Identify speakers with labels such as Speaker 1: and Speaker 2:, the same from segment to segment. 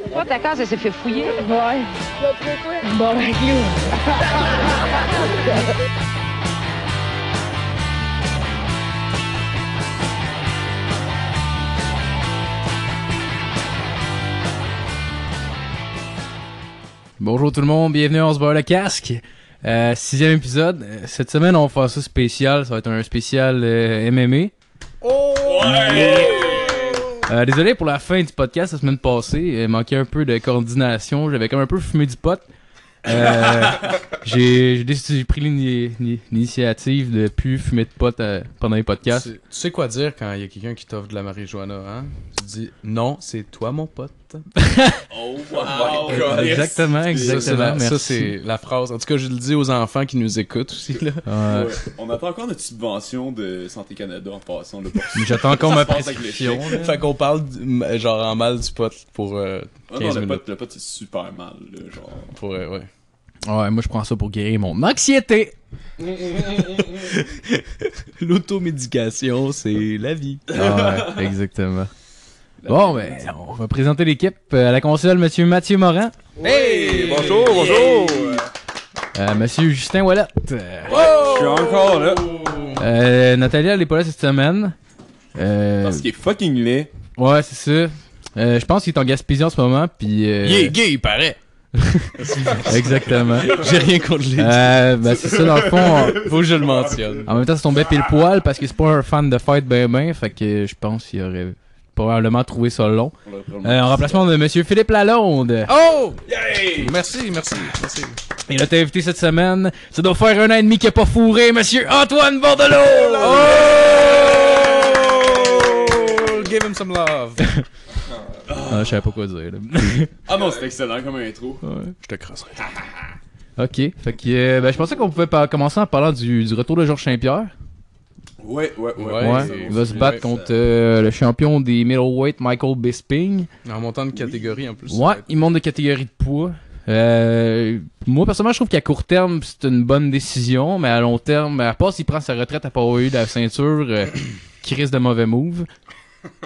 Speaker 1: Pourquoi ta case, elle s'est fait fouiller
Speaker 2: Ouais. Bon, ben, you.
Speaker 3: Bonjour tout le monde, bienvenue à On se barre le casque. Euh, sixième épisode. Euh, Cette semaine, on va faire ça spécial. Ça va être un spécial euh, MMA. Euh, désolé pour la fin du podcast la semaine passée. Euh, Il manquait un peu de coordination. J'avais comme un peu fumé du pot. Euh, j'ai j'ai décidé- j'ai pris l'ini- l'ini- l'initiative de plus fumer de pot euh, pendant les podcasts.
Speaker 4: Tu, tu sais quoi dire quand il y a quelqu'un qui t'offre de la marijuana, hein? Tu dis non, c'est toi mon pote.
Speaker 5: Oh,
Speaker 3: Exactement,
Speaker 4: Ça, c'est
Speaker 3: exactement.
Speaker 4: la-
Speaker 3: Merci.
Speaker 4: Ça, c'est la phrase. En tout cas, je le dis aux enfants qui nous écoutent aussi, là.
Speaker 3: Euh,
Speaker 5: Ouais. On attend encore notre subvention de Santé Canada en passant le
Speaker 3: J'attends encore ma
Speaker 5: Ça se passe avec les
Speaker 3: prescription. là.
Speaker 4: fait qu'on parle du- genre en mal du pote pour. euh,
Speaker 5: Ah
Speaker 4: 15
Speaker 5: non, le
Speaker 4: minutes.
Speaker 5: pote, le pote, c'est super mal, là, genre.
Speaker 4: pour euh, ouais.
Speaker 3: Ouais, moi je prends ça pour guérir mon anxiété.
Speaker 4: L'automédication, c'est la vie.
Speaker 3: Ah ouais, exactement. Bon, ben, on va présenter l'équipe Euh, à la console, Monsieur Mathieu Morin,
Speaker 6: Hey, bonjour, bonjour.
Speaker 3: euh, Monsieur Justin Wallet, euh,
Speaker 6: Je suis encore là.
Speaker 3: euh, Nathalie, elle est pas là cette semaine. Euh,
Speaker 5: Parce qu'il est fucking laid.
Speaker 3: ouais, c'est ça. Euh, je pense qu'il est en Gaspésie en ce moment, puis... euh,
Speaker 4: Il est gay, il paraît.
Speaker 3: Exactement.
Speaker 4: J'ai rien contre les.
Speaker 3: Euh, ben, c'est ça, dans le fond, on-
Speaker 4: Faut que je le mentionne.
Speaker 3: en même temps, c'est tombé pile poil, parce que c'est pas un fan de fight ben ben, fait que je pense qu'il aurait probablement trouvé ça long.
Speaker 5: On l'a vraiment-
Speaker 3: Euh, en remplacement de Monsieur Philippe Lalonde.
Speaker 4: Oh! Merci, merci, merci.
Speaker 3: Et là, t'es invité cette semaine. Ça doit faire un an et demi qu'il a pas fourré, monsieur Antoine Bordelot!
Speaker 4: Oh! Give him some love.
Speaker 3: Ah, je savais pas quoi dire, là.
Speaker 5: Ah non, c'est excellent comme intro.
Speaker 4: Je te crasserai.
Speaker 3: ok. Fait que, euh, ben, je pensais qu'on pouvait par- commencer en parlant du, du retour de Georges Saint-Pierre.
Speaker 5: Ouais, ouais, ouais. bah.
Speaker 4: Ouais, c'est-
Speaker 3: Il va se
Speaker 4: c'est-
Speaker 3: battre
Speaker 4: ouais,
Speaker 3: contre euh, le champion des middleweight, Michael Bisping.
Speaker 4: En montant de catégorie en plus.
Speaker 3: Ouais, il monte de catégorie de poids. Euh, moi, personnellement, je trouve qu'à court terme, c'est une bonne décision, mais à long terme, à part s'il prend sa retraite à pas avoir eu la ceinture, euh, qui risque de mauvais move.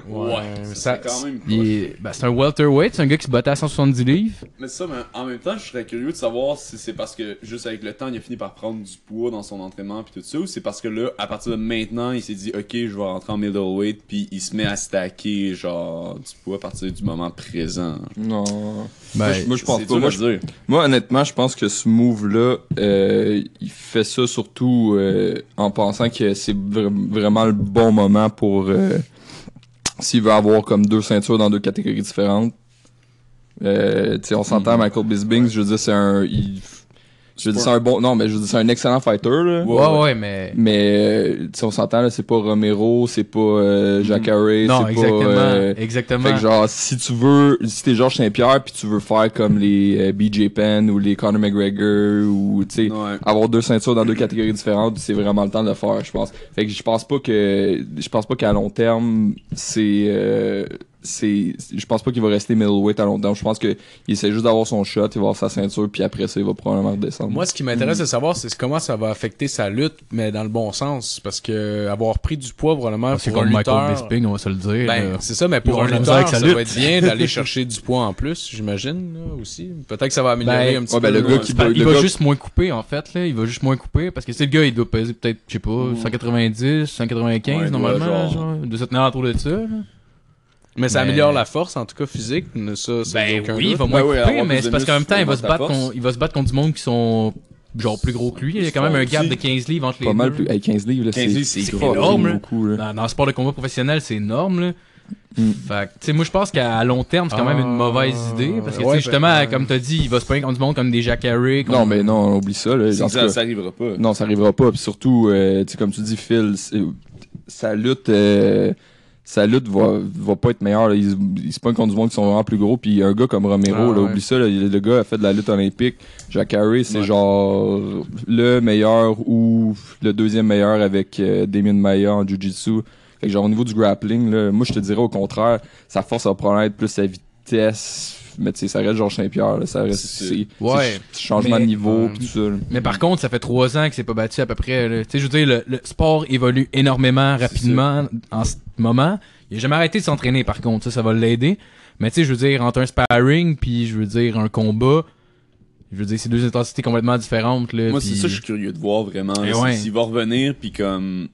Speaker 4: Ouais, mais
Speaker 5: Ça,
Speaker 4: ça.
Speaker 5: c'est quand même
Speaker 3: Il
Speaker 5: proche.
Speaker 3: est- ben, c'est un welterweight, c'est un gars qui se battait à 170 livres.
Speaker 5: Mais ça, mais en même temps, je serais curieux de savoir si c'est parce que juste avec le temps, il a fini par prendre du poids dans son entraînement puis tout ça, ou c'est parce que là, à partir de maintenant, il s'est dit, ok, je vais rentrer en middleweight, puis il se met à stacker genre du poids à partir du moment présent.
Speaker 6: Non.
Speaker 3: Ben,
Speaker 6: moi, je- moi, je pense
Speaker 5: C'est
Speaker 6: pas.
Speaker 5: dur
Speaker 6: Moi,
Speaker 5: à
Speaker 6: je-
Speaker 5: dire.
Speaker 6: moi, honnêtement, je pense que ce move-là, euh, il fait ça surtout euh, en pensant que c'est vra- vraiment le bon moment pour. euh, S'il veut avoir comme deux ceintures dans deux catégories différentes. Euh, tu sais, on s'entend,
Speaker 3: Hmm.
Speaker 6: Michael Bisbing, je veux dire, c'est un. il- je veux dire, c'est un bon. Non, mais je veux dire, c'est un excellent fighter, là.
Speaker 3: Ouais, ouais, mais.
Speaker 6: Mais, euh, tu sais, on s'entend, là, c'est pas Romero, c'est pas euh, Jack Harris,
Speaker 3: Hmm. Non,
Speaker 6: c'est pas.
Speaker 3: exactement.
Speaker 6: euh,
Speaker 3: exactement.
Speaker 6: Fait que genre, si tu veux, si t'es Georges Saint-Pierre puis tu veux faire comme les euh, BJ Penn ou les Conor McGregor ou tu sais,
Speaker 5: Ouais.
Speaker 6: avoir deux ceintures dans deux catégories différentes, c'est vraiment le temps de le faire, je pense. Fait que je pense pas que, je pense pas qu'à long terme, c'est, euh, c'est, je pense pas qu'il va rester middleweight à long terme. Je pense que il essaie juste d'avoir son shot, il va avoir sa ceinture puis après ça, il va probablement redescendre.
Speaker 4: Moi, ce qui m'intéresse de savoir, c'est comment ça va affecter sa lutte, mais dans le bon sens. Parce que avoir pris du poids, probablement,
Speaker 3: Ah, C'est
Speaker 4: Ah, pour un
Speaker 3: comme Michael
Speaker 4: lutteur.
Speaker 3: Bisping, on va se le dire. là.
Speaker 4: Ben, c'est ça, mais
Speaker 3: Ils
Speaker 4: pour
Speaker 3: ont
Speaker 4: un
Speaker 3: de la misère avec sa
Speaker 4: lutteur, ça
Speaker 3: lutte.
Speaker 4: va être bien d'aller chercher du poids en plus, j'imagine, là, aussi. Peut-être que ça va améliorer
Speaker 3: Ben,
Speaker 4: un petit
Speaker 6: ouais, ben,
Speaker 4: peu.
Speaker 6: le
Speaker 4: là.
Speaker 6: gars qui
Speaker 3: Ben,
Speaker 6: le
Speaker 3: il va
Speaker 6: gars-
Speaker 3: juste moins couper, en fait. Là. Il va juste moins couper parce que c'est le gars, il doit peser peut-être, je sais pas, 190, 195
Speaker 5: Ouais, il doit,
Speaker 3: normalement. là,
Speaker 5: genre-
Speaker 3: genre, de se tenir autour de ça. là.
Speaker 4: Mais ça
Speaker 3: Mais-
Speaker 4: améliore la force, en tout cas physique. mais Ça, c'est aucun
Speaker 3: il
Speaker 4: doute.
Speaker 3: Ben. va moins
Speaker 6: Ouais, ouais,
Speaker 3: couper,
Speaker 6: avoir
Speaker 3: mais
Speaker 6: plus
Speaker 3: c'est
Speaker 6: de
Speaker 3: Ben parce qu'en même
Speaker 6: muscles,
Speaker 3: temps, il va, se
Speaker 6: augmente la
Speaker 3: battre
Speaker 6: force.
Speaker 3: contre, il va se battre contre du monde qui sont genre plus gros que lui. Il y a quand même un gap de 15 livres entre les
Speaker 6: pas mal
Speaker 3: deux.
Speaker 6: plus, hey, 15 livres, là,
Speaker 5: 15 livres, c'est
Speaker 6: c'est
Speaker 5: énorme, hein.
Speaker 6: fucking
Speaker 3: là.
Speaker 6: beaucoup, là.
Speaker 3: Dans, dans le sport de combat professionnel, c'est énorme. Là.
Speaker 5: Hmm.
Speaker 6: Mm.
Speaker 3: Fait que, tu sais, moi, je pense qu'à long terme, c'est quand même une
Speaker 4: Ah.
Speaker 3: mauvaise idée. Parce que, tu
Speaker 4: Ouais,
Speaker 3: sais, justement,
Speaker 4: ben,
Speaker 3: comme t'as dit, il va se peindre contre du monde comme des Jack Harry.
Speaker 6: Non, mais non, on oublie ça, là. En
Speaker 5: Ça,
Speaker 6: tout cas,
Speaker 5: ça arrivera pas.
Speaker 6: Non, ça arrivera pas. Puis surtout, euh, tu sais, comme tu dis, Phil, c'est- sa lutte, euh, sa lutte va, va pas être meilleure. là. Ils, ils se pognent contre du monde qui sont vraiment plus gros. Puis un gars comme Romero,
Speaker 4: Ah,
Speaker 6: là,
Speaker 4: ouais.
Speaker 6: oublie ça, là, le gars a fait de la lutte olympique. Jack Harry, c'est
Speaker 5: Ouais.
Speaker 6: genre le meilleur ou le deuxième meilleur avec euh, Damien Maia en Jiu-Jitsu. Fait que genre au niveau du grappling, là, moi je te dirais au contraire, sa force va probablement être plus sa vitesse. Mais tu sais, ça reste Georges Saint-Pierre, là, ça reste
Speaker 5: C'est-
Speaker 6: c'est-
Speaker 3: Ouais.
Speaker 6: c'est ch- changement
Speaker 3: Mais-
Speaker 6: de niveau
Speaker 4: Ouais.
Speaker 6: pis tout ça. là.
Speaker 3: Mais par contre, ça fait trois ans qu'il s'est pas battu à peu près. là. Tu sais, je veux dire, le, le sport évolue énormément rapidement en ce moment. Il a jamais arrêté de s'entraîner, par contre. Ça, ça va l'aider. Mais tu sais, je veux dire, entre un sparring, puis je veux dire, un combat, je veux dire, c'est deux intensités complètement différentes. Là,
Speaker 5: Moi,
Speaker 3: puis-
Speaker 5: c'est ça, je suis curieux de voir vraiment.
Speaker 3: Eh
Speaker 5: là,
Speaker 3: ouais.
Speaker 5: si- S'il va revenir, puis comme.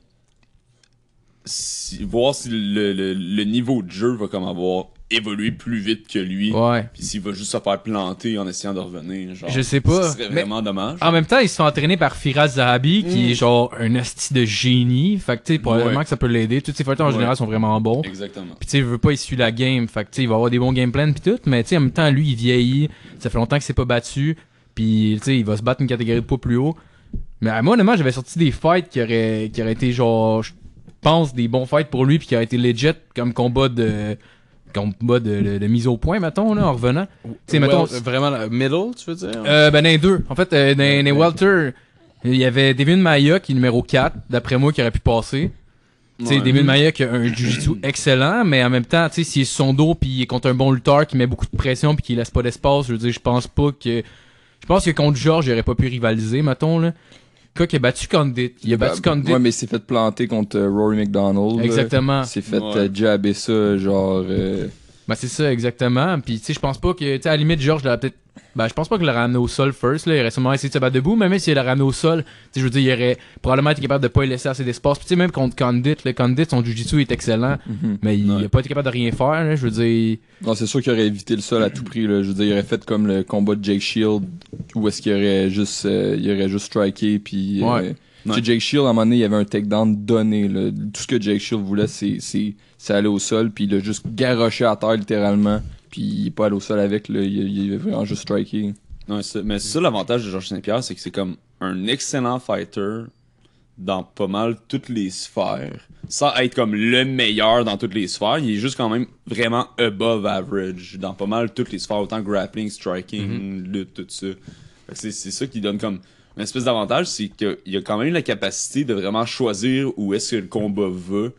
Speaker 5: si- voir si le, le- le niveau de jeu va comme avoir évolué plus vite que lui.
Speaker 3: Ouais.
Speaker 5: Puis s'il va juste se faire planter en essayant de revenir. Genre,
Speaker 3: Je sais pas,
Speaker 5: Ce serait
Speaker 3: mais- Ah,
Speaker 5: vraiment dommage.
Speaker 3: En même temps, ils se sont entraînés par Firas Zahabi, qui est genre un asti de génie. Fait que, tu sais, probablement
Speaker 5: Mm. Ouais.
Speaker 3: que ça peut l'aider. Tous ces fighters en
Speaker 5: Ouais.
Speaker 3: général sont vraiment bons.
Speaker 5: Exactement.
Speaker 3: Puis tu sais, il veut pas essuyer la game. Fait que tu sais, il va avoir des bons game plans puis tout, mais tu sais, en même temps, lui, il vieillit. Ça fait longtemps qu'il s'est pas battu. Puis tu sais, il va se battre une catégorie de poids plus haut. Mais à moi, honnêtement, j'avais sorti des fights qui auraient, qui auraient été genre, je pense, des bons fights pour lui, puis qui auraient été legit comme combat de combat de, de- de mise au point, mettons, là, en revenant. Tu sais, mettons,
Speaker 5: euh,
Speaker 4: Well, vraiment, la middle, tu veux dire?
Speaker 3: euh, ben, dans les deux. En fait, euh, dans, dans les Welter, il y avait Devin Maya qui est numéro 4, d'après moi, qui aurait pu passer. Tu sais,
Speaker 5: Ouais.
Speaker 3: Devin Maya qui a un jujitsu excellent, mais en même temps, tu sais, s'il est sur son dos puis il est contre un bon lutteur qui met beaucoup de pression puis qui laisse pas d'espace, je veux dire, je pense pas que. Je pense que contre George, il aurait pas pu rivaliser, mettons, là. Quoi qu'il a battu Condit. Il a battu
Speaker 6: Bah,
Speaker 3: Condit.
Speaker 6: Ouais, mais il s'est fait planter contre euh, Rory McDonald. là.
Speaker 3: Exactement.
Speaker 6: Il s'est fait
Speaker 5: Ouais.
Speaker 6: euh, jabber ça, genre. euh,
Speaker 3: Bah c'est ça, exactement. Puis, tu sais, je pense pas que, tu sais, à la limite, George l'aurait peut-être. Bah, je pense pas qu'il l'aurait ramené au sol first, là. Il aurait sûrement essayé de se battre debout, mais même s'il l'a ramené au sol, tu sais, je veux dire, il aurait probablement été capable de pas lui laisser assez d'espace. Puis, tu sais, même contre Condit, le Condit, son jujitsu est excellent,
Speaker 6: mhm.
Speaker 3: mais il
Speaker 5: Ouais.
Speaker 3: a pas été capable de rien faire, là. Je veux dire.
Speaker 6: Non, c'est sûr qu'il aurait évité le sol à tout prix. Là. Je veux dire, il aurait fait comme le combat de Jake Shield, où est-ce qu'il aurait juste, euh, il aurait juste striké, puis. euh,
Speaker 3: Ouais.
Speaker 6: tu sais, Jake Shield, à un moment donné, il y avait un takedown donné. là. Tout ce que Jake Shield voulait, c'est, c'est, c'est aller au sol, puis il a juste garoché à terre littéralement, puis il est pas allé au sol avec. Là. Il, il est vraiment juste striké.
Speaker 5: Non, c'est ça. mais c'est ça l'avantage de Georges Saint-Pierre, c'est que c'est comme un excellent fighter dans pas mal toutes les sphères. Sans être comme le meilleur dans toutes les sphères, il est juste quand même vraiment above average dans pas mal toutes les sphères, autant grappling, striking,
Speaker 3: Mm-hmm.
Speaker 5: lutte, tout ça. Fait que C'est c'est ça qui donne comme une espèce d'avantage, c'est qu'il a quand même la capacité de vraiment choisir où est-ce que le combat veut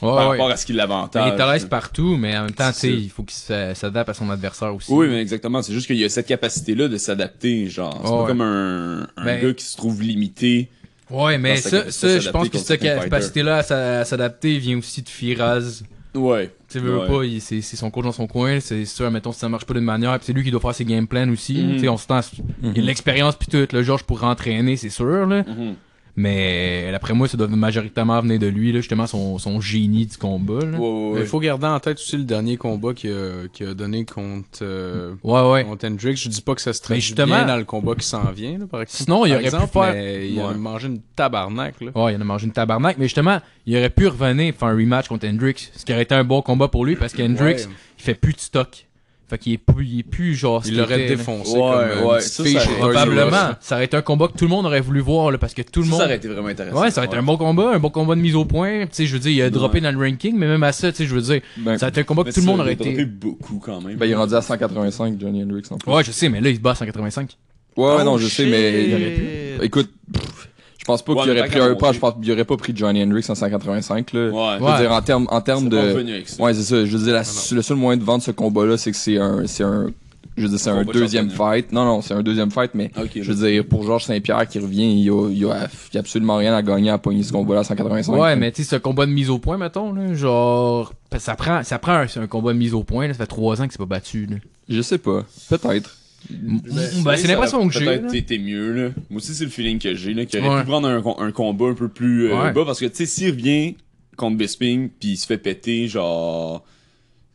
Speaker 3: Ouais,
Speaker 5: par
Speaker 3: ouais.
Speaker 5: rapport à ce qu'il
Speaker 3: Il
Speaker 5: l'avantage.
Speaker 3: est à l'aise partout, mais en même temps, tu
Speaker 5: C'est
Speaker 3: sais,
Speaker 5: ça.
Speaker 3: il faut qu'il s'a- s'adapte à son adversaire aussi.
Speaker 5: Oui, mais exactement. C'est juste qu'il y a cette capacité-là de s'adapter, genre. C'est
Speaker 3: Ah
Speaker 5: pas
Speaker 3: ouais.
Speaker 5: comme un, un
Speaker 3: Ben-
Speaker 5: gars qui se trouve limité.
Speaker 3: Ouais, mais
Speaker 5: Dans sa
Speaker 3: ça, ça,
Speaker 5: capacité à
Speaker 3: je
Speaker 5: s'adapter
Speaker 3: pense que
Speaker 5: contre
Speaker 3: cette
Speaker 5: certains
Speaker 3: capacité-là à s'a- à s'adapter vient aussi de Firaz.
Speaker 5: Ouais.
Speaker 3: Tu sais, veux, veux
Speaker 5: Ouais.
Speaker 3: pas, il- c'est c'est son coach dans son coin, c'est sûr, mettons, si ça marche pas d'une manière, pis c'est lui qui doit faire ses game plans aussi.
Speaker 5: Mhm.
Speaker 3: Tu sais, on s'entend, il a de l'expérience pis tout, le Georges pour entraîner, c'est sûr, là.
Speaker 5: Mhm.
Speaker 3: Mais d'après moi, ça doit majoritairement venir de lui, là, justement, son, son génie du combat, là.
Speaker 5: Ouais, ouais,
Speaker 4: Il
Speaker 5: ouais.
Speaker 4: faut garder en tête aussi le dernier combat qu'il a, qu'il a donné contre, euh,
Speaker 3: Ouais, ouais.
Speaker 4: contre Hendrix. Je dis pas que ça se
Speaker 3: Mais
Speaker 4: traduit
Speaker 3: justement-
Speaker 4: bien dans le combat qui s'en vient, là, par ex-
Speaker 3: Sinon, il
Speaker 4: par
Speaker 3: aurait pu
Speaker 4: exemple,
Speaker 3: faire-
Speaker 4: mais il a
Speaker 5: Ouais.
Speaker 4: mangé une tabarnak, là.
Speaker 3: Ouais, il en a mangé une tabarnak, mais justement, il aurait pu revenir faire un rematch contre Hendrix, ce qui aurait été un bon combat pour lui, parce que Hendrix,
Speaker 4: Ouais.
Speaker 3: il fait plus de stock. Fait qu'il est plus, il est plus genre. ce
Speaker 4: Il
Speaker 3: qu'il
Speaker 4: l'aurait
Speaker 3: était, là.
Speaker 4: défoncé
Speaker 5: Ouais,
Speaker 4: comme euh,
Speaker 5: ouais,
Speaker 4: une petite
Speaker 5: ça,
Speaker 4: fille
Speaker 5: ça
Speaker 4: chez
Speaker 5: aurait-
Speaker 4: Toys R Us.
Speaker 3: Probablement, ça aurait été un combat que tout le monde aurait voulu voir, là, parce que tout le
Speaker 5: Ça,
Speaker 3: monde.
Speaker 5: ça aurait été vraiment intéressant.
Speaker 3: Ouais, ça va être un bon combat, un bon combat de mise au point. Tu sais, je veux dire, il a droppé
Speaker 5: Ouais.
Speaker 3: dans le ranking, mais même à ça, tu sais, je veux dire,
Speaker 6: Ben,
Speaker 3: ça a été un combat que
Speaker 5: Mais
Speaker 3: tout le
Speaker 5: ça,
Speaker 3: monde
Speaker 5: il a
Speaker 3: aurait
Speaker 5: droppé
Speaker 3: été.
Speaker 5: beaucoup quand même.
Speaker 6: ben, il est rendu à 185, Johnny Hendrix, en plus.
Speaker 3: Ouais, je sais, mais là, il se bat à 185.
Speaker 6: Ouais, ouais,
Speaker 4: Oh,
Speaker 6: non, je sais, mais.
Speaker 3: Il aurait pu.
Speaker 6: Écoute, pff, je pense pas
Speaker 5: Ouais,
Speaker 6: qu'il
Speaker 5: mais tant
Speaker 6: aurait pris
Speaker 5: qu'à
Speaker 6: un
Speaker 5: monter.
Speaker 6: pas, je pense qu'il aurait pas pris Johnny Hendrix en 185 là.
Speaker 5: Ouais.
Speaker 6: Je veux
Speaker 3: Ouais. Ah
Speaker 6: dire en termes en termes
Speaker 5: C'est
Speaker 6: de
Speaker 5: pas revenu avec ça.
Speaker 6: Ouais, c'est ça, je veux dire la- le seul moyen de vendre ce combat là, c'est que c'est un c'est un je veux dire c'est un
Speaker 5: Combat de
Speaker 6: deuxième
Speaker 5: championnat.
Speaker 6: fight. Non non, c'est un deuxième fight mais
Speaker 5: Ok,
Speaker 6: je veux dire pour Georges Saint-Pierre qui revient, il a, il a- il a absolument rien à gagner à pogner ce combat là à 185.
Speaker 3: Ouais, mais tu sais, c'est un combat de mise au point, mettons, là, genre. parce que Ça prend, ça prend un, c'est un combat de mise au point, là, ça fait trois ans que c'est pas battu. Là.
Speaker 6: je sais pas, peut-être.
Speaker 3: M-
Speaker 5: Ben,
Speaker 3: ben, c'est
Speaker 5: ça
Speaker 3: l'impression
Speaker 5: aurait
Speaker 3: que j'ai. là.
Speaker 5: Peut-être été mieux, là. Moi aussi, c'est le feeling que j'ai, là. Qu'il aurait
Speaker 3: Ouais.
Speaker 5: pu prendre un, un combat un peu plus euh,
Speaker 3: Ouais.
Speaker 5: bas parce que, tu sais, s'il revient contre Bisping puis il se fait péter, genre.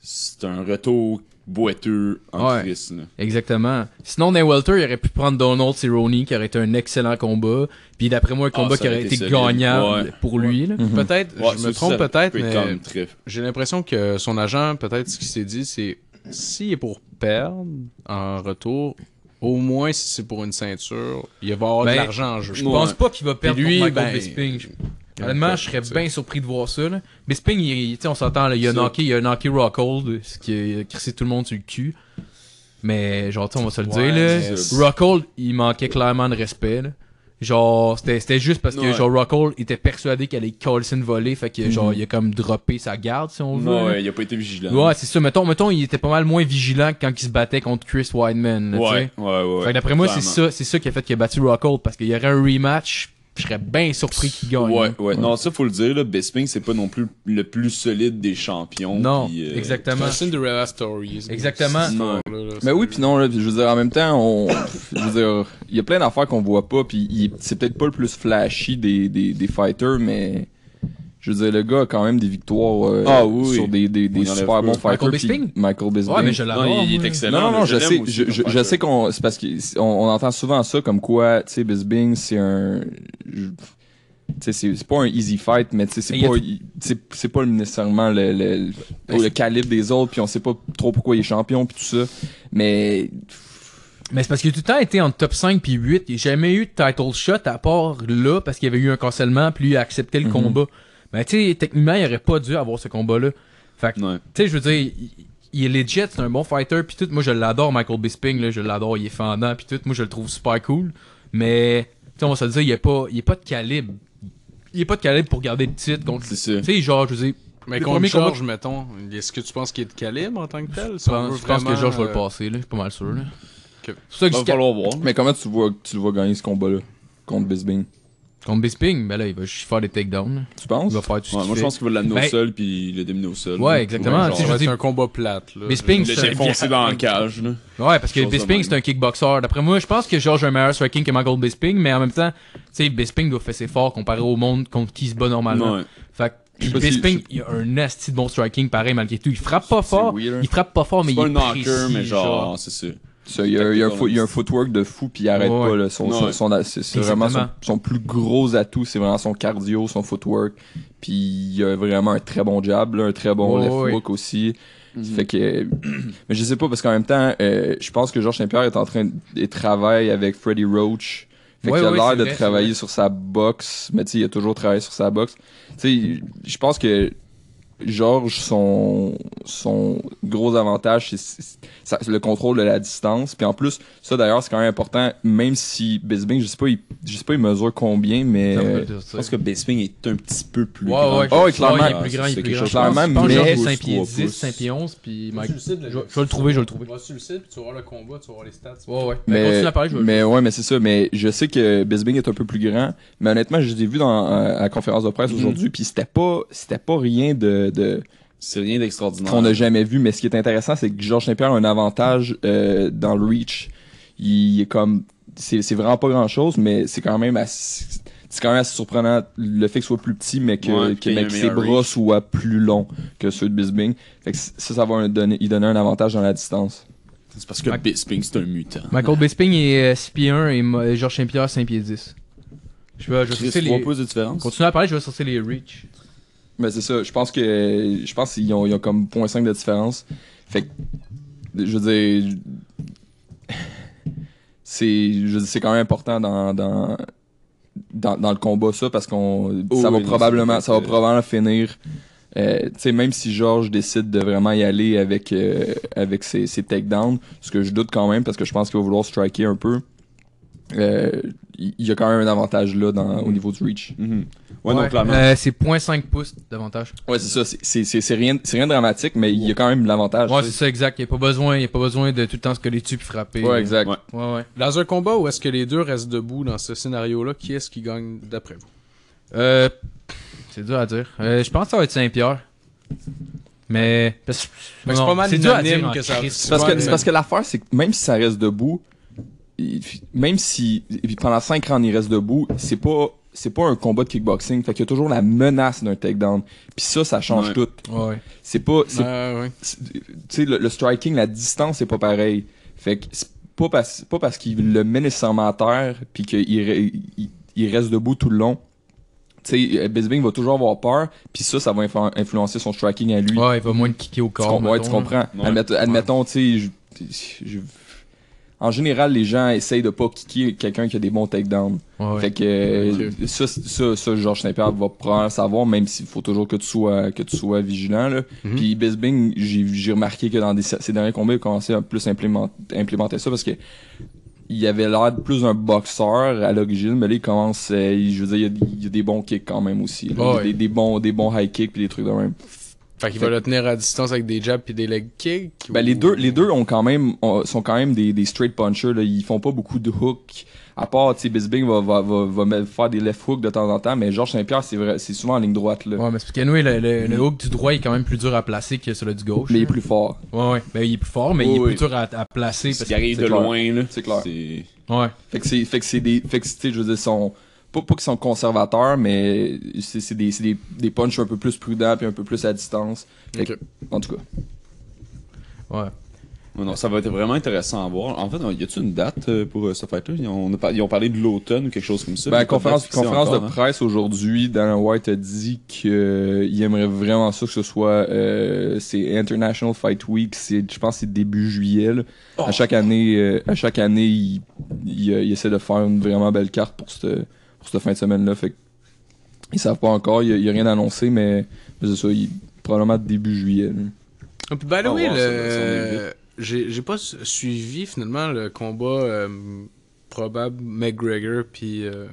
Speaker 5: C'est un retour boiteux en
Speaker 3: Ouais.
Speaker 5: Christ, là.
Speaker 3: Exactement. Sinon, dans les Welter, il aurait pu prendre Donald Cerrone, qui aurait été un excellent combat. Puis d'après moi, un
Speaker 5: Ah,
Speaker 3: combat
Speaker 5: ça
Speaker 3: qui
Speaker 5: aurait
Speaker 3: aurait
Speaker 5: été
Speaker 3: été
Speaker 5: solide.
Speaker 3: gagnant
Speaker 5: Ouais.
Speaker 3: pour lui. Là.
Speaker 6: Mhm.
Speaker 4: Peut-être,
Speaker 5: Ouais,
Speaker 4: je
Speaker 5: ça
Speaker 4: me
Speaker 5: aussi,
Speaker 4: trompe
Speaker 5: ça
Speaker 4: peut-être,
Speaker 5: peut être
Speaker 4: mais
Speaker 5: quand même très-
Speaker 4: j'ai l'impression que son agent, peut-être, ce qu'il s'est dit, c'est s'il est pour perdre en retour, au moins si c'est pour une ceinture, il va y avoir
Speaker 3: Ben,
Speaker 4: de l'argent en jeu.
Speaker 3: Je pense
Speaker 5: Ouais.
Speaker 3: pas qu'il va perdre
Speaker 4: lui,
Speaker 3: contre Michael
Speaker 4: ben,
Speaker 3: Bisping. Je-
Speaker 4: il
Speaker 3: Honnêtement,
Speaker 4: va
Speaker 3: je serais
Speaker 4: perdre,
Speaker 3: bien surpris de voir ça. Là. Bisping, il, tu sais, on s'entend, là, il a
Speaker 5: Ça.
Speaker 3: knocké, il a knocké Rockhold, ce qui a crissé tout le monde sur le cul. Mais genre, tu sais, on va se le
Speaker 4: Ouais,
Speaker 3: dire, là,
Speaker 5: mais c'est-
Speaker 3: Rockhold, il manquait clairement de respect. là. Genre, c'était c'était juste parce que
Speaker 5: Ouais.
Speaker 3: genre Rockhold était persuadé qu'elle allait Carlson voler, fait que genre, il a comme droppé sa garde, si on veut.
Speaker 5: Non,
Speaker 3: là.
Speaker 5: Mm. ouais, il a pas été vigilant.
Speaker 3: Ouais, c'est ça. Mettons, mettons, il était pas mal moins vigilant que quand il se battait contre Chris Weidman. là, tu sais.
Speaker 5: ouais, ouais, ouais.
Speaker 3: Fait que d'après moi, c'est ça,
Speaker 5: Clairement.
Speaker 3: c'est ça qui a fait qu'il a battu Rockhold parce qu'il y aurait un rematch, je serais bien surpris qu'il gagne.
Speaker 5: Ouais,
Speaker 3: là.
Speaker 5: ouais. Non, ça, faut le dire, là, Bisping, c'est pas non plus le plus solide des champions.
Speaker 3: Non,
Speaker 5: puis, euh,
Speaker 3: exactement.
Speaker 4: C'est une Cinderella Story.
Speaker 3: Exactement.
Speaker 5: Non.
Speaker 6: Mais oui, puis non, là, puis je veux dire, en même temps, on, je veux dire, il y a plein d'affaires qu'on voit pas, puis il- c'est peut-être pas le plus flashy des, des, des fighters, mais je veux dire, le gars a quand même des victoires euh,
Speaker 5: Ah oui.
Speaker 6: sur des, des, des
Speaker 5: On enlève
Speaker 6: super bons
Speaker 5: pas.
Speaker 6: fighters.
Speaker 3: Michael
Speaker 6: puis
Speaker 3: Bisping?
Speaker 6: Michael Bisping.
Speaker 3: Ouais, mais je l'adore.
Speaker 5: Non, il, il est
Speaker 3: moi.
Speaker 5: excellent.
Speaker 6: Non, non,
Speaker 5: là,
Speaker 6: je
Speaker 5: l'aime
Speaker 6: sais,
Speaker 5: aussi,
Speaker 6: je,
Speaker 5: ton
Speaker 6: je- je
Speaker 5: fighter.
Speaker 6: sais qu'on, c'est parce qu'on on entend souvent ça comme quoi, tu sais, Bisbing, c'est un, je- tu sais, c'est c'est pas un easy fight, mais tu sais,
Speaker 3: Mais
Speaker 6: c'est
Speaker 3: il y a-
Speaker 6: pas, il- tu sais, c'est pas nécessairement le, le, le, le calibre des autres, puis on sait pas trop pourquoi il est champion, puis tout ça, mais
Speaker 3: Mais c'est parce qu'il a tout le temps été en top 5 puis 8. Il n'a jamais eu de title shot à part là parce qu'il y avait eu un cancellement puis lui, il a accepté le
Speaker 6: Mhm.
Speaker 3: combat. Mais tu sais, techniquement, il aurait pas dû avoir ce combat-là. Fait que,
Speaker 5: Ouais.
Speaker 3: tu sais, je veux dire, il, il est legit, c'est un bon fighter puis tout. Moi, je l'adore, Michael Bisping, là, je l'adore, il est fendant puis tout. Moi, je le trouve super cool. Mais, tu sais, on va se le dire, il est pas, il est pas de calibre. Il est pas de calibre pour garder le titre contre.
Speaker 5: C'est
Speaker 3: Tu
Speaker 5: ça.
Speaker 3: sais, genre, je veux dire,
Speaker 4: Mais
Speaker 3: Le
Speaker 4: contre
Speaker 3: premier combat-
Speaker 4: George, mettons, est-ce que tu penses qu'il est de calibre en tant que tel
Speaker 3: je pense, je pense que George
Speaker 4: euh,
Speaker 3: va le passer, là, je suis pas mal sûr. Là.
Speaker 4: Ok.
Speaker 3: C'est ça que
Speaker 5: Va
Speaker 3: jusqu'à-
Speaker 5: falloir voir.
Speaker 6: Mais comment tu vois tu le vois gagner ce combat-là contre Bisbing
Speaker 3: Contre Bisping, ben là, il va juste faire des takedowns. là.
Speaker 6: Tu penses
Speaker 3: Il va faire tout ce
Speaker 5: Ouais,
Speaker 3: qu'il
Speaker 5: moi, je
Speaker 3: fait.
Speaker 5: pense qu'il va l'amener
Speaker 3: Ben-
Speaker 5: au sol puis le dominer au sol.
Speaker 3: Ouais, exactement,
Speaker 5: genre,
Speaker 3: tu sais, je-
Speaker 5: ouais,
Speaker 4: C'est
Speaker 3: dis-
Speaker 4: un combat plate. Là.
Speaker 3: Bisping,
Speaker 5: le
Speaker 3: c'est-
Speaker 5: défoncer dans la cage, là.
Speaker 3: Ouais, parce que
Speaker 5: Chose de
Speaker 3: Bisping,
Speaker 5: même.
Speaker 3: c'est un kickboxer. D'après moi, je pense que George a un meilleur striking que Michael Bisping, mais en même temps, tu sais, Bisping doit faire ses forts comparé au monde contre qui il se bat normalement.
Speaker 5: Ouais.
Speaker 3: Fait que
Speaker 6: Je sais pas
Speaker 3: Bisping,
Speaker 6: si-
Speaker 3: il a un nasty de bon striking, pareil, malgré tout. Il frappe pas
Speaker 6: C'est
Speaker 3: fort,
Speaker 6: weird, hein.
Speaker 3: il frappe pas fort, mais
Speaker 5: C'est
Speaker 3: il
Speaker 5: pas
Speaker 3: est
Speaker 5: un knocker,
Speaker 3: précis,
Speaker 5: mais genre, c'est ça.
Speaker 6: Ça, il, y a, il y a un fo- il y a un footwork de fou puis il arrête
Speaker 3: Ouais.
Speaker 6: pas là. Son, son-
Speaker 5: Ouais.
Speaker 6: son- c'est c'est
Speaker 3: Exactement.
Speaker 6: vraiment son, son plus gros atout, c'est vraiment son cardio, son footwork. Puis il a vraiment un très bon jab, là, un très bon
Speaker 3: Ouais,
Speaker 6: left
Speaker 3: ouais.
Speaker 6: hook aussi. Fait que mais je sais pas parce qu'en même temps, euh, je pense que Georges Saint-Pierre est en train de travailler avec Freddie Roach. Fait
Speaker 3: Ouais,
Speaker 6: qu'il a
Speaker 3: ouais, c'est
Speaker 6: l'air
Speaker 3: vrai,
Speaker 6: de
Speaker 3: c'est vrai.
Speaker 6: travailler sur sa boxe, mais tu sais, il a toujours travaillé sur sa boxe. Tu sais, je pense que Georges, son, son gros avantage, c'est- c'est ça- c'est le contrôle de la distance. Puis en plus, ça d'ailleurs, c'est quand même important, même si Bisbing, je sais pas, il, je sais pas, il mesure combien, mais.
Speaker 3: genre.
Speaker 6: euh,
Speaker 5: Je pense que Bisping est un petit peu plus
Speaker 3: Ouais,
Speaker 5: grand.
Speaker 3: ouais,
Speaker 6: Oh,
Speaker 3: ouais,
Speaker 6: clairement,
Speaker 3: il est plus grand, il
Speaker 5: c'est
Speaker 3: est plus
Speaker 5: quelque
Speaker 3: grand.
Speaker 5: chose.
Speaker 6: Clairement,
Speaker 3: je pense que George
Speaker 6: mais-
Speaker 3: est 5 pieds
Speaker 5: Pouce,
Speaker 3: 10,
Speaker 5: pouce.
Speaker 3: 5 pieds 11, puis Mike.
Speaker 4: Tu le sais, le-
Speaker 3: Je vais je vais le trouver, je vais le trouver.
Speaker 4: vas sur le site, puis tu vas voir le combat, tu vas voir les stats.
Speaker 3: Ouais, ouais. Mais,
Speaker 6: Mais,
Speaker 3: continue à parler, je vais
Speaker 6: mais ouais, mais c'est ça. Mais je sais que Bisbing est un peu plus grand. Mais honnêtement, je l'ai vu dans, euh, à la conférence de presse
Speaker 3: Mhm.
Speaker 6: aujourd'hui. Puis c'était pas, c'était pas rien de, de
Speaker 5: C'est rien d'extraordinaire.
Speaker 6: qu'on n'a jamais vu. Mais ce qui est intéressant, c'est que Georges Saint-Pierre a un avantage euh, dans le reach. Il, est comme, c'est, c'est vraiment pas grand chose, mais c'est quand même assez, c'est quand même assez surprenant le fait qu'il soit plus petit, mais que,
Speaker 5: Ouais,
Speaker 6: que-
Speaker 5: qu'il y ait
Speaker 6: mais
Speaker 5: un
Speaker 6: que ses
Speaker 5: meilleur
Speaker 6: bras
Speaker 5: reach.
Speaker 6: soient plus longs que ceux de Bisbing. Fait que ça, ça va lui donner, il donner un avantage dans la distance.
Speaker 5: C'est parce que
Speaker 3: Mac-
Speaker 5: Bisping, c'est un mutant.
Speaker 3: Michael Bisping est euh, 6 pieds 1 et Mo- et George Saint-Pierre 5 pieds 10. Je vais, je vais
Speaker 5: Chris,
Speaker 3: sortir
Speaker 5: trois
Speaker 3: les...
Speaker 5: pouces de différence.
Speaker 3: Continue à parler, je vais sortir les reach.
Speaker 6: Mais Ben, c'est ça, je pense que je pense qu'ils ont, ils ont comme 0.5 de différence. Fait que je veux dire c'est je veux dire, c'est quand même important dans dans dans, dans le combat ça parce qu'on
Speaker 5: Oh
Speaker 6: ça va
Speaker 5: oui, non,
Speaker 6: probablement
Speaker 5: c'est-
Speaker 6: ça va probablement finir euh, tu sais même si Georges décide de vraiment y aller avec euh, avec ses, ses takedowns, ce que je doute quand même parce que je pense qu'il va vouloir striker un peu. euh, Il il y a quand même un avantage là dans, au niveau du reach.
Speaker 5: Mhm. Ouais, non, clairement.
Speaker 3: Euh, c'est 0.5 pouces d'avantage.
Speaker 6: Ouais, c'est ça. c'est- c'est- C'est c'est rien, c'est rien de dramatique, mais il y a quand même l'avantage.
Speaker 3: Ouais,
Speaker 6: tu
Speaker 3: c'est
Speaker 6: sais.
Speaker 3: ça, exact. Il a pas besoin, il a pas besoin de tout le temps se coller dessus puis frapper.
Speaker 6: Ouais, exact.
Speaker 5: Ouais.
Speaker 3: Ouais, ouais.
Speaker 4: Dans un combat où est-ce que les deux restent debout dans ce scénario-là, qui est-ce qui gagne d'après vous Ah,
Speaker 3: Euh, c'est dur à dire. Euh, je pense que ça va être Saint-Pierre. Mais. parce-
Speaker 4: Fait que c'est
Speaker 3: non,
Speaker 4: pas mal
Speaker 3: dur à
Speaker 4: unanime
Speaker 3: dire en
Speaker 4: que ça-
Speaker 3: Christ.
Speaker 6: C'est parce
Speaker 4: Ouais,
Speaker 6: que, c'est
Speaker 4: mais-
Speaker 6: parce que l'affaire, c'est que même si ça reste debout, il- même si et puis pendant 5 rounds il reste debout, c'est pas c'est pas un combat de kickboxing. Fait qu'il y a toujours la menace d'un takedown. Puis ça, ça change
Speaker 5: Ouais.
Speaker 6: tout.
Speaker 3: Ouais, ouais.
Speaker 6: C'est pas. c'est-
Speaker 4: Euh, ouais.
Speaker 6: c'est- Tu sais, le, le striking, la distance, c'est pas pareil. Fait que c'est pas, parce- pas parce qu'il le met nécessairement à terre, puis qu'il re- il, il reste debout tout le long. Tu sais, euh, Bisbing va toujours avoir peur, puis ça, ça va influ- influencer son striking à lui.
Speaker 3: Ouais, il va moins de kicker au
Speaker 6: tu,
Speaker 3: corps.
Speaker 6: com- ouais,
Speaker 3: mettons,
Speaker 6: tu
Speaker 3: là.
Speaker 6: comprends.
Speaker 5: Ouais.
Speaker 6: Admet- admettons, tu sais, je- je- en général, les gens essayent de pas kicker quelqu'un qui a des bons takedowns.
Speaker 3: Ouais, ouais.
Speaker 6: Fait que euh, ça, ça, ça, Georges Saint-Pierre va probablement le savoir, même s'il faut toujours que tu sois, que tu sois vigilant. Là.
Speaker 4: Mhm.
Speaker 6: Puis Bisbing, j'ai j'ai remarqué que dans des- ses derniers combats, il a commencé à plus implément- implémenter ça parce que il avait l'air de plus un boxeur à l'origine, mais là, il commence, euh, il- je veux dire, il y a- il y, a des bons kicks quand même aussi. là.
Speaker 3: Ah ouais.
Speaker 6: des, des bons, des bons high kicks puis des trucs de même.
Speaker 4: Fait qu'il va le tenir à distance avec des jabs puis des leg kicks.
Speaker 6: Ben,
Speaker 4: ou-
Speaker 6: les deux, les deux ont quand même, ont- sont quand même des, des straight punchers. Là. Ils font pas beaucoup de hooks. À part, tu sais, Bisbing va, va, va, va mettre- faire des left hooks de temps en temps, mais Georges Saint-Pierre, c'est vrai, c'est souvent en ligne droite. Là.
Speaker 3: Ouais, mais c'est parce qu'anyway, le, le, le hook du droit est quand même plus dur à placer que celui du gauche.
Speaker 6: Mais il est plus fort.
Speaker 3: Ouais, ouais. Ben, il est plus fort, mais
Speaker 5: Oui,
Speaker 3: il est
Speaker 5: oui.
Speaker 3: plus dur à, à placer. Parce...
Speaker 5: Il arrive
Speaker 6: c'est
Speaker 5: de
Speaker 6: clair.
Speaker 5: loin, là.
Speaker 6: C'est clair.
Speaker 5: C'est-
Speaker 3: Ouais.
Speaker 6: Fait que c'est, fait que c'est des, fait que tu sais, je veux dire, ils sont pas, pas qu'ils sont conservateurs, mais c'est, c'est des, c'est des, des punches un peu plus prudents puis un peu plus à distance. Fait que-
Speaker 4: Ok.
Speaker 6: en tout cas.
Speaker 3: Ouais.
Speaker 5: Ouais, non, ça va être vraiment intéressant à voir. En fait, y a-tu une date euh, pour euh, ce fight-là Ils ont, on a par- ils ont parlé de l'automne ou quelque chose comme ça.
Speaker 6: Ben,
Speaker 5: mais pas de
Speaker 6: conférence,
Speaker 5: date fixée
Speaker 6: conférence
Speaker 5: encore,
Speaker 6: de
Speaker 5: hein.
Speaker 6: presse aujourd'hui, Dana White a dit qu'il aimerait vraiment ça que ce soit euh, c'est International Fight Week, c'est je pense que c'est début juillet. là. À chaque année, euh, à chaque année, il, il, euh, il essaie de faire une vraiment belle carte pour cette pour cette fin de semaine là. Fait que ils savent pas encore, il y a, il y a rien annoncé, mais, mais c'est ça, il- probablement début juillet. là.
Speaker 4: Ah, puis, by the
Speaker 5: Ah,
Speaker 4: way,
Speaker 5: wow,
Speaker 4: le-
Speaker 5: ça- ça en est vite.
Speaker 4: j'ai j'ai pas su- suivi finalement le combat euh, probable McGregor puis euh,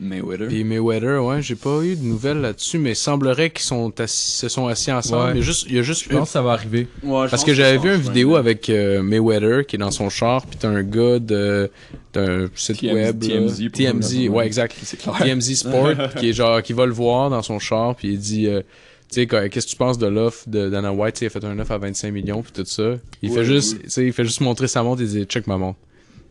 Speaker 5: Mayweather.
Speaker 4: puis Mayweather. Ouais, j'ai pas eu de nouvelles là-dessus, mais il semblerait qu'ils sont assis, se sont assis
Speaker 3: Ouais.
Speaker 4: ensemble. Il y a juste, il y a juste
Speaker 3: Je pense que ça va arriver.
Speaker 5: Ouais, je
Speaker 4: Parce
Speaker 5: pense
Speaker 4: que j'avais
Speaker 5: ça
Speaker 4: vu une
Speaker 5: change,
Speaker 4: vidéo
Speaker 5: ouais.
Speaker 4: avec euh, Mayweather qui est dans son char, puis t'as un gars de d'un site
Speaker 6: TMZ,
Speaker 4: web là.
Speaker 6: TMZ, pour
Speaker 4: TMZ,
Speaker 6: le-
Speaker 4: ouais exact,
Speaker 6: C'est clair.
Speaker 4: TMZ Sport qui est genre qui va le voir dans son char puis il dit euh, tu sais qu'est- qu'est-ce que tu penses de l'offre de Dana White, Tu sais, il a fait un offre à 25 millions puis tout ça. Il
Speaker 5: Ouais,
Speaker 4: fait juste
Speaker 5: ouais.
Speaker 4: tu sais il fait juste montrer sa montre, il dit check ma montre.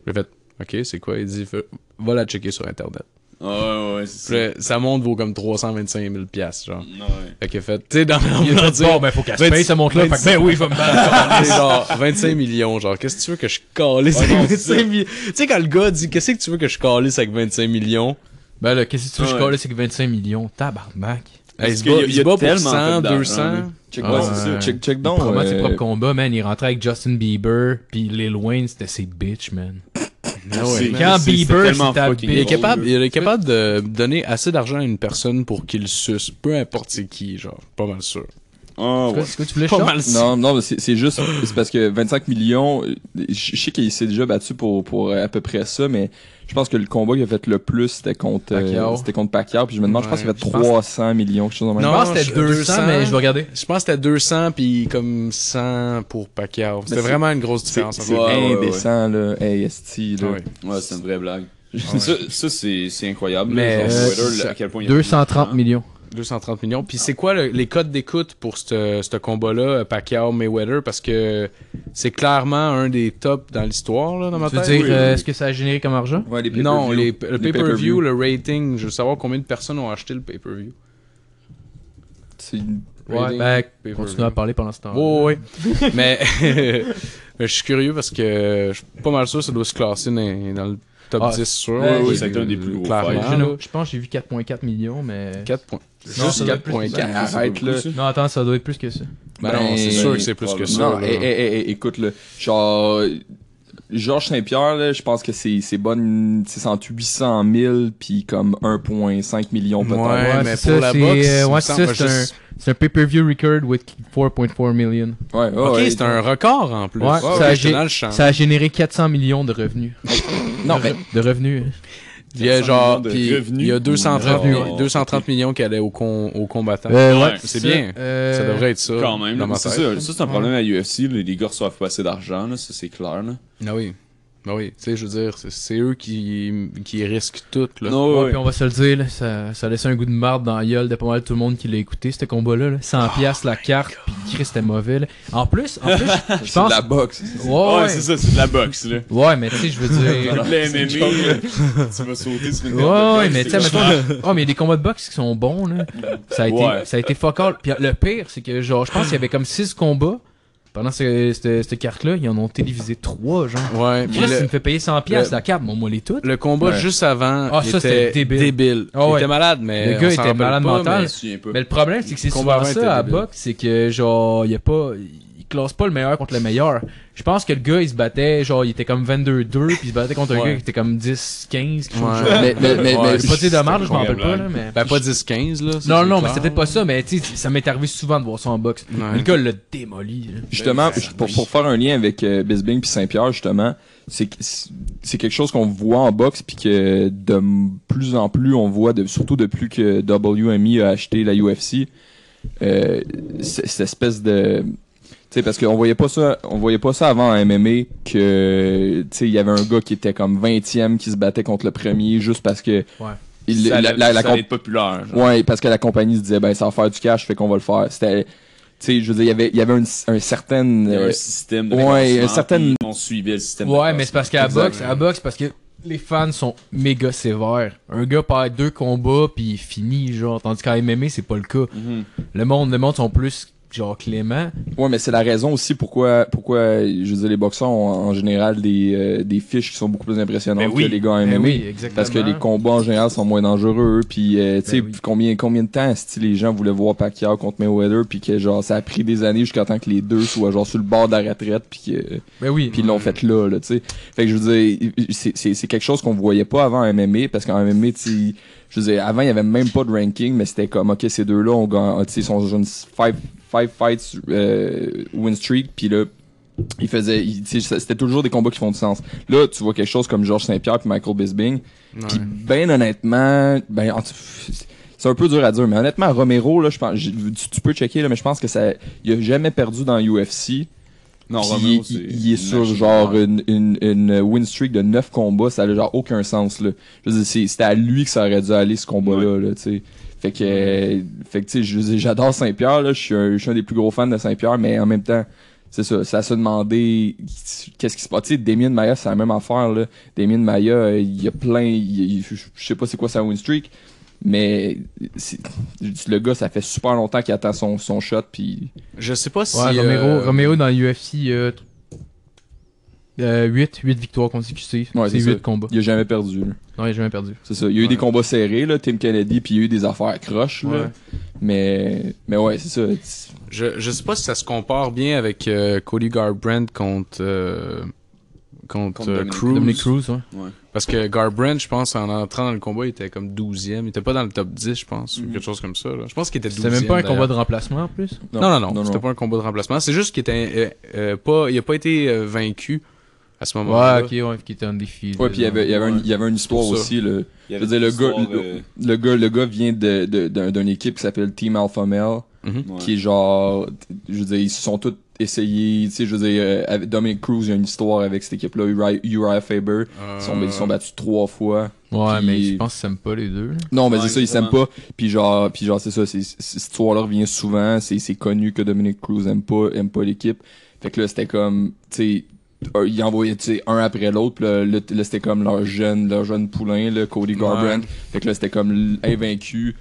Speaker 4: J'ai fait OK, c'est quoi Il dit Fais- va la checker sur internet.
Speaker 5: Ah Ouais, ouais, c'est
Speaker 4: Puis
Speaker 5: ça.
Speaker 4: là, sa montre vaut comme 325 000 piastres, genre.
Speaker 5: Ouais.
Speaker 4: Fait qu'il a fait tu sais dans
Speaker 3: Il a
Speaker 4: l'ambulance,
Speaker 3: fait, bon, ben, faut qu'elle se
Speaker 4: vingt-
Speaker 3: paye, ça monte là. Fait que, ben oui, je vais me battre.
Speaker 4: C'est genre 25 millions, genre, qu'est-ce que tu veux que je calisse avec
Speaker 5: non,
Speaker 4: 25 millions? Tu sais, quand le gars dit, qu'est-ce que tu veux que je calisse avec 25 millions?
Speaker 3: Ben là, qu'est-ce que tu veux, je
Speaker 5: Ouais.
Speaker 3: colle, c'est que 25 millions. Tabarnak.
Speaker 4: Eh, il
Speaker 5: Parce
Speaker 4: se
Speaker 5: qu'il y a-
Speaker 4: bat,
Speaker 5: il
Speaker 4: il
Speaker 5: y
Speaker 4: se
Speaker 5: a
Speaker 4: bat pour
Speaker 5: tellement
Speaker 4: 100,
Speaker 5: peu d'argent,
Speaker 4: 200.
Speaker 5: là.
Speaker 6: Check,
Speaker 3: Ah,
Speaker 6: donc,
Speaker 3: ouais.
Speaker 6: c'est ça, check, check
Speaker 3: Il
Speaker 6: donc.
Speaker 3: promote ses
Speaker 6: euh,
Speaker 3: propres combats, man. Il rentrait avec Justin Bieber, puis Lil Wayne, c'était ses bitches, man.
Speaker 4: Ah ouais,
Speaker 5: C'est-
Speaker 4: man.
Speaker 3: Quand
Speaker 5: c'est- c'est
Speaker 3: Bieber,
Speaker 5: tellement
Speaker 3: c'est ta
Speaker 5: fucking
Speaker 4: il est
Speaker 3: bitch.
Speaker 5: drôle.
Speaker 4: capable, il est capable de donner assez d'argent à une personne pour qu'il suce, peu importe c'est qui, genre, pas mal sûr.
Speaker 3: C'est
Speaker 5: Ah, ouais.
Speaker 3: quoi- c'est quoi, tu voulais
Speaker 4: Pas
Speaker 3: Charles?
Speaker 4: mal sûr.
Speaker 6: Non, non, mais c'est c'est juste, c'est parce que 25 millions, euh, je je sais qu'il s'est déjà battu pour, pour euh, à peu près ça, mais je pense que le combat qu'il a fait le plus, c'était contre, euh,
Speaker 4: Pacquiao.
Speaker 6: c'était contre Pacquiao, puis je me demande, je pense qu'il a fait
Speaker 3: Ouais, je pense-
Speaker 6: 300 millions, quelque chose dans
Speaker 3: Je
Speaker 4: Non,
Speaker 3: pense que
Speaker 4: je-
Speaker 3: c'était 200, mais je vais regarder.
Speaker 4: Je pense que c'était 200 puis comme 100 pour Pacquiao. C'était
Speaker 6: Mais c'est-
Speaker 4: vraiment une grosse
Speaker 6: C'est
Speaker 4: différence.
Speaker 6: c'est
Speaker 4: entre
Speaker 5: ouais, ouais,
Speaker 6: indécent, là. Hey, esti,
Speaker 4: les
Speaker 6: là.
Speaker 4: deux. Ah, Ouais.
Speaker 5: Ouais, c'est une vraie blague. Ça, ça, c'est c'est incroyable.
Speaker 4: Mais,
Speaker 5: là, genre,
Speaker 3: euh,
Speaker 5: Mayweather,
Speaker 4: ça-
Speaker 5: à quel point il y a-
Speaker 3: 230 millions.
Speaker 4: 230 millions. Puis c'est quoi le- les codes d'écoute pour ce ce combat-là, euh, Pacquiao Mayweather Parce que c'est clairement un des tops dans l'histoire, là, dans ma
Speaker 3: Tu veux
Speaker 4: tête.
Speaker 3: dire,
Speaker 5: oui,
Speaker 3: euh,
Speaker 5: oui.
Speaker 3: est-ce que ça a généré comme argent?
Speaker 6: Ouais, les
Speaker 4: non, les, le
Speaker 6: Les
Speaker 4: pay-per-view,
Speaker 6: pay-per-view.
Speaker 4: le rating. Je veux savoir combien de personnes ont acheté le pay-per-view.
Speaker 6: C'est-
Speaker 3: Ouais,
Speaker 4: Rating,
Speaker 3: ben,
Speaker 4: pay-per-view.
Speaker 3: continuez à parler pendant ce temps.
Speaker 4: Ouais, ouais, ouais. Mais mais je suis curieux parce que je suis pas mal sûr que ça doit se classer dans, dans le top
Speaker 3: Ah,
Speaker 4: 10 sûr.
Speaker 3: ouais, oui,
Speaker 5: c'est un des plus gros
Speaker 4: Clairement,
Speaker 5: fights.
Speaker 3: Je,
Speaker 4: là.
Speaker 3: je pense que j'ai vu 4.4 millions, mais.
Speaker 4: 4 points.
Speaker 3: Non,
Speaker 4: Juste
Speaker 3: ça doit être plus que
Speaker 4: 4.4.
Speaker 3: ça.
Speaker 6: Arrête, là.
Speaker 3: Non, attends, ça doit être plus que ça.
Speaker 4: Ben non, c'est
Speaker 6: Ben,
Speaker 4: sûr que c'est plus que ça.
Speaker 6: Non, eh,
Speaker 4: là.
Speaker 6: hey, hey, hey, hey, écoute, là, genre, Georges Saint-Pierre, là, je pense que c'est c'est bonne, c'est entre 800 000 puis comme 1,5 million peut-être.
Speaker 4: Ouais, mais
Speaker 3: c'est ça,
Speaker 4: pour la
Speaker 3: c'est,
Speaker 4: boxe,
Speaker 3: euh,
Speaker 4: il me
Speaker 3: ouais, c'est
Speaker 4: semble
Speaker 3: ça, c'est
Speaker 4: juste-
Speaker 3: C'est un pay-per-view record with 4.4 million.
Speaker 6: Ouais, ouais,
Speaker 4: Ok,
Speaker 6: ouais.
Speaker 4: c'est un record en plus.
Speaker 3: Ah Ouais,
Speaker 5: Ah
Speaker 4: Ouais,
Speaker 3: ça, a
Speaker 4: ouais, j'étais
Speaker 3: gé-
Speaker 4: dans le champ.
Speaker 3: ça a généré 400 millions de revenus.
Speaker 6: Non, mais
Speaker 3: De revenus. hein.
Speaker 4: Il y a genre,
Speaker 5: 400 millions de
Speaker 4: puis
Speaker 5: revenus.
Speaker 4: il y a 230,
Speaker 5: Revenus,
Speaker 4: mi-
Speaker 5: ouais.
Speaker 4: 230 millions qui allaient aux, con- aux combattants.
Speaker 3: Euh,
Speaker 5: ouais,
Speaker 4: c'est bien.
Speaker 3: euh,
Speaker 4: ça devrait être ça.
Speaker 5: Quand même,
Speaker 4: dans
Speaker 5: là,
Speaker 4: ma
Speaker 5: c'est ça,
Speaker 4: tête.
Speaker 5: ça, c'est un problème à UFC, là, les gars reçoivent pas assez d'argent, là, ça c'est clair. Là.
Speaker 4: Ah oui. Ah oui. Tu sais, je veux dire, c'est- c'est eux qui, qui risquent tout. Là.
Speaker 5: Non,
Speaker 3: Ouais,
Speaker 5: Oh, ouais,
Speaker 3: puis on va se le dire, là, ça, ça a laissé un goût de marde dans la gueule de pas mal tout le monde qui l'a écouté, ce combat-là. là. 100 piastres la carte, puis Chris, c'était mauvais. là. En plus, en plus, je
Speaker 6: c'est de
Speaker 3: pense...
Speaker 6: la boxe.
Speaker 3: Ouais,
Speaker 5: ouais,
Speaker 3: ouais.
Speaker 5: c'est ça, c'est de la boxe. Là.
Speaker 3: Ouais, mais tu sais, je veux dire...
Speaker 5: Le MMA, là, euh, tu vas sauter sur une
Speaker 3: Ouais,
Speaker 5: corde de
Speaker 3: ouais,
Speaker 5: boxe,
Speaker 3: mais tu sais,
Speaker 5: c'est
Speaker 3: mettons. Oh, mais il y a des combats de boxe qui sont bons, là. Ça a été,
Speaker 5: Ouais.
Speaker 3: ça a été fuck all. Puis le pire, c'est que, genre, je pense qu'il y avait comme 6 combats. Pendant ce- cette cette carte-là, ils en ont télévisé 3, genre.
Speaker 4: Ouais, puis
Speaker 3: Puis là, ça
Speaker 4: le,
Speaker 3: me fait payer 100 piastres
Speaker 4: le-
Speaker 3: la carte, bon, moi, les toutes.
Speaker 4: le combat
Speaker 6: Ouais.
Speaker 4: juste avant
Speaker 3: Ah, ça,
Speaker 4: était
Speaker 3: c'était débile. Ah
Speaker 4: Il
Speaker 3: ouais.
Speaker 4: était malade, mais.
Speaker 3: Le
Speaker 4: on
Speaker 3: gars
Speaker 4: s'en
Speaker 3: était
Speaker 4: rappelle
Speaker 3: malade
Speaker 4: pas,
Speaker 3: mental.
Speaker 5: Je
Speaker 4: mais-
Speaker 5: me souviens pas.
Speaker 3: Mais le problème, c'est que c'est
Speaker 4: Le
Speaker 3: souvent
Speaker 4: combat avant était
Speaker 3: ça à la
Speaker 4: débile.
Speaker 3: boxe, c'est que, genre, il y a pas. Il classe pas le meilleur contre le meilleur. Je pense que le gars, il se battait, genre, il était comme 22-2, puis il se battait contre un
Speaker 4: Ouais.
Speaker 3: gars qui était comme 10-15, quelque chose
Speaker 4: Ouais.
Speaker 3: du genre.
Speaker 6: Mais, mais, mais,
Speaker 4: Ouais,
Speaker 6: mais-
Speaker 3: J'ai pas dit de marde, je m'en rappelle pas,
Speaker 5: incroyable.
Speaker 3: là, mais.
Speaker 4: Ben, pas 10-15, là. ça,
Speaker 3: Non,
Speaker 4: c'est
Speaker 3: non, mais
Speaker 4: clair.
Speaker 3: c'est peut-être pas ça, mais tu sais, ça m'est arrivé souvent de voir ça en boxe.
Speaker 4: Ouais.
Speaker 3: Le gars l'a démoli. là.
Speaker 6: justement,
Speaker 5: Ben,
Speaker 6: je- pour, pour faire un lien avec euh, Bisbing puis Saint-Pierre, justement, c'est que- c'est c'est quelque chose qu'on voit en boxe puis que de m- plus en plus on voit, de- surtout depuis que WMI a acheté la UFC. euh, c- cette espèce de tu sais parce qu'on voyait pas ça on voyait pas ça avant en MMA que tu sais il y avait un gars qui était comme 20e qui se battait contre le premier juste parce que
Speaker 3: Ouais.
Speaker 6: il-
Speaker 1: ça
Speaker 6: la,
Speaker 1: allait-
Speaker 6: la- la
Speaker 1: ça
Speaker 6: comp-
Speaker 1: allait être populaire. genre.
Speaker 6: ouais parce que la compagnie se disait ben ça va faire du cash fait qu'on va le faire c'était tu sais je veux dire il y avait il y avait une- un certain
Speaker 1: Il y avait
Speaker 6: euh,
Speaker 1: un système de
Speaker 6: ouais,
Speaker 1: classement,
Speaker 6: un certain-
Speaker 1: puis On suivait le système. de
Speaker 3: Ouais, mais
Speaker 1: classement.
Speaker 3: c'est parce qu'à la
Speaker 6: Exact.
Speaker 3: boxe, à la boxe, parce que les fans sont méga sévères. Un gars perd deux combats puis il finit, genre. Tandis qu'en MMA, c'est pas le cas.
Speaker 5: Mhm.
Speaker 3: Le monde, le monde sont plus, genre, clément.
Speaker 6: Ouais, mais c'est la raison aussi pourquoi, pourquoi euh, je veux dire, les boxeurs ont en général des, euh, des fiches qui sont beaucoup plus impressionnantes
Speaker 1: Ben oui.
Speaker 6: que les gars en
Speaker 3: Ben
Speaker 6: MMA.
Speaker 3: oui, exactement.
Speaker 6: Parce que les combats en général sont moins dangereux. Puis, euh, tu sais,
Speaker 3: Ben oui.
Speaker 6: combien, combien de temps si les gens voulaient voir Pacquiao contre Mayweather, puis que genre ça a pris des années jusqu'à temps que les deux soient genre sur le bord de la retraite, puis que-
Speaker 3: Ben oui.
Speaker 6: puis ils l'ont fait là, là, tu sais. Fait que je veux dire, c'est- c'est c'est quelque chose qu'on voyait pas avant en MMA, parce qu'en MMA, tu sais, je veux dire, avant il y avait même pas de ranking, mais c'était comme ok ces deux là, on gagne, ah, tu sais, ils sont sur une five, five fights euh, win streak, puis là ils faisaient, ils- tu sais, c'était toujours des combats qui font du sens. Là, tu vois quelque chose comme Georges Saint-Pierre puis Michael Bisping, puis ben honnêtement, ben en tout- c'est un peu dur à dire, mais honnêtement Romero là, je pense, j'ai- tu, tu peux checker là, mais je pense que ça, il a jamais perdu dans UFC.
Speaker 5: Non,
Speaker 6: Puis
Speaker 5: Romeo, c'est.
Speaker 6: il, il- il est
Speaker 5: une
Speaker 6: sur
Speaker 5: machine.
Speaker 6: genre une, une, une win streak de 9 combats, ça a genre aucun sens là. Je veux dire, c'est- c'était à lui que ça aurait dû aller ce combat-là, là, tu sais. Fait que, euh, fait que tu sais, je veux dire, j'adore Saint-Pierre, là, je suis, un, je suis un des plus gros fans de Saint-Pierre, mais en même temps, c'est ça, ça se demander qu'est-ce qui se passe. Tu sais, Damien Maya, c'est la même affaire, là. Damien Maya, euh, il y a plein, il- il- je je sais pas c'est quoi sa win streak, mais c'est- le gars, ça fait super longtemps qu'il attend son, son shot, puis
Speaker 4: Je sais pas si.
Speaker 3: Ouais, Romero,
Speaker 4: euh,
Speaker 3: Romero dans l'UFC, euh, euh, 8, 8 victoires consécutives.
Speaker 6: Ouais,
Speaker 3: c'est
Speaker 6: c'est
Speaker 3: 8
Speaker 6: ça.
Speaker 3: combats.
Speaker 6: il a jamais perdu, là.
Speaker 3: Non, il a jamais perdu.
Speaker 6: C'est ça. Il y a eu des combats serrés, là, Tim Kennedy, puis il y a eu des affaires croches, là.
Speaker 3: Ouais.
Speaker 6: Mais, mais ouais, c'est ça. C'est-
Speaker 4: Je, je sais pas si ça se compare bien avec euh, Cody Garbrandt contre. euh, contre,
Speaker 5: Contre
Speaker 4: euh,
Speaker 5: Dominic-
Speaker 4: Cruz.
Speaker 3: Dominic Cruz, hein. ouais.
Speaker 4: Parce que Garbrandt, je pense, en entrant dans le combat, il était comme 12e. Il était pas dans le top 10, je pense, ou quelque chose comme ça. là. Je pense qu'il était 12e.
Speaker 3: C'était même pas un combat
Speaker 4: d'ailleurs.
Speaker 3: de remplacement en plus.
Speaker 4: Non, non, non. C'était pas un combat de remplacement. C'est juste qu'il était euh, euh, pas. Il a pas été euh, vaincu à ce moment-là.
Speaker 3: Ouais, ok, ouais, qui était un défi.
Speaker 6: Ouais, puis il y avait, il y avait, une, il y avait une histoire
Speaker 4: C'est pour ça.
Speaker 6: aussi, là.
Speaker 5: Il y
Speaker 6: Je
Speaker 5: avait
Speaker 6: veux dire, le
Speaker 5: une
Speaker 6: gars,
Speaker 5: histoire,
Speaker 6: le, le gars, le gars vient de, de- d'un- d'une équipe qui s'appelle Team Alpha Male,
Speaker 4: Mm-hmm.
Speaker 5: euh, ouais.
Speaker 6: qui est genre, je veux dire, ils se sont tous essayés, tu sais, je veux dire, euh, avec Dominic Cruz, il y a une histoire avec cette équipe-là, Uri- Uriah Faber, ils se
Speaker 4: Euh.
Speaker 6: sont, ils se sont battus trois fois.
Speaker 3: Ouais,
Speaker 6: Puis-
Speaker 3: mais je pense qu'ils s'aiment pas les deux. là.
Speaker 6: Non, mais
Speaker 5: Ouais,
Speaker 6: c'est ça, ils s'aiment
Speaker 5: exactement.
Speaker 6: pas. Puis genre, puis genre c'est ça, c'est, c'est- cette histoire-là revient souvent. C'est, c'est connu que Dominic Cruz aime pas, aime pas l'équipe. Fait que là, c'était comme, tu sais, un- ils envoyaient, tu sais, un après l'autre. Puis là, là, t- là, c'était comme leur jeune, leur jeune poulain, là, Cody Garbrandt. Fait que là, c'était comme l- invaincu.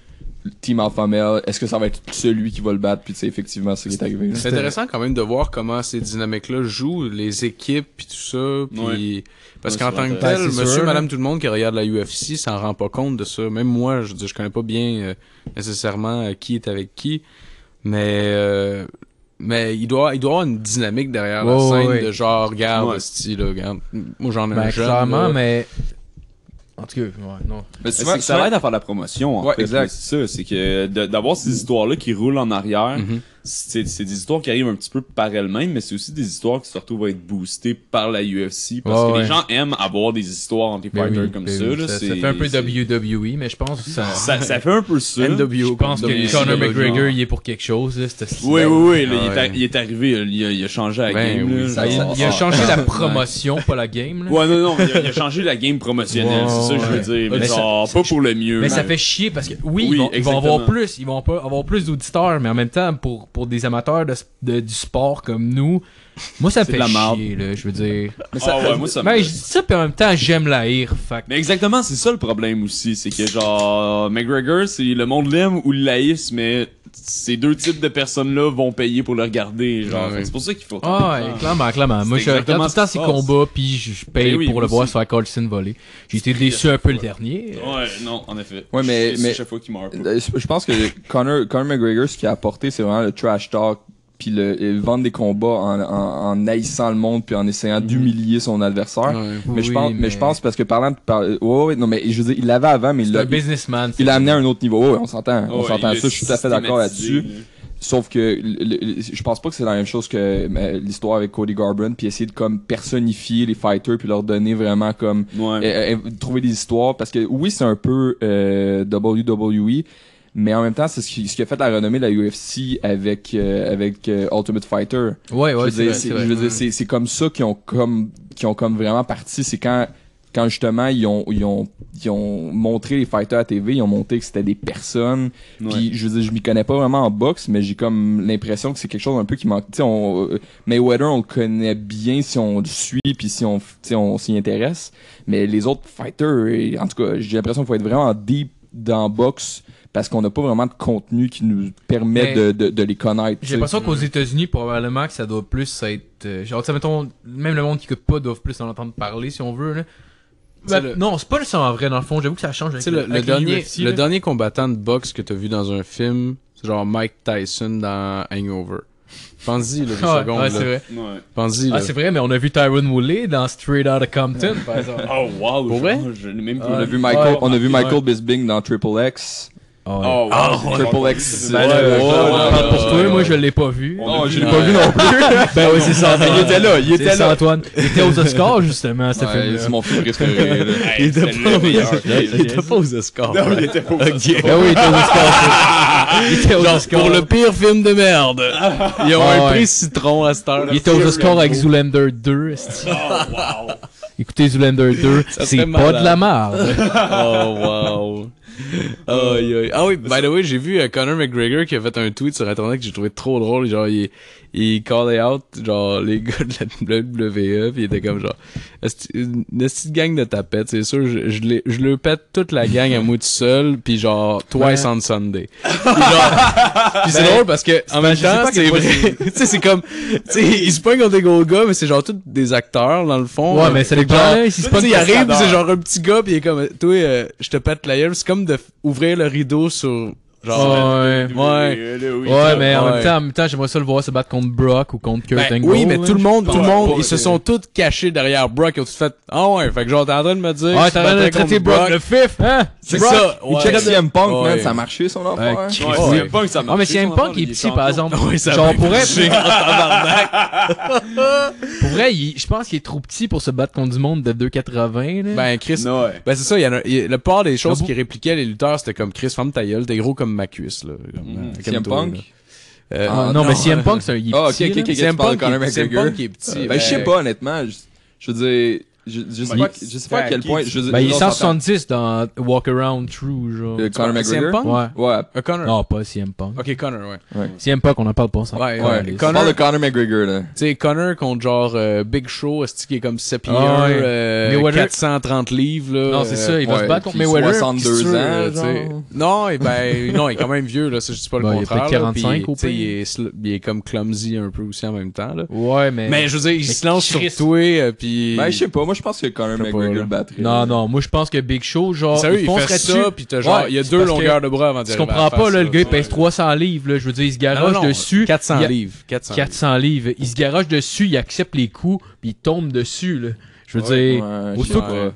Speaker 6: Team Alpha Male, est-ce que ça va être celui qui va le battre? Puis tu sais, effectivement, c'est ce qui est arrivé. là.
Speaker 4: C'est intéressant quand même de voir comment ces dynamiques-là jouent, les équipes puis tout ça. Puis... Parce
Speaker 5: Ouais,
Speaker 4: qu'en
Speaker 5: c'est
Speaker 4: tant que
Speaker 5: vrai.
Speaker 4: tel,
Speaker 3: Ouais, Ben, c'est
Speaker 4: monsieur,
Speaker 3: sûr,
Speaker 4: madame, tout le monde qui regarde la UFC s'en rend pas compte de ça. Même moi, je, veux dire, je connais pas bien euh, nécessairement euh, qui est avec qui. Mais euh, mais il doit, il doit y avoir une dynamique derrière la
Speaker 3: Ouais, ouais,
Speaker 4: scène
Speaker 3: ouais.
Speaker 4: de genre, regarde,
Speaker 5: Ouais.
Speaker 4: esti, là, regarde, moi j'en ai
Speaker 3: Ben,
Speaker 4: un jeune.
Speaker 3: clairement,
Speaker 4: là.
Speaker 3: mais. En tout cas, ouais, non.
Speaker 6: Mais
Speaker 5: C'est
Speaker 6: souvent-
Speaker 5: que ça
Speaker 6: souvent-
Speaker 5: aide à faire de la promotion, en
Speaker 6: Ouais,
Speaker 5: fait.
Speaker 6: exact.
Speaker 5: C'est ça, c'est que de- d'avoir ces histoires-là qui roulent en arrière,
Speaker 4: Mhm.
Speaker 5: c'est c'est des histoires qui arrivent un petit peu par elles-mêmes, mais c'est aussi des histoires qui se retrouvent à être boostées par la UFC, parce
Speaker 3: Ouais,
Speaker 5: que
Speaker 3: ouais.
Speaker 5: les gens aiment avoir des histoires entre les
Speaker 3: Ben
Speaker 5: fighters
Speaker 3: oui,
Speaker 5: comme
Speaker 3: ben
Speaker 5: ça.
Speaker 3: oui,
Speaker 5: là,
Speaker 3: ça
Speaker 5: c'est-
Speaker 3: fait un peu
Speaker 5: c'est-
Speaker 3: WWE, mais je pense que ça.
Speaker 5: Ça, ça fait un peu ça.
Speaker 3: Je pense
Speaker 5: comme
Speaker 3: que
Speaker 5: WWE,
Speaker 3: Conor
Speaker 5: genre.
Speaker 3: McGregor, il est pour quelque chose, là, cette
Speaker 5: Oui, oui, oui, là, il, est
Speaker 4: Ah, ouais.
Speaker 5: a- il est arrivé, il a, il a changé la
Speaker 4: Ben
Speaker 5: game.
Speaker 4: oui,
Speaker 5: là,
Speaker 4: ça-
Speaker 5: genre.
Speaker 3: Il a
Speaker 5: Ah.
Speaker 3: changé la promotion, pas la game. là.
Speaker 5: Ouais, non, non, mais il a, il a changé la game promotionnelle,
Speaker 3: Ouais,
Speaker 5: c'est ça que je
Speaker 3: ouais.
Speaker 5: veux dire. Mais,
Speaker 3: Mais ça-
Speaker 5: genre, pas pour le mieux.
Speaker 3: Mais ça
Speaker 5: man.
Speaker 3: fait chier parce que oui,
Speaker 5: Oui,
Speaker 3: ils, vont, ils vont avoir
Speaker 5: exactement.
Speaker 3: plus, ils vont pas avoir plus d'auditeurs, mais en même temps pour, pour des amateurs de, de- du sport comme nous, moi ça me
Speaker 5: C'est
Speaker 3: fait
Speaker 5: de la marde.
Speaker 3: chier là, je veux dire.
Speaker 5: Ah ouais, moi, ça me-
Speaker 3: Mais je dis ça puis en même temps j'aime la haïr, fait. que-
Speaker 5: Mais exactement, c'est ça le problème aussi, c'est que genre McGregor, c'est le monde l'aime ou le laïs, mais ces deux types de personnes-là vont payer pour le regarder, genre.
Speaker 4: Ouais.
Speaker 5: Fait que C'est pour ça qu'il faut.
Speaker 3: Ah ouais, clairement, clairement. Moi
Speaker 5: C'est
Speaker 3: je regarde tout
Speaker 5: exactement
Speaker 3: le temps
Speaker 5: ce qui
Speaker 3: ces
Speaker 5: se passe.
Speaker 3: combats puis je, je paye
Speaker 5: Eh oui,
Speaker 3: pour le
Speaker 5: moi
Speaker 3: voir
Speaker 5: aussi.
Speaker 3: sur la Colson volée. J'ai été déçu un peu le dernier.
Speaker 5: Ouais, non, en effet.
Speaker 6: Ouais, mais-
Speaker 5: C'est
Speaker 6: mais-
Speaker 5: chaque fois qu'il meurt. pas.
Speaker 6: Euh, Je pense que Conor, Conor McGregor, ce qu'il a apporté, c'est vraiment le trash talk, puis le, et vendre des combats en, en, en haïssant le monde, puis en essayant d'humilier son adversaire.
Speaker 4: Ouais.
Speaker 6: Mais, je
Speaker 3: Oui,
Speaker 6: pense, mais... je pense parce que parlant de. par- ouais, ouais, non, mais je veux dire, il l'avait avant, mais il
Speaker 3: c'est
Speaker 6: l'a.
Speaker 3: un businessman.
Speaker 6: Il l'a amené à un autre niveau. Ouais, on s'entend.
Speaker 5: Ah
Speaker 6: on
Speaker 5: ouais,
Speaker 6: s'entend.
Speaker 5: il
Speaker 6: Ça,
Speaker 5: a
Speaker 6: je suis tout à fait d'accord
Speaker 5: systématisé,
Speaker 6: là-dessus. Sauf que le- le- le- je pense pas que c'est la même chose que euh, l'histoire avec Cody Garbrandt, puis essayer de comme personnifier les fighters, puis leur donner vraiment comme
Speaker 5: là. Ouais.
Speaker 6: euh, euh, trouver des histoires parce que oui c'est un peu euh, WWE Mais en même temps, c'est ce qui, ce qui a fait la renommée de la UFC avec, euh, avec euh, Ultimate Fighter.
Speaker 3: Ouais,
Speaker 6: je veux
Speaker 3: ouais, c'est
Speaker 6: dire,
Speaker 3: vrai,
Speaker 6: c'est-
Speaker 3: c'est
Speaker 6: je
Speaker 3: vrai.
Speaker 6: veux dire, c'est c'est comme ça qu'ils ont comme qu'ils ont comme vraiment parti. C'est quand quand justement ils ont ils ont ils ont montré les fighters à TV, ils ont montré que c'était des personnes.
Speaker 5: Ouais.
Speaker 6: Puis je veux dire, je m'y connais pas vraiment en boxe, mais j'ai comme l'impression que c'est quelque chose un peu qui manque. Tu sais, on euh, Mayweather, on le connaît bien si on le suit puis si on tu sais, on s'y intéresse. Mais les autres fighters, euh, en tout cas, j'ai l'impression qu'il faut être vraiment deep dans boxe parce qu'on n'a pas vraiment de contenu qui nous
Speaker 3: Mais-
Speaker 6: permet de, de, de les connaître.
Speaker 3: J'ai
Speaker 6: tu sais.
Speaker 3: l'impression qu'aux États-Unis, probablement que ça doit plus être. euh, genre, ça, mettons, même le monde qui écoute pas doit plus en entendre parler si on veut. Là.
Speaker 4: Tu sais,
Speaker 3: Ben,
Speaker 4: le-
Speaker 3: Non, c'est pas nécessairement vrai dans le fond. J'avoue que ça change
Speaker 4: Tu
Speaker 3: avec
Speaker 4: sais, le,
Speaker 3: le,
Speaker 4: le
Speaker 3: avec les
Speaker 4: dernier,
Speaker 3: UFC,
Speaker 4: le
Speaker 3: là.
Speaker 4: dernier combattant de boxe que t'as vu dans un film, c'est genre Mike Tyson dans Hangover. Pense-y, là, deux
Speaker 3: Ah ouais,
Speaker 4: secondes.
Speaker 3: ouais,
Speaker 4: là.
Speaker 3: c'est vrai.
Speaker 5: Ouais.
Speaker 4: Pense-y,
Speaker 3: Ah,
Speaker 4: là.
Speaker 3: c'est vrai, mais on a vu Tyron Woolley dans Straight Outta Compton, par exemple.
Speaker 5: Oh, wow.
Speaker 4: Pour
Speaker 5: je-
Speaker 4: vrai?
Speaker 5: Je l'ai même
Speaker 3: Ah,
Speaker 5: pas
Speaker 6: On a
Speaker 5: vu.
Speaker 6: vu Michael,
Speaker 3: Ouais.
Speaker 6: on a vu
Speaker 3: Ouais.
Speaker 6: Michael Bisbing dans Triple X.
Speaker 3: Ah,
Speaker 5: Oh, wow.
Speaker 6: Triple X.
Speaker 5: Ben,
Speaker 6: euh,
Speaker 5: là,
Speaker 6: ouais,
Speaker 5: là, là,
Speaker 6: ouais, ouais,
Speaker 3: Pour
Speaker 6: ouais,
Speaker 3: toi,
Speaker 6: ouais.
Speaker 3: moi, je l'ai pas vu.
Speaker 5: On a
Speaker 6: Non, je l'ai
Speaker 5: vu-
Speaker 6: pas vu non plus.
Speaker 3: Ben oui, c'est ça.
Speaker 6: Il était là, il
Speaker 3: C'est
Speaker 6: était
Speaker 3: ça,
Speaker 6: là.
Speaker 3: Antoine. Il était aux Oscars, justement, ce
Speaker 6: Ouais, C'est
Speaker 3: film-là.
Speaker 6: mon film préféré. là.
Speaker 5: Hey, c'était le meilleur.
Speaker 4: Il était pas aux Oscars.
Speaker 5: Non, il était pas au
Speaker 3: Ben oui, il était aux Oscars. Il était aux
Speaker 4: Genre,
Speaker 3: Oscars.
Speaker 4: pour le pire film de merde. Ils ont
Speaker 3: Ah
Speaker 4: un
Speaker 3: ouais.
Speaker 4: prix citron à cette heure.
Speaker 3: Il était aux Oscars avec Zoolander 2. esti. Écoutez Zoolander 2, c'est
Speaker 4: serait
Speaker 3: pas
Speaker 4: malade.
Speaker 3: de la merde.
Speaker 4: Oh, wow. Aïe, aïe. Ah oui, by the way, j'ai vu euh, Conor McGregor qui a fait un tweet sur Internet que j'ai trouvé trop drôle. Genre, il, il callait out, genre, les gars de la WWE, pis il était comme genre, Esti- une petite gang de tapettes, c'est sûr, je, je, les- je le pète toute la gang à moi tout seul, pis genre, twice on Sunday. Pis genre- pis c'est drôle parce que, en même
Speaker 3: je sais
Speaker 4: temps,
Speaker 3: pas
Speaker 4: c'est
Speaker 3: quel point
Speaker 4: vrai. tu sais, c'est comme, tu sais, ils se pognent contre des gros gars, mais c'est genre tous des acteurs, dans le fond.
Speaker 3: Ouais,
Speaker 4: Euh,
Speaker 3: mais c'est les
Speaker 4: genre,
Speaker 3: gars, là, ils se
Speaker 4: tu sais, il
Speaker 3: pognent-
Speaker 4: arrive, pis c'est genre un petit gars, pis il est comme, toi, euh, je te pète la gueule. C'est comme de f- ouvrir le rideau sur, genre, euh,
Speaker 3: Ouais.
Speaker 4: ouais.
Speaker 3: Ouais, mais en
Speaker 4: Ouais.
Speaker 3: même temps, en même temps, j'aimerais ça le voir se battre contre Brock ou contre Kurt
Speaker 4: Ben,
Speaker 3: Angle.
Speaker 4: oui, mais
Speaker 3: là.
Speaker 4: tout le monde, tout le
Speaker 5: Ouais,
Speaker 4: monde,
Speaker 5: ouais,
Speaker 4: ils se
Speaker 5: ouais.
Speaker 4: sont tous cachés derrière Brock. Ils ont tous fait, ah ouais, fait que genre, t'es en train de me dire.
Speaker 3: Ouais,
Speaker 4: que tu
Speaker 3: t'as l'air de
Speaker 4: battrais
Speaker 3: traiter
Speaker 4: contre
Speaker 3: Brock le fif, hein?
Speaker 4: C'est
Speaker 3: Brock.
Speaker 4: ça,
Speaker 6: Il
Speaker 4: ouais.
Speaker 6: check CM Punk,
Speaker 4: Ouais.
Speaker 6: man, ça a marché son affaire.
Speaker 3: Ok.
Speaker 5: Ouais,
Speaker 3: Ouais.
Speaker 5: CM Punk, ça
Speaker 3: Ah, mais
Speaker 5: marche.
Speaker 3: CM Punk, il est petit, par exemple.
Speaker 4: Ouais, ça
Speaker 3: Genre,
Speaker 4: va.
Speaker 3: on pourrait. Pour vrai, il- je pense qu'il est trop petit pour se battre contre du monde de 2,80. là.
Speaker 4: Ben, Chris.
Speaker 5: Non, ouais.
Speaker 4: Ben, c'est ça, il y en a, il- la part des
Speaker 3: Le
Speaker 4: choses
Speaker 3: bout-
Speaker 4: qui répliquaient les lutteurs, c'était comme Chris, ferme ta gueule, t'es gros comme ma cuisse, là. Comme, euh, comme
Speaker 6: CM
Speaker 4: toi,
Speaker 6: Punk.
Speaker 4: là. Euh,
Speaker 3: Ah, non, mais CM Punk, c'est un il est
Speaker 6: Ah, ok,
Speaker 3: petit,
Speaker 6: ok,
Speaker 3: là.
Speaker 4: CM
Speaker 6: ok, tu parles de
Speaker 4: Punk,
Speaker 6: Conor
Speaker 4: il- CM
Speaker 6: McGregor.
Speaker 4: Punk, il est petit.
Speaker 6: Ben, je sais pas, honnêtement. je- Je veux dire, je je sais pas, je sais pas à quel point. je veux dire-
Speaker 3: Ben, il est
Speaker 6: on s'entend.
Speaker 3: 170 dans Walk Around True, genre.
Speaker 6: Euh,
Speaker 4: CM
Speaker 6: Conor McGregor.
Speaker 4: Punk?
Speaker 3: Ouais.
Speaker 6: Ouais.
Speaker 4: Euh, Connor.
Speaker 3: Non, pas CM Punk.
Speaker 4: Ok, Connor, ouais.
Speaker 3: CM Punk, on en parle pas, ça.
Speaker 4: Ouais,
Speaker 6: Ouais.
Speaker 4: ouais.
Speaker 6: On
Speaker 4: Conor-
Speaker 6: parle de Conor McGregor, là.
Speaker 4: Tu sais, Connor contre genre euh, Big Show, est-ce qui est comme 7 pieds,
Speaker 3: Ah ouais.
Speaker 4: euh,
Speaker 3: Mayweather-
Speaker 4: 430 livres, là. euh,
Speaker 3: Non, c'est ça, il va
Speaker 6: ouais,
Speaker 3: se battre contre
Speaker 6: puis
Speaker 3: Mayweather.
Speaker 6: 62
Speaker 3: puis
Speaker 6: ans,
Speaker 3: c'est sûr,
Speaker 6: euh, genre.
Speaker 3: tu sais.
Speaker 4: Non, et ben, non, il est quand même vieux, là, ça, je dis pas le
Speaker 3: Bah, il a
Speaker 4: contraire.
Speaker 3: peut-être
Speaker 4: là,
Speaker 3: 45
Speaker 4: puis,
Speaker 3: au
Speaker 4: tu sais,
Speaker 3: pire.
Speaker 4: il est, sl- il est comme clumsy un peu aussi en même temps, là.
Speaker 3: Ouais, mais.
Speaker 4: Mais je veux dire, il
Speaker 3: Mais
Speaker 4: se lance
Speaker 3: Chris-
Speaker 4: sur toi, euh, puis...
Speaker 6: Ben, je sais pas, moi je pense que Conor
Speaker 4: Je sais pas,
Speaker 6: McGregor
Speaker 4: là.
Speaker 6: le battrait.
Speaker 3: Non, non, moi je pense que Big Show, genre,
Speaker 4: Sérieux,
Speaker 3: Oh, il
Speaker 4: il fait
Speaker 3: foncerait
Speaker 4: ça,
Speaker 3: dessus.
Speaker 4: puis t'as genre,
Speaker 3: Ouais,
Speaker 4: il y a
Speaker 3: c'est
Speaker 4: deux
Speaker 3: parce
Speaker 4: longueurs de bras avant d'y
Speaker 3: Tu
Speaker 4: arriver à
Speaker 3: comprends
Speaker 4: la
Speaker 3: pas,
Speaker 4: face,
Speaker 3: là, le gars, il
Speaker 4: Ouais.
Speaker 3: pèse 300 livres, là. Je veux dire, il se
Speaker 4: Non,
Speaker 3: garoche
Speaker 4: non, non,
Speaker 3: dessus.
Speaker 4: 400
Speaker 3: il a-
Speaker 4: livres. 400,
Speaker 3: 400 livres. Il se garoche dessus, il accepte les coups, puis il tombe dessus, là. Je veux dire.
Speaker 6: Ouais,
Speaker 3: Au
Speaker 6: je-
Speaker 3: tout-
Speaker 6: ouais.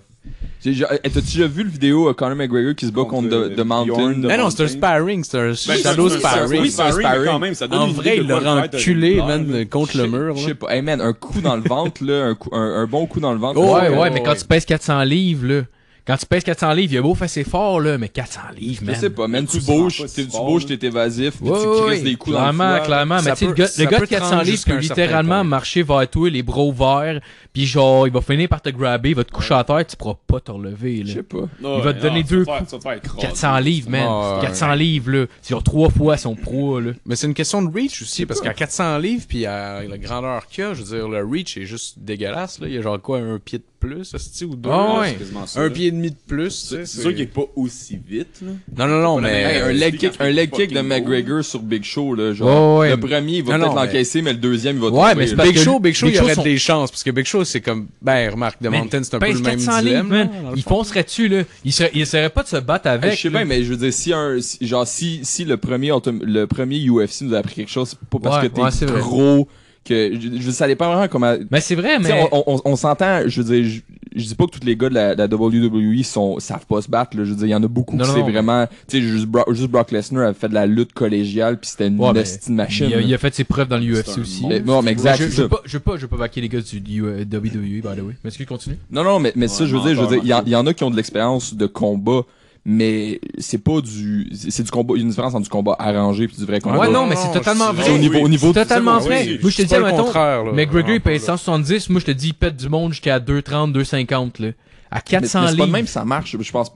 Speaker 6: J'ai- j'ai- Hey, T'as-tu déjà vu le vidéo euh, Conor McGregor qui se bat contre
Speaker 5: Contre,
Speaker 6: The,
Speaker 5: euh,
Speaker 6: The Mountain? Eh
Speaker 5: Bjorn.
Speaker 4: livres. Non, non, c'est un sparring, c'est un
Speaker 5: Ben,
Speaker 4: shadow
Speaker 5: c'est un- c'est un-
Speaker 4: sparring.
Speaker 5: Oui, sparring, mais
Speaker 6: sparring.
Speaker 5: quand même, ça donne
Speaker 4: En
Speaker 5: une idée
Speaker 4: vrai,
Speaker 5: de
Speaker 4: il
Speaker 5: quoi
Speaker 4: l'a
Speaker 5: le fighter est
Speaker 4: enculé,
Speaker 5: dans, là.
Speaker 4: man, contre le mur,
Speaker 6: Je
Speaker 4: là.
Speaker 6: sais pas. Hey man, un coup dans le ventre, là, un, coup, un, un bon coup dans le ventre.
Speaker 4: Oh,
Speaker 6: là,
Speaker 3: ouais,
Speaker 4: ouais,
Speaker 3: ouais,
Speaker 4: ouais.
Speaker 3: mais quand tu pèses 400 livres, là. Quand tu pèses 400 livres, il a beau faire ses forts, là, mais 400 livres,
Speaker 6: Je
Speaker 3: man.
Speaker 6: sais pas, man,
Speaker 5: Le coup
Speaker 6: tu
Speaker 5: se rend
Speaker 6: bouges,
Speaker 5: pas si
Speaker 6: t'es- tu
Speaker 5: fort,
Speaker 6: bouges,
Speaker 5: là.
Speaker 6: t'es évasif, pis
Speaker 3: Ouais,
Speaker 6: tu
Speaker 3: ouais,
Speaker 6: crisses
Speaker 3: ouais.
Speaker 6: des coups dans le
Speaker 3: clairement,
Speaker 6: foie.
Speaker 3: clairement.
Speaker 4: Ça
Speaker 3: Mais tu sais, le
Speaker 4: peut-
Speaker 3: gars,
Speaker 4: ça
Speaker 3: le gars
Speaker 4: peut
Speaker 3: de
Speaker 4: te rendre
Speaker 3: 400 livres
Speaker 4: jusqu'à
Speaker 3: peut
Speaker 4: un certain
Speaker 3: littéralement
Speaker 4: point.
Speaker 3: marcher vers toi, les bras ouverts, puis genre, il va finir par te grabber, il va te coucher à terre, tu pourras pas te relever,
Speaker 6: Je
Speaker 3: là.
Speaker 6: sais pas.
Speaker 5: Ouais,
Speaker 3: va te donner
Speaker 5: tu
Speaker 3: deux
Speaker 5: vas te faire- tu vas te faire écraser.
Speaker 3: 400 livres, man.
Speaker 4: Ouais, ouais,
Speaker 3: 400 livres, là. C'est genre trois fois son proie, là.
Speaker 4: Mais c'est une question de reach aussi, parce qu'à 400 livres, puis à la grandeur qu'il y a, je veux dire, le reach est juste dégueulasse. Là. Il y a genre quoi, un pied de plus, hostie, ou deux?
Speaker 3: Ah
Speaker 4: là?
Speaker 3: ouais.
Speaker 5: C'est quasiment ça,
Speaker 4: Un
Speaker 5: là.
Speaker 4: pied et demi de plus. tu
Speaker 5: C'est
Speaker 4: sais,
Speaker 5: c'est sûr qu'il est pas aussi vite, là.
Speaker 4: Non, non, non, mais...
Speaker 6: Hey, un leg kick, un leg kick de
Speaker 5: fucking
Speaker 6: McGregor sur Big Show, là, genre.
Speaker 3: Ouais, ouais.
Speaker 6: Le premier, il va
Speaker 4: Non,
Speaker 6: peut-être
Speaker 4: non,
Speaker 6: l'encaisser, mais le deuxième, il va
Speaker 3: Ouais, mais
Speaker 6: tomber,
Speaker 3: c'est
Speaker 6: là.
Speaker 3: parce
Speaker 4: Big
Speaker 3: que
Speaker 4: Show, Big Show,
Speaker 3: Big
Speaker 4: il
Speaker 3: Show
Speaker 4: aurait
Speaker 3: sont-
Speaker 4: des chances, parce que Big Show, c'est comme... Ben, remarque, The Mountain, c'est un peu
Speaker 3: pèse
Speaker 4: le même
Speaker 3: 400 livres,
Speaker 4: dilemme.
Speaker 3: man.
Speaker 4: là, dans le
Speaker 3: Il
Speaker 4: fond.
Speaker 3: foncerait-tu, là? Il serait, il essaierait pas de se battre
Speaker 6: Hey,
Speaker 3: avec.
Speaker 6: je sais
Speaker 3: là.
Speaker 6: bien, mais je veux dire, si un, si- genre, si, si le premier, autom- le premier UFC nous a appris quelque chose, c'est pas parce
Speaker 3: Ouais,
Speaker 6: que t'es
Speaker 3: ouais, c'est vrai.
Speaker 6: trop, que, je, je veux dire, ça dépend vraiment comment,
Speaker 3: Mais c'est vrai,
Speaker 6: Tu sais,
Speaker 3: mais.
Speaker 6: on, on- on s'entend, je veux dire, je, je dis pas que tous les gars de la, la WWE sont, savent pas se battre, là. je veux dire, il y en a beaucoup
Speaker 3: Non,
Speaker 6: qui
Speaker 3: non,
Speaker 6: c'est
Speaker 3: non.
Speaker 6: vraiment, tu sais, juste, Brock- juste Brock Lesnar a fait de la lutte collégiale puis c'était une
Speaker 3: Ouais, mais
Speaker 6: hostie de machine.
Speaker 3: Il a,
Speaker 6: là.
Speaker 3: il a fait ses preuves dans l'UFC
Speaker 5: C'est un
Speaker 3: aussi.
Speaker 5: monstre.
Speaker 6: Mais- non, mais exact,
Speaker 3: Je,
Speaker 6: c'est
Speaker 3: je,
Speaker 6: ça.
Speaker 3: veux pas, je veux pas, je veux pas baquer les gars du, du, euh, WWE, by the way. Mais est-ce que continue?
Speaker 6: Non, non, mais, mais ça,
Speaker 5: Ouais,
Speaker 6: je veux dire, je veux
Speaker 5: menteur,
Speaker 6: dire, il y en- il y, en a qui ont de l'expérience de combat. mais c'est pas du c'est du combat il y a une différence entre du combat arrangé puis du vrai combat
Speaker 3: Ouais, non, mais c'est totalement
Speaker 6: au
Speaker 3: vrai.
Speaker 6: niveau au niveau
Speaker 3: C'est
Speaker 4: Ah
Speaker 3: totalement
Speaker 5: c'est
Speaker 3: vrai.
Speaker 5: vrai.
Speaker 3: Moi, je te dis, mettons, McGregor, il
Speaker 7: payait
Speaker 3: paye 170. Moi, je te dis, il pète du monde jusqu'à 230, 250, là. À
Speaker 6: mais, mais c'est
Speaker 3: 400
Speaker 6: pas de
Speaker 3: livres.
Speaker 6: même ça marche je pense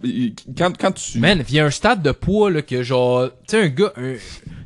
Speaker 6: quand quand tu
Speaker 3: Man, il y a un stade de poids, là, que genre, tu sais, un gars, un... tu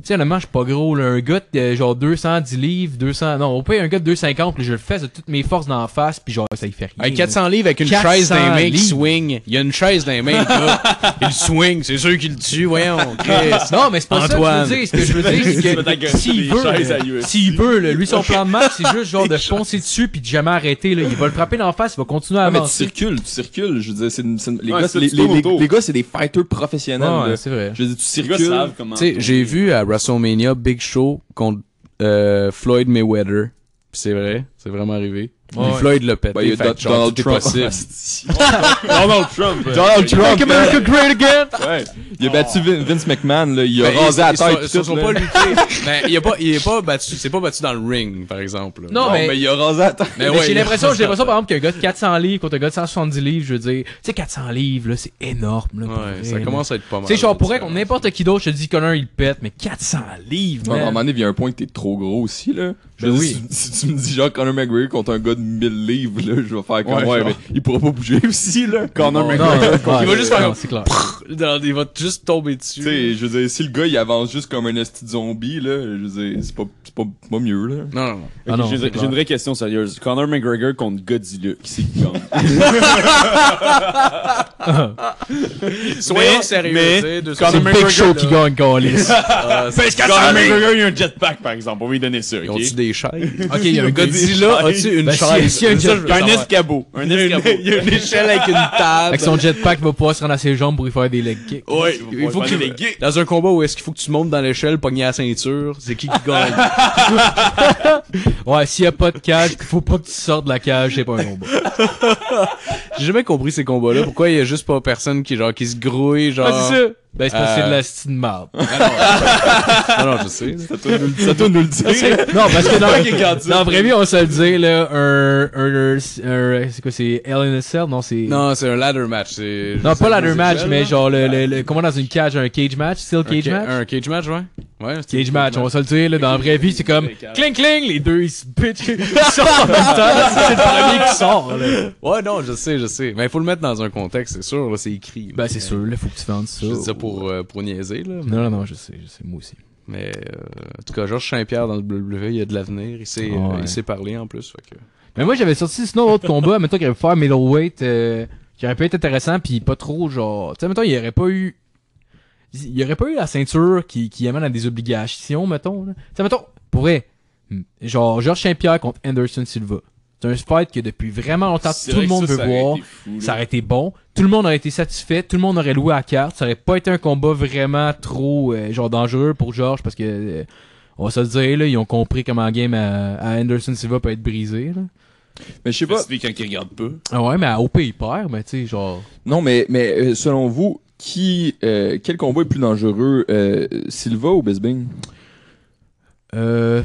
Speaker 3: sais, honnêtement, je suis pas gros, là, un gars, de, genre, 210 livres, 200, non, on paye un gars de 250, puis je le fais de toutes mes forces dans la face, puis genre, ça y fait rien.
Speaker 4: Un
Speaker 3: là.
Speaker 4: 400 livres avec une
Speaker 3: 400
Speaker 4: chaise dans les mains qui
Speaker 3: livres.
Speaker 4: swing. Il y a une chaise dans les mains, le gars. Il swing, c'est sûr qu'il le tue, voyons. Chris.
Speaker 3: Non, mais c'est pas
Speaker 4: Antoine.
Speaker 3: ça que je veux dire. Ce que je veux dire,
Speaker 5: Tu vas
Speaker 3: c'est que
Speaker 5: t'agacer
Speaker 3: s'il
Speaker 5: des
Speaker 3: veut,
Speaker 5: chaises à
Speaker 3: là,
Speaker 5: UFC.
Speaker 3: s'il veut, là, lui, son plan de match, c'est juste genre de foncer dessus puis de jamais arrêter. Là. Il va le frapper dans la face, il va continuer à
Speaker 6: Ah, mais tu
Speaker 3: avancer.
Speaker 6: circules, tu circules. Je veux dire, c'est une- c'est une- les,
Speaker 5: Ouais,
Speaker 6: gars,
Speaker 5: c'est
Speaker 6: les,
Speaker 5: du tour
Speaker 6: les- les-
Speaker 5: autour.
Speaker 6: les gars, c'est des fighters professionnels.
Speaker 3: Ouais,
Speaker 6: là.
Speaker 3: c'est vrai.
Speaker 6: Je veux dire, tu
Speaker 5: Les gars
Speaker 6: circules.
Speaker 5: savent comment.
Speaker 4: Tu sais, j'ai vu à WrestleMania Big Show contre euh, Floyd Mayweather. Puis C'est vrai, c'est vraiment arrivé. Puis
Speaker 3: Ouais.
Speaker 4: Floyd l'a pété.
Speaker 6: Bah, il y a
Speaker 4: fait
Speaker 6: Donald
Speaker 4: que genre,
Speaker 6: Donald
Speaker 4: tout est
Speaker 6: Trump.
Speaker 4: possible.
Speaker 5: Donald Ah, Trump. hein.
Speaker 6: Donald Trump, là.
Speaker 3: great again!
Speaker 6: Ouais. Il a battu Vin- Vince McMahon, là. Il a
Speaker 4: Ben,
Speaker 6: rasé
Speaker 4: ils-
Speaker 6: la
Speaker 4: ils
Speaker 6: tête.
Speaker 4: sont-
Speaker 6: pis
Speaker 4: ils se
Speaker 6: tout,
Speaker 4: sont
Speaker 6: là.
Speaker 4: pas luttés. Ben, il a pas, il est pas battu, c'est pas battu dans le ring, par exemple. là.
Speaker 3: Non,
Speaker 6: Non,
Speaker 3: mais-
Speaker 6: mais il a rasé la tête.
Speaker 4: Mais
Speaker 3: Mais
Speaker 4: ouais,
Speaker 3: j'ai
Speaker 4: il-
Speaker 3: l'impression, j'ai l'impression, par exemple, qu'un gars de 400 livres contre un gars de 170 livres, je veux dire, tu sais, 400 livres, là, c'est énorme, là. pour
Speaker 4: Ouais,
Speaker 3: vrai,
Speaker 4: ça
Speaker 3: là.
Speaker 4: commence à être pas mal.
Speaker 3: Tu sais, genre, pourrait qu'on
Speaker 4: qu'on
Speaker 3: n'importe qui d'autre, je te dis, Connor, il pète, mais 400 livres,
Speaker 6: À un
Speaker 3: man.
Speaker 6: moment donné, il y a un point que t'es trop gros aussi, là. Je veux
Speaker 3: Ben
Speaker 6: dire,
Speaker 3: oui.
Speaker 6: si, si tu me dis, genre, Conor McGregor contre un gars de 1000 livres, là, je vais faire comme,
Speaker 5: Ouais,
Speaker 6: ouais,
Speaker 5: genre.
Speaker 6: mais il pourra pas bouger aussi, là.
Speaker 5: Conor
Speaker 3: Non,
Speaker 5: McGregor.
Speaker 3: ouais,
Speaker 4: Il va juste faire
Speaker 3: non,
Speaker 4: un-
Speaker 3: c'est clair.
Speaker 4: Il va juste tomber dessus.
Speaker 6: Tu sais, je veux dire, si le gars, il avance juste comme un esti de zombie, là, je veux dire, c'est pas, c'est pas, pas mieux, là.
Speaker 4: Non, non, non.
Speaker 5: Ok,
Speaker 3: Ah non,
Speaker 5: j'ai,
Speaker 3: c'est
Speaker 5: j'ai
Speaker 3: clair.
Speaker 5: une vraie question sérieuse. Conor McGregor contre Godzilla, qui c'est qui gagne
Speaker 4: Soyons
Speaker 5: Mais-
Speaker 4: sérieux.
Speaker 5: mais-
Speaker 4: tu sais, de-
Speaker 5: Conor
Speaker 3: Big Show
Speaker 5: McGregor.
Speaker 3: qui gagne, Gaulis.
Speaker 5: Conor McGregor, il a un jetpack par exemple, on va lui donner ça.
Speaker 4: Ils
Speaker 5: ok?
Speaker 4: ont-tu des chaises?
Speaker 3: Ok, il y a un gars de
Speaker 4: Godzilla, as-tu une
Speaker 3: Ben,
Speaker 4: chaise?
Speaker 3: si, si, un
Speaker 4: Ça, je veux
Speaker 3: jet-
Speaker 5: Un
Speaker 4: savoir.
Speaker 5: escabeau. Un escabeau.
Speaker 4: Il y a une échelle avec une table.
Speaker 3: Avec son jetpack, il va pouvoir se rendre à ses jambes pour y faire des leg kicks.
Speaker 4: Ouais, il faut
Speaker 5: faire
Speaker 4: qu'il
Speaker 5: des gigs.
Speaker 4: Dans un combat où est-ce qu'il faut que tu montes dans l'échelle, pogner la ceinture, c'est qui qui gagne?
Speaker 3: Ouais, s'il y a pas de cage, il faut pas que tu sortes de la cage, c'est pas un combat.
Speaker 4: J'ai jamais compris ces combats-là. Pourquoi il y a juste pas personne qui, genre, qui se grouille, genre.
Speaker 3: Ben, c'est parce que c'est
Speaker 4: Euh.
Speaker 3: de la style marde.
Speaker 4: Ah non, je sais.
Speaker 6: Ça doit nous le dire.
Speaker 3: Non, parce que dans, dans la vraie vie, on va se le dire, là, un, un, un- un- c'est quoi, c'est LNSL? Non, c'est...
Speaker 4: Non, c'est un ladder match. c'est-
Speaker 3: Non,
Speaker 4: c'est
Speaker 3: pas ladder
Speaker 4: des
Speaker 3: match,
Speaker 4: échelles,
Speaker 3: mais
Speaker 4: là.
Speaker 3: genre, le, le, le- comment dans une cage, un cage match, still
Speaker 4: Un
Speaker 3: cage
Speaker 4: ca-
Speaker 3: match?
Speaker 4: Un cage match, ouais. Ouais, c'est-
Speaker 3: Cage match, on va se le dire, là, dans la vraie vie, c'est comme, cling cling, les deux, ils se bitchent, ils sortent en même temps, c'est le premier qui sort, là.
Speaker 4: Ouais, non, je sais, je sais. Mais il faut le mettre dans un contexte, c'est sûr, là, c'est écrit.
Speaker 3: Ben, c'est sûr, là, faut que tu vendes ça.
Speaker 4: Je dis ça pour, euh, pour niaiser, là.
Speaker 3: Non, non, non, je sais, je sais, moi aussi.
Speaker 4: Mais, euh, en tout cas, Georges Saint-Pierre dans le WWE, il y a de l'avenir. Il sait,
Speaker 3: Ouais.
Speaker 4: il sait parler en plus. Fait que...
Speaker 3: Mais moi, j'avais sorti sinon un autre combat, mettons qu'il aurait pu faire middleweight, euh, qui aurait pu être intéressant, puis pas trop, genre... Tu sais, mettons, il aurait pas eu... Il y aurait pas eu la ceinture qui, qui amène à des obligations, mettons. là. Tu sais, mettons, pour vrai, hmm, genre Georges Saint-Pierre contre Anderson Silva. C'est un fight que depuis vraiment longtemps,
Speaker 5: C'est
Speaker 3: tout
Speaker 5: vrai
Speaker 3: le
Speaker 5: que
Speaker 3: monde
Speaker 5: ça,
Speaker 3: veut
Speaker 5: ça aurait
Speaker 3: voir.
Speaker 5: été fou, là.
Speaker 3: Ça aurait été bon. Tout le monde aurait été satisfait. Tout le monde aurait loué à la carte. Ça aurait pas été un combat vraiment trop euh, genre dangereux pour George parce que euh, on va se le dire là, ils ont compris comment la game à, à Anderson Silva peut être brisée. Là.
Speaker 6: Mais je sais
Speaker 5: Je
Speaker 6: pas.
Speaker 5: t'explique quand il regarde peu.
Speaker 3: Ah ouais, mais à OP il perd, mais tu sais genre.
Speaker 6: Non, mais, mais euh, selon vous, qui, euh, quel combat est plus dangereux, euh, Silva ou Bisbing?
Speaker 3: Euh,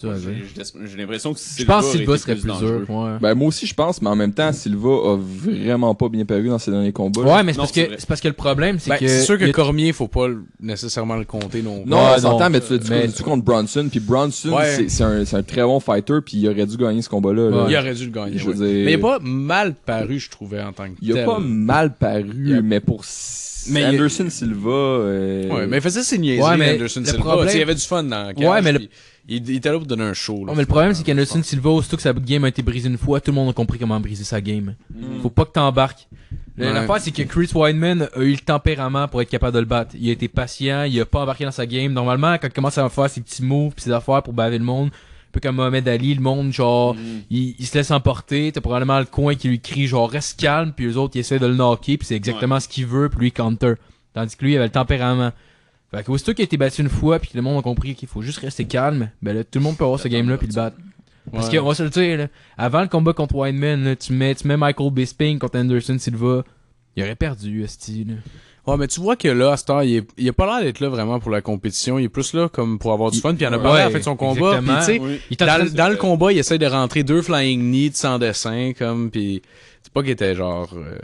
Speaker 3: tu vas
Speaker 5: J'ai
Speaker 3: dire.
Speaker 5: j'ai- j'ai l'impression que
Speaker 3: Je pense que Silva serait plus dur. Ouais.
Speaker 6: Ben, moi aussi, je pense, mais en même temps, Silva a vraiment pas bien paru dans ses derniers combats.
Speaker 3: Ouais, mais c'est
Speaker 5: Non,
Speaker 3: parce
Speaker 5: c'est
Speaker 3: que
Speaker 5: vrai.
Speaker 3: c'est parce que le problème c'est
Speaker 4: Ben,
Speaker 3: que
Speaker 4: c'est sûr que
Speaker 3: il y a-
Speaker 4: Cormier, faut pas le- nécessairement le compter non
Speaker 6: Non,
Speaker 3: Ouais,
Speaker 6: on s'entend,
Speaker 3: non.
Speaker 6: mais tu l'as dit
Speaker 3: Mais-
Speaker 6: tu contre Bronson, puis Bronson,
Speaker 4: Ouais.
Speaker 6: c'est- c'est un, c'est un très bon fighter, puis il aurait dû gagner ce combat-là. là.
Speaker 3: Ouais.
Speaker 4: Il aurait dû le gagner.
Speaker 6: Je veux
Speaker 4: ouais.
Speaker 6: dire-
Speaker 4: Mais il a pas mal paru, je trouvais, en tant que
Speaker 6: Il a
Speaker 4: tel.
Speaker 6: pas mal
Speaker 4: Il
Speaker 6: paru,
Speaker 4: a-
Speaker 6: mais pour S-
Speaker 4: Mais il-
Speaker 6: Anderson Silva... euh,
Speaker 4: Ouais, mais il faisait ses niaiseries,
Speaker 3: Ouais, mais
Speaker 4: Anderson
Speaker 3: le
Speaker 4: Silva.
Speaker 3: problème-
Speaker 4: Tu sais, Il y avait du fun dans la cage,
Speaker 3: Ouais, mais le-
Speaker 4: puis Il, il était là pour donner un show. là.
Speaker 3: Ouais, Ah, mais le problème, c'est
Speaker 4: Faut-
Speaker 3: qu'Anderson Silva, surtout que sa game a été brisée une fois, tout le monde a compris comment briser sa game. Faut pas que t'embarques. Le-
Speaker 4: Ouais.
Speaker 3: L'affaire, c'est que Chris Weidman a eu le tempérament pour être capable de le battre. Il a été patient, il a pas embarqué dans sa game. Normalement, quand il commence à faire ses petits moves pis ses affaires pour baver le monde, un peu comme Mohamed Ali, le monde, genre, il, il se laisse emporter. T'as probablement le coin qui lui crie, genre, reste calme, puis les autres, ils essaient de le knocker, puis c'est exactement ce qu'il veut, puis lui, il counter. Tandis que lui, il avait le tempérament. Fait que aussitôt qu'il a été battu une fois, puis que le monde a compris qu'il faut juste rester calme, ben là, tout le monde peut avoir ce game-là, puis le battre. Parce
Speaker 4: Ouais.
Speaker 3: qu'on va se le dire, là, avant le combat contre Weinman, là, tu, mets, tu mets Michael Bisping contre Anderson Silva, Il aurait perdu, Esti. là.
Speaker 4: Ouais, mais tu vois que là, à cette heure, il, est- il a pas l'air d'être là vraiment pour la compétition. Il est plus là comme pour avoir du fun. Puis il en a
Speaker 3: Ouais,
Speaker 4: parlé à la fin de son combat.
Speaker 3: exactement.
Speaker 4: Puis tu sais,
Speaker 5: Oui.
Speaker 3: Il est en train
Speaker 4: dans,
Speaker 3: de-
Speaker 4: dans le combat, il essaie de rentrer deux flying knees de sans dessin, comme, puis c'est pas qu'il était genre... euh,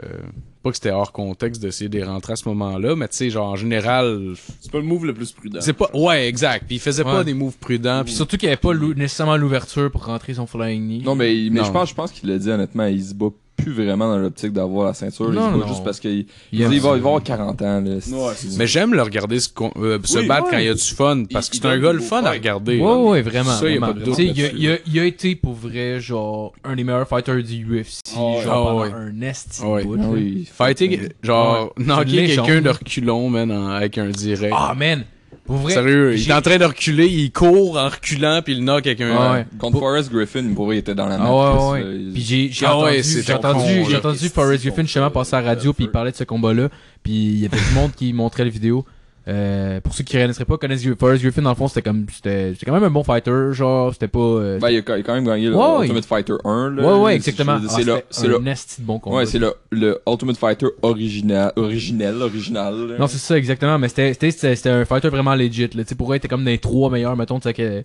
Speaker 4: pas que c'était hors contexte d'essayer de les rentrer à ce moment-là, mais tu sais, genre, en général,
Speaker 5: C'est pas le move le plus prudent.
Speaker 4: c'est pas... Ouais, exact. Puis il faisait
Speaker 3: Ouais.
Speaker 4: pas des moves prudents,
Speaker 3: Puis
Speaker 4: puis
Speaker 3: surtout qu'il n'y avait pas l'ou- nécessairement l'ouverture pour rentrer son flying knee.
Speaker 6: Non, mais, mais
Speaker 4: Non.
Speaker 6: je pense, je pense qu'il l'a dit honnêtement, il se bat plus vraiment dans l'optique d'avoir la ceinture. il
Speaker 3: Non,
Speaker 6: se bat
Speaker 3: non.
Speaker 6: juste parce qu'il
Speaker 3: Il
Speaker 6: il va,
Speaker 3: aime
Speaker 6: il va
Speaker 3: ça.
Speaker 6: avoir 40 ans. Là,
Speaker 5: Ouais,
Speaker 6: c'est-
Speaker 5: c'est-
Speaker 4: Mais j'aime le regarder se, con- euh, se
Speaker 5: Oui,
Speaker 4: battre
Speaker 5: ouais.
Speaker 4: quand il y a du fun, parce
Speaker 5: Il-
Speaker 4: que
Speaker 5: il
Speaker 4: c'est un
Speaker 5: donne
Speaker 4: gars
Speaker 5: du
Speaker 4: le
Speaker 5: beau
Speaker 4: fun à
Speaker 5: fun.
Speaker 4: regarder.
Speaker 3: Ouais, ouais, vraiment.
Speaker 4: Ça, y a
Speaker 3: vraiment.
Speaker 4: pas de doute
Speaker 3: Tu sais, il, a,
Speaker 5: là-dessus.
Speaker 3: il a- il a été pour vrai, genre, un des meilleurs fighters du UFC,
Speaker 5: Ah ouais.
Speaker 3: genre, pendant
Speaker 4: Ah ouais.
Speaker 3: un Esti. de
Speaker 4: Ah ouais.
Speaker 3: bout,
Speaker 6: Ah
Speaker 3: là.
Speaker 6: oui.
Speaker 4: Fighting, genre,
Speaker 3: Ouais. C'est une
Speaker 4: knocker
Speaker 3: légende.
Speaker 4: quelqu'un de reculon, man, en- avec un direct.
Speaker 3: Ah, man! Pour vrai.
Speaker 4: Sérieux, il
Speaker 3: j'ai-
Speaker 4: est en train de reculer, il court en reculant, puis il knock quelqu'un.
Speaker 3: Ah ouais.
Speaker 6: Contre Forrest Griffin, pour il était dans la
Speaker 3: Ah
Speaker 6: matrice,
Speaker 3: ouais, ouais,
Speaker 6: là, il-
Speaker 3: Puis j'ai j'ai
Speaker 4: Ah
Speaker 3: entendu,
Speaker 4: ouais, c'est
Speaker 3: j'ai
Speaker 4: ton
Speaker 3: entendu,
Speaker 4: con,
Speaker 3: j'ai
Speaker 4: là.
Speaker 3: entendu
Speaker 5: Qu'est-ce
Speaker 3: Forrest
Speaker 5: qu'ils
Speaker 3: Griffin
Speaker 5: font,
Speaker 3: justement passer à la radio
Speaker 5: euh,
Speaker 3: puis il parlait de ce combat-là, puis il y avait tout le monde qui montrait la vidéo. Euh, pour ceux qui connaisseraient pas, connaissent Gr- Forrest Griffin dans le fond, c'était comme c'était c'était quand même un bon fighter, genre c'était pas euh,
Speaker 6: Ben, il a quand il a quand même gagné le
Speaker 3: Ouais, ouais.
Speaker 6: Ultimate Fighter 1. Là,
Speaker 3: Ouais ouais,
Speaker 6: Je-
Speaker 3: exactement.
Speaker 6: je-
Speaker 3: Ah,
Speaker 6: C'est le-
Speaker 3: c'était
Speaker 6: c'est le
Speaker 3: un esti de bon combat.
Speaker 6: Ouais, c'est le, le Ultimate Fighter original, originel, original. là.
Speaker 3: Non, c'est ça, exactement. Mais c'était- c'était c'était- c'était un fighter vraiment legit. Là. Tu sais, Pour être comme dans les trois meilleurs, mettons, de sa, que-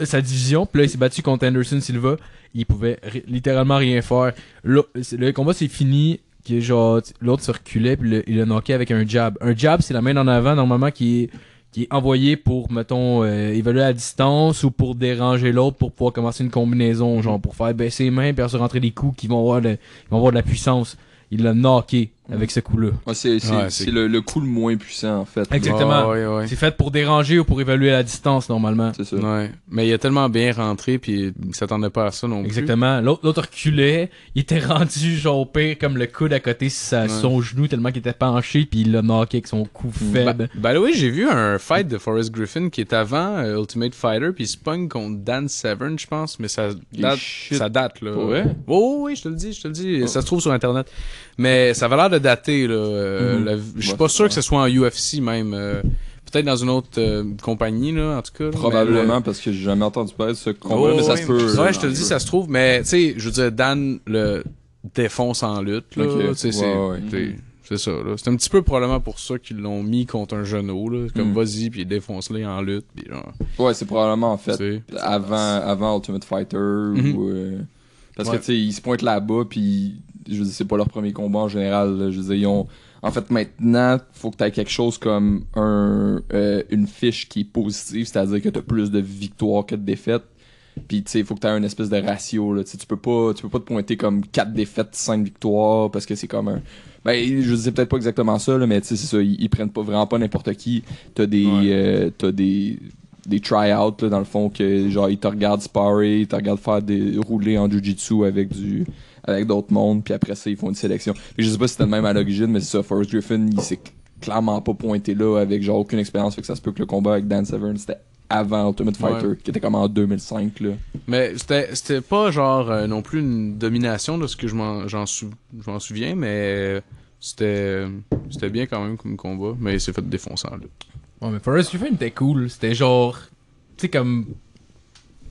Speaker 3: euh, sa division. Puis là, il s'est battu contre Anderson Silva. Il pouvait ri- littéralement rien faire. L'au- c'est- Le combat, c'est fini. qui est genre tu- L'autre se reculait, puis le- il le knocké avec un jab. Un jab, c'est la main en avant, normalement, qui est, qui est envoyée pour, mettons, euh, évaluer la distance ou pour déranger l'autre pour pouvoir commencer une combinaison. Genre, pour faire baisser les mains, puis se rentrer des coups qui vont avoir, le- qui vont avoir de la puissance. Il l'a knocké avec ce coup-là.
Speaker 6: Ouais, c'est c'est-
Speaker 4: Ouais,
Speaker 6: c'est
Speaker 4: c'est-
Speaker 6: le, le coup le moins puissant, en fait.
Speaker 3: Exactement.
Speaker 4: Ah, ouais, ouais.
Speaker 3: C'est fait pour déranger ou pour évaluer à la distance normalement.
Speaker 6: C'est ça.
Speaker 4: Ouais. Mais il a tellement bien rentré, puis il s'attendait pas à ça non plus.
Speaker 3: Exactement. L'autre l'autre reculait, il était rendu genre au pire comme le coude à côté sur sa-
Speaker 4: Ouais.
Speaker 3: son genou tellement qu'il était penché puis il l'a knocké avec son coup
Speaker 4: Bah,
Speaker 3: faible.
Speaker 4: by the way, j'ai vu un fight de Forrest Griffin qui est avant euh, Ultimate Fighter, puis il se pogne contre Dan Severn, je pense, mais ça date,
Speaker 6: shit.
Speaker 4: ça date là.
Speaker 6: Pour vrai?
Speaker 4: Oh, oui, je te le dis, je te le dis, ça se trouve sur internet. Mais ça avait l'air de dater là. euh,
Speaker 6: Mhm.
Speaker 4: la- je suis
Speaker 6: Ouais,
Speaker 4: pas sûr
Speaker 6: ouais.
Speaker 4: que ce soit en UFC même. euh, Peut-être dans une autre euh, compagnie là, en tout cas. là, mais le-
Speaker 6: Probablement parce que j'ai jamais entendu parler de ce combat, mais ça
Speaker 4: ouais,
Speaker 6: se peut.
Speaker 4: Oh, Ouais,
Speaker 6: euh,
Speaker 4: je te le dis, ça se trouve, mais tu sais, je veux dire, Dan le défonce en lutte, là.
Speaker 6: Ok.
Speaker 4: tu sais, c'est.
Speaker 6: Ouais, ouais.
Speaker 4: t'sais, C'est ça, là. C'est un petit peu probablement pour ça qu'ils l'ont mis contre un genou, là. Comme
Speaker 6: Mm.
Speaker 4: vas-y, puis défonce-les en lutte, puis genre.
Speaker 6: Ouais, c'est probablement en
Speaker 4: tu
Speaker 6: fait
Speaker 4: sais.
Speaker 6: avant, avant Ultimate Fighter
Speaker 4: Mhm.
Speaker 6: ou. euh, parce
Speaker 4: Ouais.
Speaker 6: que tu sais, ils se pointent là-bas, puis je veux dire, c'est pas leur premier combat en général. là. Je veux dire, ils ont. En fait, maintenant, faut que t'aies quelque chose comme un, euh, une fiche qui est positive, c'est-à-dire que t'as plus de victoires que de défaites. Puis tu sais, faut que t'aies une espèce de ratio. Là. Tu sais, Tu peux pas, tu peux pas te pointer comme 4 défaites, 5 victoires, parce que c'est comme un. Ben, je sais peut-être pas exactement ça, là, mais tu sais, c'est ça, ils, ils prennent pas vraiment pas n'importe qui. T'as des,
Speaker 5: Ouais.
Speaker 6: euh, t'as des, des try-outs, là, dans le fond, que genre, ils te regardent sparrer, ils te regardent faire des roulés en jujitsu avec du, avec d'autres mondes, puis après ça, ils font une sélection. Puis je sais pas si c'était le même à l'origine, mais c'est ça, Forrest Griffin, il s'est clairement pas pointé là avec genre aucune expérience, fait que ça se peut que le combat avec Dan Severn, c'était avant Ultimate
Speaker 4: Ouais.
Speaker 6: Fighter, qui était comme en 2005, là.
Speaker 4: Mais c'était c'était pas genre euh, non plus une domination de ce que je m'en j'en sou- je m'en souviens, mais c'était c'était bien quand même comme combat, mais il s'est fait défoncer en lutte.
Speaker 3: Ouais, mais Forrest Griffin était cool. C'était genre, tu sais comme,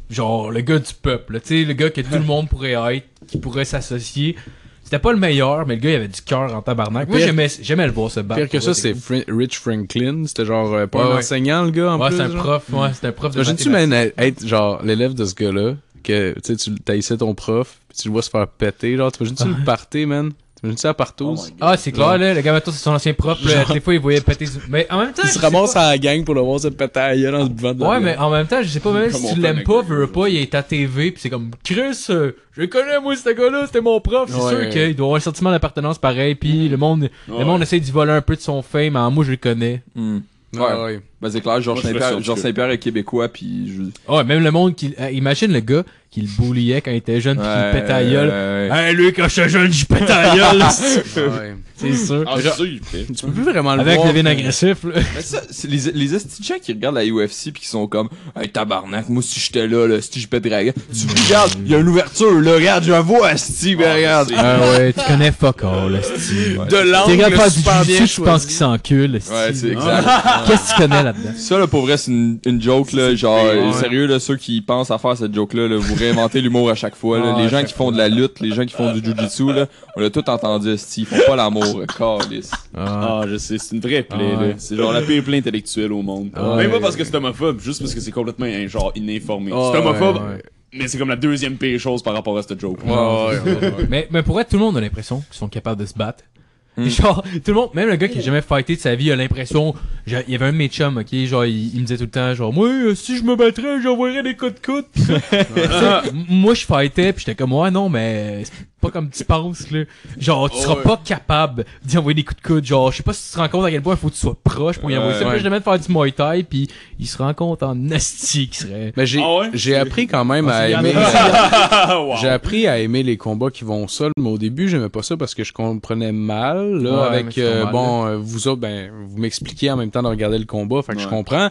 Speaker 3: genre le gars du peuple. Tu sais le gars que tout le monde pourrait être, qui pourrait s'associer. C'était pas le meilleur, mais le gars il avait du cœur en tabarnak. Moi
Speaker 4: Pire-
Speaker 3: j'aimais j'aimais le voir se battre.
Speaker 4: Pire que
Speaker 3: Bah, pour
Speaker 4: ça,
Speaker 3: vrai,
Speaker 4: c'est Fri- Rich Franklin, c'était genre euh, pas
Speaker 3: Ouais,
Speaker 4: un
Speaker 3: ouais.
Speaker 4: enseignant le gars en
Speaker 3: Ouais,
Speaker 4: plus.
Speaker 3: c'est un
Speaker 4: genre.
Speaker 3: prof. Ouais, c'est un prof. de
Speaker 4: Imagine-tu,
Speaker 3: mathématiques.
Speaker 4: man, être genre l'élève de ce gars-là, que tu sais, tu taillissais ton prof, puis tu le vois se faire péter, genre, t'imagines-tu le parter, man? T'imagines-tu la
Speaker 5: Oh
Speaker 4: partouze?
Speaker 5: my God.
Speaker 3: Ah, c'est clair, là. Le gars, maintenant, c'est son ancien propre. là. Des fois, il voyait péter. du- Mais en même temps.
Speaker 4: il
Speaker 3: je
Speaker 4: se
Speaker 3: sais
Speaker 4: ramasse
Speaker 3: pas-
Speaker 4: à la gang pour le voir se péter à la gueule en se buvant de la
Speaker 3: Ouais, mais
Speaker 4: bière.
Speaker 3: en même temps, je sais pas, même
Speaker 5: Comme
Speaker 3: si
Speaker 5: on
Speaker 3: tu
Speaker 5: fait
Speaker 3: l'aimes
Speaker 5: avec
Speaker 3: pas,
Speaker 5: les-
Speaker 3: veux veux pas, il est à TV, pis c'est comme, Chris, euh, je le connais, moi, ce gars-là, c'était mon prof, c'est
Speaker 4: Ouais.
Speaker 3: sûr qu'il doit avoir un sentiment d'appartenance pareil, pis le monde,
Speaker 5: Ouais.
Speaker 3: le monde essaie d'y voler un peu de son fame, ah, moi, je le connais.
Speaker 6: Hmm. Ouais.
Speaker 4: Ouais, ouais.
Speaker 6: Ben, c'est clair, Georges
Speaker 5: Moi, je serais
Speaker 6: Saint-Pierre,
Speaker 5: sûr
Speaker 6: Georges
Speaker 5: que-
Speaker 6: Saint-Pierre est québécois, puis je...
Speaker 3: Ah, Ouais, même le monde qui, euh, imagine le gars qui le bouliait quand il était jeune, pis qui le pétait à la gueule.
Speaker 6: ouais, ouais.
Speaker 3: Hey, lui, quand j'étais jeune, j'y pétait à la gueule,
Speaker 4: Ouais.
Speaker 3: c'est sûr.
Speaker 5: Ah, c'est sûr, il fait.
Speaker 4: Tu peux plus vraiment le
Speaker 3: Avec
Speaker 4: voir.
Speaker 3: le vin agressif, là.
Speaker 6: Mais ça, c'est les, les esti de gens qui regardent la UFC puis qui sont comme Hey tabarnak, moi si j'étais là, là, si je pèterais la gueule. Tu me regardes, il y a une ouverture, là, regarde, je vois esti, ben, regarde.
Speaker 5: c'est-
Speaker 3: Ah ouais, tu connais fuck all, là, c'est-
Speaker 6: Ouais.
Speaker 4: De
Speaker 3: Tu regardes pas
Speaker 4: l'angle super
Speaker 3: du
Speaker 4: bien
Speaker 3: jiu-jitsu, tu penses qu'il
Speaker 4: choisi.
Speaker 3: s'encule, là,
Speaker 6: Ouais,
Speaker 3: c'est-
Speaker 6: c'est exact.
Speaker 3: Qu'est-ce que tu connais là-dedans?
Speaker 6: Ça là pour vrai c'est une, une joke là, genre euh,
Speaker 4: Ouais.
Speaker 6: sérieux là ceux qui pensent à faire cette joke là, vous réinventez l'humour à chaque fois là.
Speaker 3: Ah,
Speaker 6: les
Speaker 3: à
Speaker 6: gens
Speaker 3: chaque
Speaker 6: qui font de la lutte, les gens qui font du jujitsu là, on l'a tout entendu esti, ils font pas l'amour, Moore, calice.
Speaker 5: Ah, je sais, c'est une vraie plaie,
Speaker 3: Ah ouais.
Speaker 5: là. C'est genre la pire plaie intellectuelle au monde.
Speaker 3: Ah
Speaker 5: Même
Speaker 3: ouais.
Speaker 5: pas parce que c'est homophobe, juste parce que c'est complètement, hein, genre, ininformé.
Speaker 4: Ah
Speaker 5: c'est homophobe,
Speaker 4: ouais, ouais.
Speaker 5: mais c'est comme la deuxième pire chose par rapport à cette joke.
Speaker 4: Ouais, ouais, ouais, ouais.
Speaker 3: Mais, mais pour être, tout le monde a l'impression qu'ils sont capables de se battre.
Speaker 4: Hmm.
Speaker 6: Mm.
Speaker 3: Genre, tout le monde, même le gars qui a jamais fighté de sa vie a l'impression. genre, Il y avait un de mes chums, ok? Genre, il, il me disait tout le temps, genre, moi, euh, si je me battrais, j'envoyerais des coups de coude. Pis ça, m- moi, je fightais, pis j'étais comme, ouais, non, mais c'est pas comme tu penses, là. Genre, tu
Speaker 4: Oh,
Speaker 3: seras
Speaker 4: ouais.
Speaker 3: pas capable d'y envoyer des coups de coude. Genre, je sais pas si tu te rends compte à quel point il faut que tu sois proche pour y envoyer
Speaker 4: Ouais,
Speaker 3: ça.
Speaker 4: ouais.
Speaker 3: Puis je devais faire du muay thai, pis il se rend compte en asti qu'il serait.
Speaker 4: Mais j'ai
Speaker 5: Ah ouais?
Speaker 4: j'ai appris quand même à aimer j'ai appris à aimer les combats qui vont au sol, mais au début, j'aimais pas ça parce que je comprenais mal là
Speaker 3: Ouais, mais
Speaker 4: avec
Speaker 3: c'est
Speaker 4: euh,
Speaker 3: normal,
Speaker 4: bon euh, vous autres ben vous m'expliquez en même temps de regarder le combat, fait que je
Speaker 5: Ouais.
Speaker 4: comprends.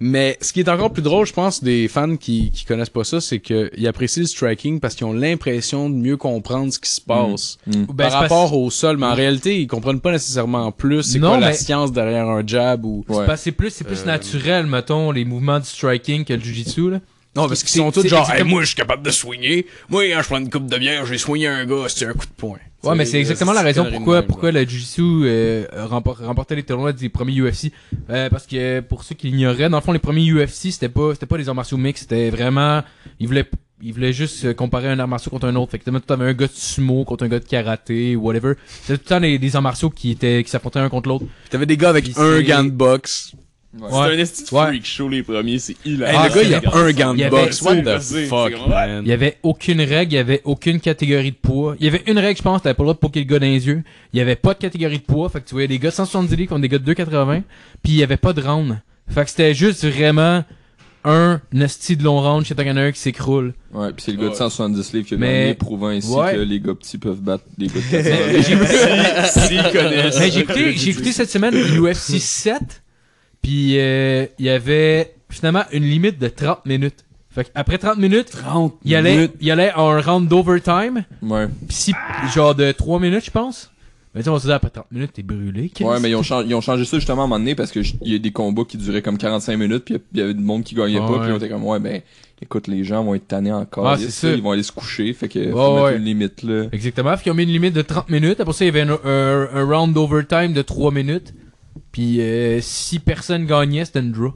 Speaker 4: Mais ce qui est encore plus drôle, je pense des fans qui qui connaissent pas ça, c'est que ils apprécient le striking parce qu'ils ont l'impression de mieux comprendre ce qui se passe.
Speaker 3: Hmm. Ben, c'est
Speaker 4: par
Speaker 3: parce-
Speaker 4: rapport au sol, mais en réalité, ils comprennent pas nécessairement plus c'est
Speaker 3: Non,
Speaker 4: quoi la
Speaker 3: mais-
Speaker 4: science derrière un jab ou
Speaker 6: Ouais.
Speaker 3: Parce que c'est plus, c'est
Speaker 4: Euh,
Speaker 3: plus naturel, mettons, les mouvements du striking que le jujitsu, là.
Speaker 4: Non, parce qu'ils
Speaker 3: C'est-
Speaker 4: sont tous
Speaker 3: c'est-
Speaker 4: genre,
Speaker 3: c'est
Speaker 4: Hey,
Speaker 3: comme-
Speaker 4: moi, je suis capable de soigner. Moi, quand je prends une coupe de bière, j'ai soigné un gars, c'était un coup de poing.
Speaker 3: Ouais, mais c'est exactement la raison pourquoi, pourquoi le Jiu-Jitsu euh, rempor- remportait les tournois des premiers UFC. Euh, parce que pour ceux qui l'ignoraient, dans le fond, les premiers UFC, c'était pas, c'était pas des arts martiaux mix, c'était vraiment. Ils voulaient, ils voulaient juste euh, comparer un art martiaux contre un autre. Fait que tu avais un gars de sumo contre un gars de karaté, whatever. C'était tout le temps des, des arts martiaux qui, étaient, qui s'affrontaient un contre l'autre.
Speaker 4: T'avais des gars avec
Speaker 3: Puis
Speaker 4: un
Speaker 3: c'est-
Speaker 4: gant de boxe.
Speaker 5: C'est
Speaker 3: Ouais.
Speaker 5: un esti de
Speaker 3: Ouais.
Speaker 5: freak show, les premiers, c'est
Speaker 4: Hey,
Speaker 5: hilarant.
Speaker 3: Ah,
Speaker 4: le gars, il a
Speaker 3: c'est-
Speaker 4: un gant
Speaker 3: il y
Speaker 4: de
Speaker 3: avait-
Speaker 4: boxe.
Speaker 5: je
Speaker 4: What
Speaker 5: sais,
Speaker 4: the
Speaker 5: je sais, c'est
Speaker 4: fuck,
Speaker 5: comme-
Speaker 4: man?
Speaker 3: Il y avait aucune règle, il y avait aucune catégorie de poids. Il y avait une règle, je pense, t'avais pas le droit de poker le gars dans les yeux. Il y avait pas de catégorie de poids, fait que tu voyais des gars de 170 livres contre des gars de 280, puis il y avait pas de round. Fait que c'était juste vraiment un nasty de long round chez Taganer qui s'écroule.
Speaker 6: Ouais, pis c'est le gars de
Speaker 5: Ouais.
Speaker 6: 170 livres qui a
Speaker 3: Mais-
Speaker 6: gagné, prouvant ainsi
Speaker 3: Ouais.
Speaker 6: que les gars petits peuvent battre les gars de 80
Speaker 3: Mais j'ai écouté,
Speaker 5: S'ils connaissent.
Speaker 3: mais j'ai écouté- j'ai écouté cette semaine UFC 7, puis euh, il y avait finalement une limite de 30 minutes. Fait que après 30 minutes,
Speaker 5: 30
Speaker 3: il allait, il allait en round d'overtime.
Speaker 6: Ouais.
Speaker 3: Pis si, genre de 3 minutes, je pense. Mais tu sais, on se dit après 30 minutes, t'es brûlé. Chris.
Speaker 6: Ouais, mais ils ont, chang- ils ont changé ça justement à un moment donné parce qu'il y a eu des combats qui duraient comme 45 minutes, puis il y avait du monde qui gagnait
Speaker 3: Ah
Speaker 6: pas,
Speaker 3: ouais.
Speaker 6: puis on était comme, ouais, ben, écoute, les gens vont être tannés encore.
Speaker 3: Ah, c'est ça.
Speaker 6: Ils vont aller se coucher, fait que faut
Speaker 3: Ouais,
Speaker 6: mettre
Speaker 3: ouais.
Speaker 6: une limite là.
Speaker 3: Exactement. Fait qu'ils ont mis une limite de 30 minutes. Après ça, il y avait un, un- un round d'overtime de 3 minutes. Puis euh, si personne gagnait, c'était une draw.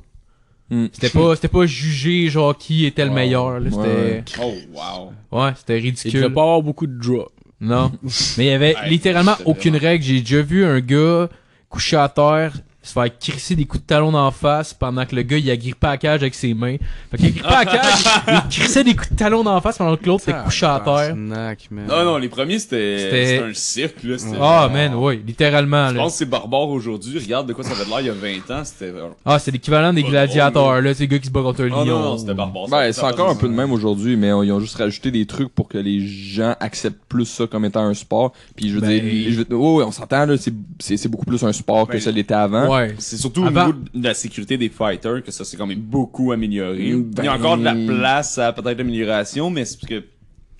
Speaker 6: Hmm.
Speaker 3: C'était pas, c'était pas jugé, genre, qui était le
Speaker 6: Wow.
Speaker 3: meilleur. là.
Speaker 6: Ouais.
Speaker 3: C'était,
Speaker 5: Oh, wow.
Speaker 3: ouais, c'était
Speaker 4: Il devait
Speaker 3: ridicule.
Speaker 4: pas avoir beaucoup de draw.
Speaker 3: Non. Mais il y avait
Speaker 5: Hey,
Speaker 3: littéralement
Speaker 5: c'était
Speaker 3: aucune
Speaker 5: vraiment-
Speaker 3: règle. J'ai déjà vu un gars couché à terre se faire crisser des coups de talon d'en face pendant que le gars il a grippé à la cage avec ses mains. Fait qu'il a grippé à la cage, il crissait des coups de talon d'en face pendant que l'autre était couché à terre.
Speaker 4: Snack, man.
Speaker 5: Non, non, les premiers, c'était
Speaker 3: C'était-
Speaker 5: c'était un cirque, là. c'était
Speaker 3: Ah
Speaker 5: genre-
Speaker 3: man, oui, littéralement.
Speaker 5: Je
Speaker 3: là.
Speaker 5: pense que c'est barbare aujourd'hui. Regarde de quoi ça avait l'air il y a 20 ans. C'était.
Speaker 3: Ah, c'est l'équivalent des
Speaker 5: Pas
Speaker 3: gladiateurs, là, ces gars qui se battent contre un lion.
Speaker 5: Oh non, non, c'était barbare.
Speaker 6: Ben, c'est
Speaker 5: Ça-
Speaker 6: encore un peu de même aujourd'hui, mais euh, ils ont juste rajouté des trucs pour que les gens acceptent plus ça comme étant un sport. Puis je veux
Speaker 3: Ben-
Speaker 6: dire, je veux- oh, ouais, on s'entend là, c'est- c'est c'est beaucoup plus un sport que
Speaker 5: Ben,
Speaker 6: ça l'était avant.
Speaker 3: Ouais.
Speaker 5: C'est surtout
Speaker 3: Avant-
Speaker 5: au niveau de la sécurité des fighters que ça s'est quand même beaucoup amélioré.
Speaker 6: Ben-
Speaker 5: Il y a encore de la place à peut-être amélioration, mais c'est parce que.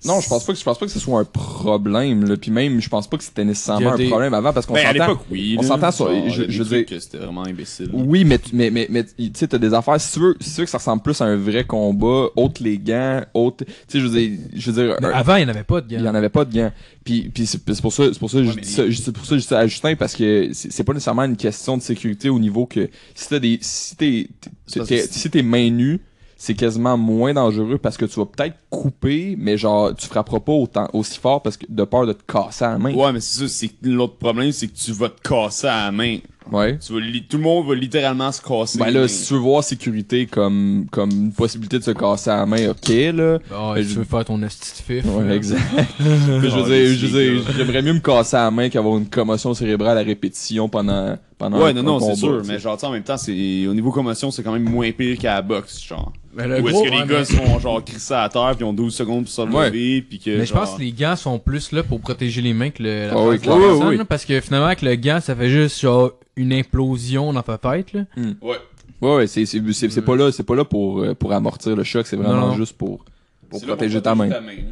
Speaker 6: Non, je pense pas que je pense pas que ce soit un problème. Là. Puis même, je pense pas que c'était
Speaker 4: Il y
Speaker 6: nécessairement
Speaker 4: a des-
Speaker 6: un problème avant parce qu'on
Speaker 5: Ben, à
Speaker 6: s'entend.
Speaker 5: l'époque, oui.
Speaker 6: on
Speaker 5: là.
Speaker 6: s'entend sur-
Speaker 5: Genre, il y
Speaker 6: je-
Speaker 5: a des
Speaker 6: je veux
Speaker 5: trucs
Speaker 6: dire-
Speaker 5: que C'était vraiment imbécile.
Speaker 6: Oui, mais tu- mais mais mais tu sais t'as des affaires si tu veux si tu veux que ça ressemble plus à un vrai combat, autre les gants, autre tu sais je veux dire je veux dire
Speaker 3: Mais
Speaker 6: un-
Speaker 3: avant, il n'y en avait pas de
Speaker 6: il y
Speaker 3: gars.
Speaker 6: en avait pas de gants. Puis puis c'est c'est pour ça c'est pour ça que je
Speaker 5: Ouais,
Speaker 6: dis
Speaker 5: mais-
Speaker 6: ça je- c'est pour ça que je dis ça à Justin parce que c'est c'est pas nécessairement une question de sécurité au niveau que si t'as des si t'es t'es-
Speaker 5: C'est parce
Speaker 6: t'es-
Speaker 5: que-
Speaker 6: si t'es main nue c'est quasiment moins dangereux parce que tu vas peut-être couper, mais genre, tu frapperas pas autant, aussi fort parce que de peur de te casser la main.
Speaker 5: Ouais, mais c'est ça. c'est que L'autre problème, c'est que tu vas te casser à la main.
Speaker 6: Ouais.
Speaker 5: Tu vas li- Tout le monde va littéralement se casser.
Speaker 6: Ben
Speaker 5: les
Speaker 6: là,
Speaker 5: mains.
Speaker 6: si tu veux voir sécurité comme, comme une possibilité de se casser la main, ok, là.
Speaker 3: Ah,
Speaker 6: Mais
Speaker 3: tu
Speaker 6: je-
Speaker 3: veux faire ton hostie de fif. là.
Speaker 6: Ouais, exact. Mais je veux dire, je veux dire, j'aimerais mieux me casser la main qu'avoir une commotion cérébrale à répétition pendant, pendant
Speaker 5: Ouais,
Speaker 6: un-
Speaker 5: non,
Speaker 6: un
Speaker 5: non,
Speaker 6: combat,
Speaker 5: c'est sûr.
Speaker 6: tu sais.
Speaker 5: Mais genre, tu sais, en même temps, c'est au niveau commotion, c'est quand même moins pire qu'à la boxe, genre.
Speaker 3: Mais
Speaker 5: Ou
Speaker 3: le
Speaker 5: est-ce
Speaker 3: Euh, gros,
Speaker 5: que les
Speaker 3: ouais,
Speaker 5: gars
Speaker 3: mais-
Speaker 5: sont genre crissés à terre puis ils ont 12 secondes pour se relever puis que
Speaker 3: Mais je pense
Speaker 5: genre-
Speaker 3: que les gants sont plus là pour protéger les mains que le, la
Speaker 6: Ah oui,
Speaker 3: face de
Speaker 6: clairement.
Speaker 3: la
Speaker 6: Oui,
Speaker 3: personne,
Speaker 6: oui,
Speaker 3: là, parce que finalement, avec le gant, ça fait juste genre une implosion dans ta tête. Là.
Speaker 5: ouais
Speaker 6: Ouais, ouais, c'est, c'est, c'est, c'est pas là, c'est pas là pour, euh, pour amortir le choc, c'est vraiment
Speaker 3: Non, non.
Speaker 6: juste pour, pour
Speaker 5: C'est là
Speaker 6: protéger ta main.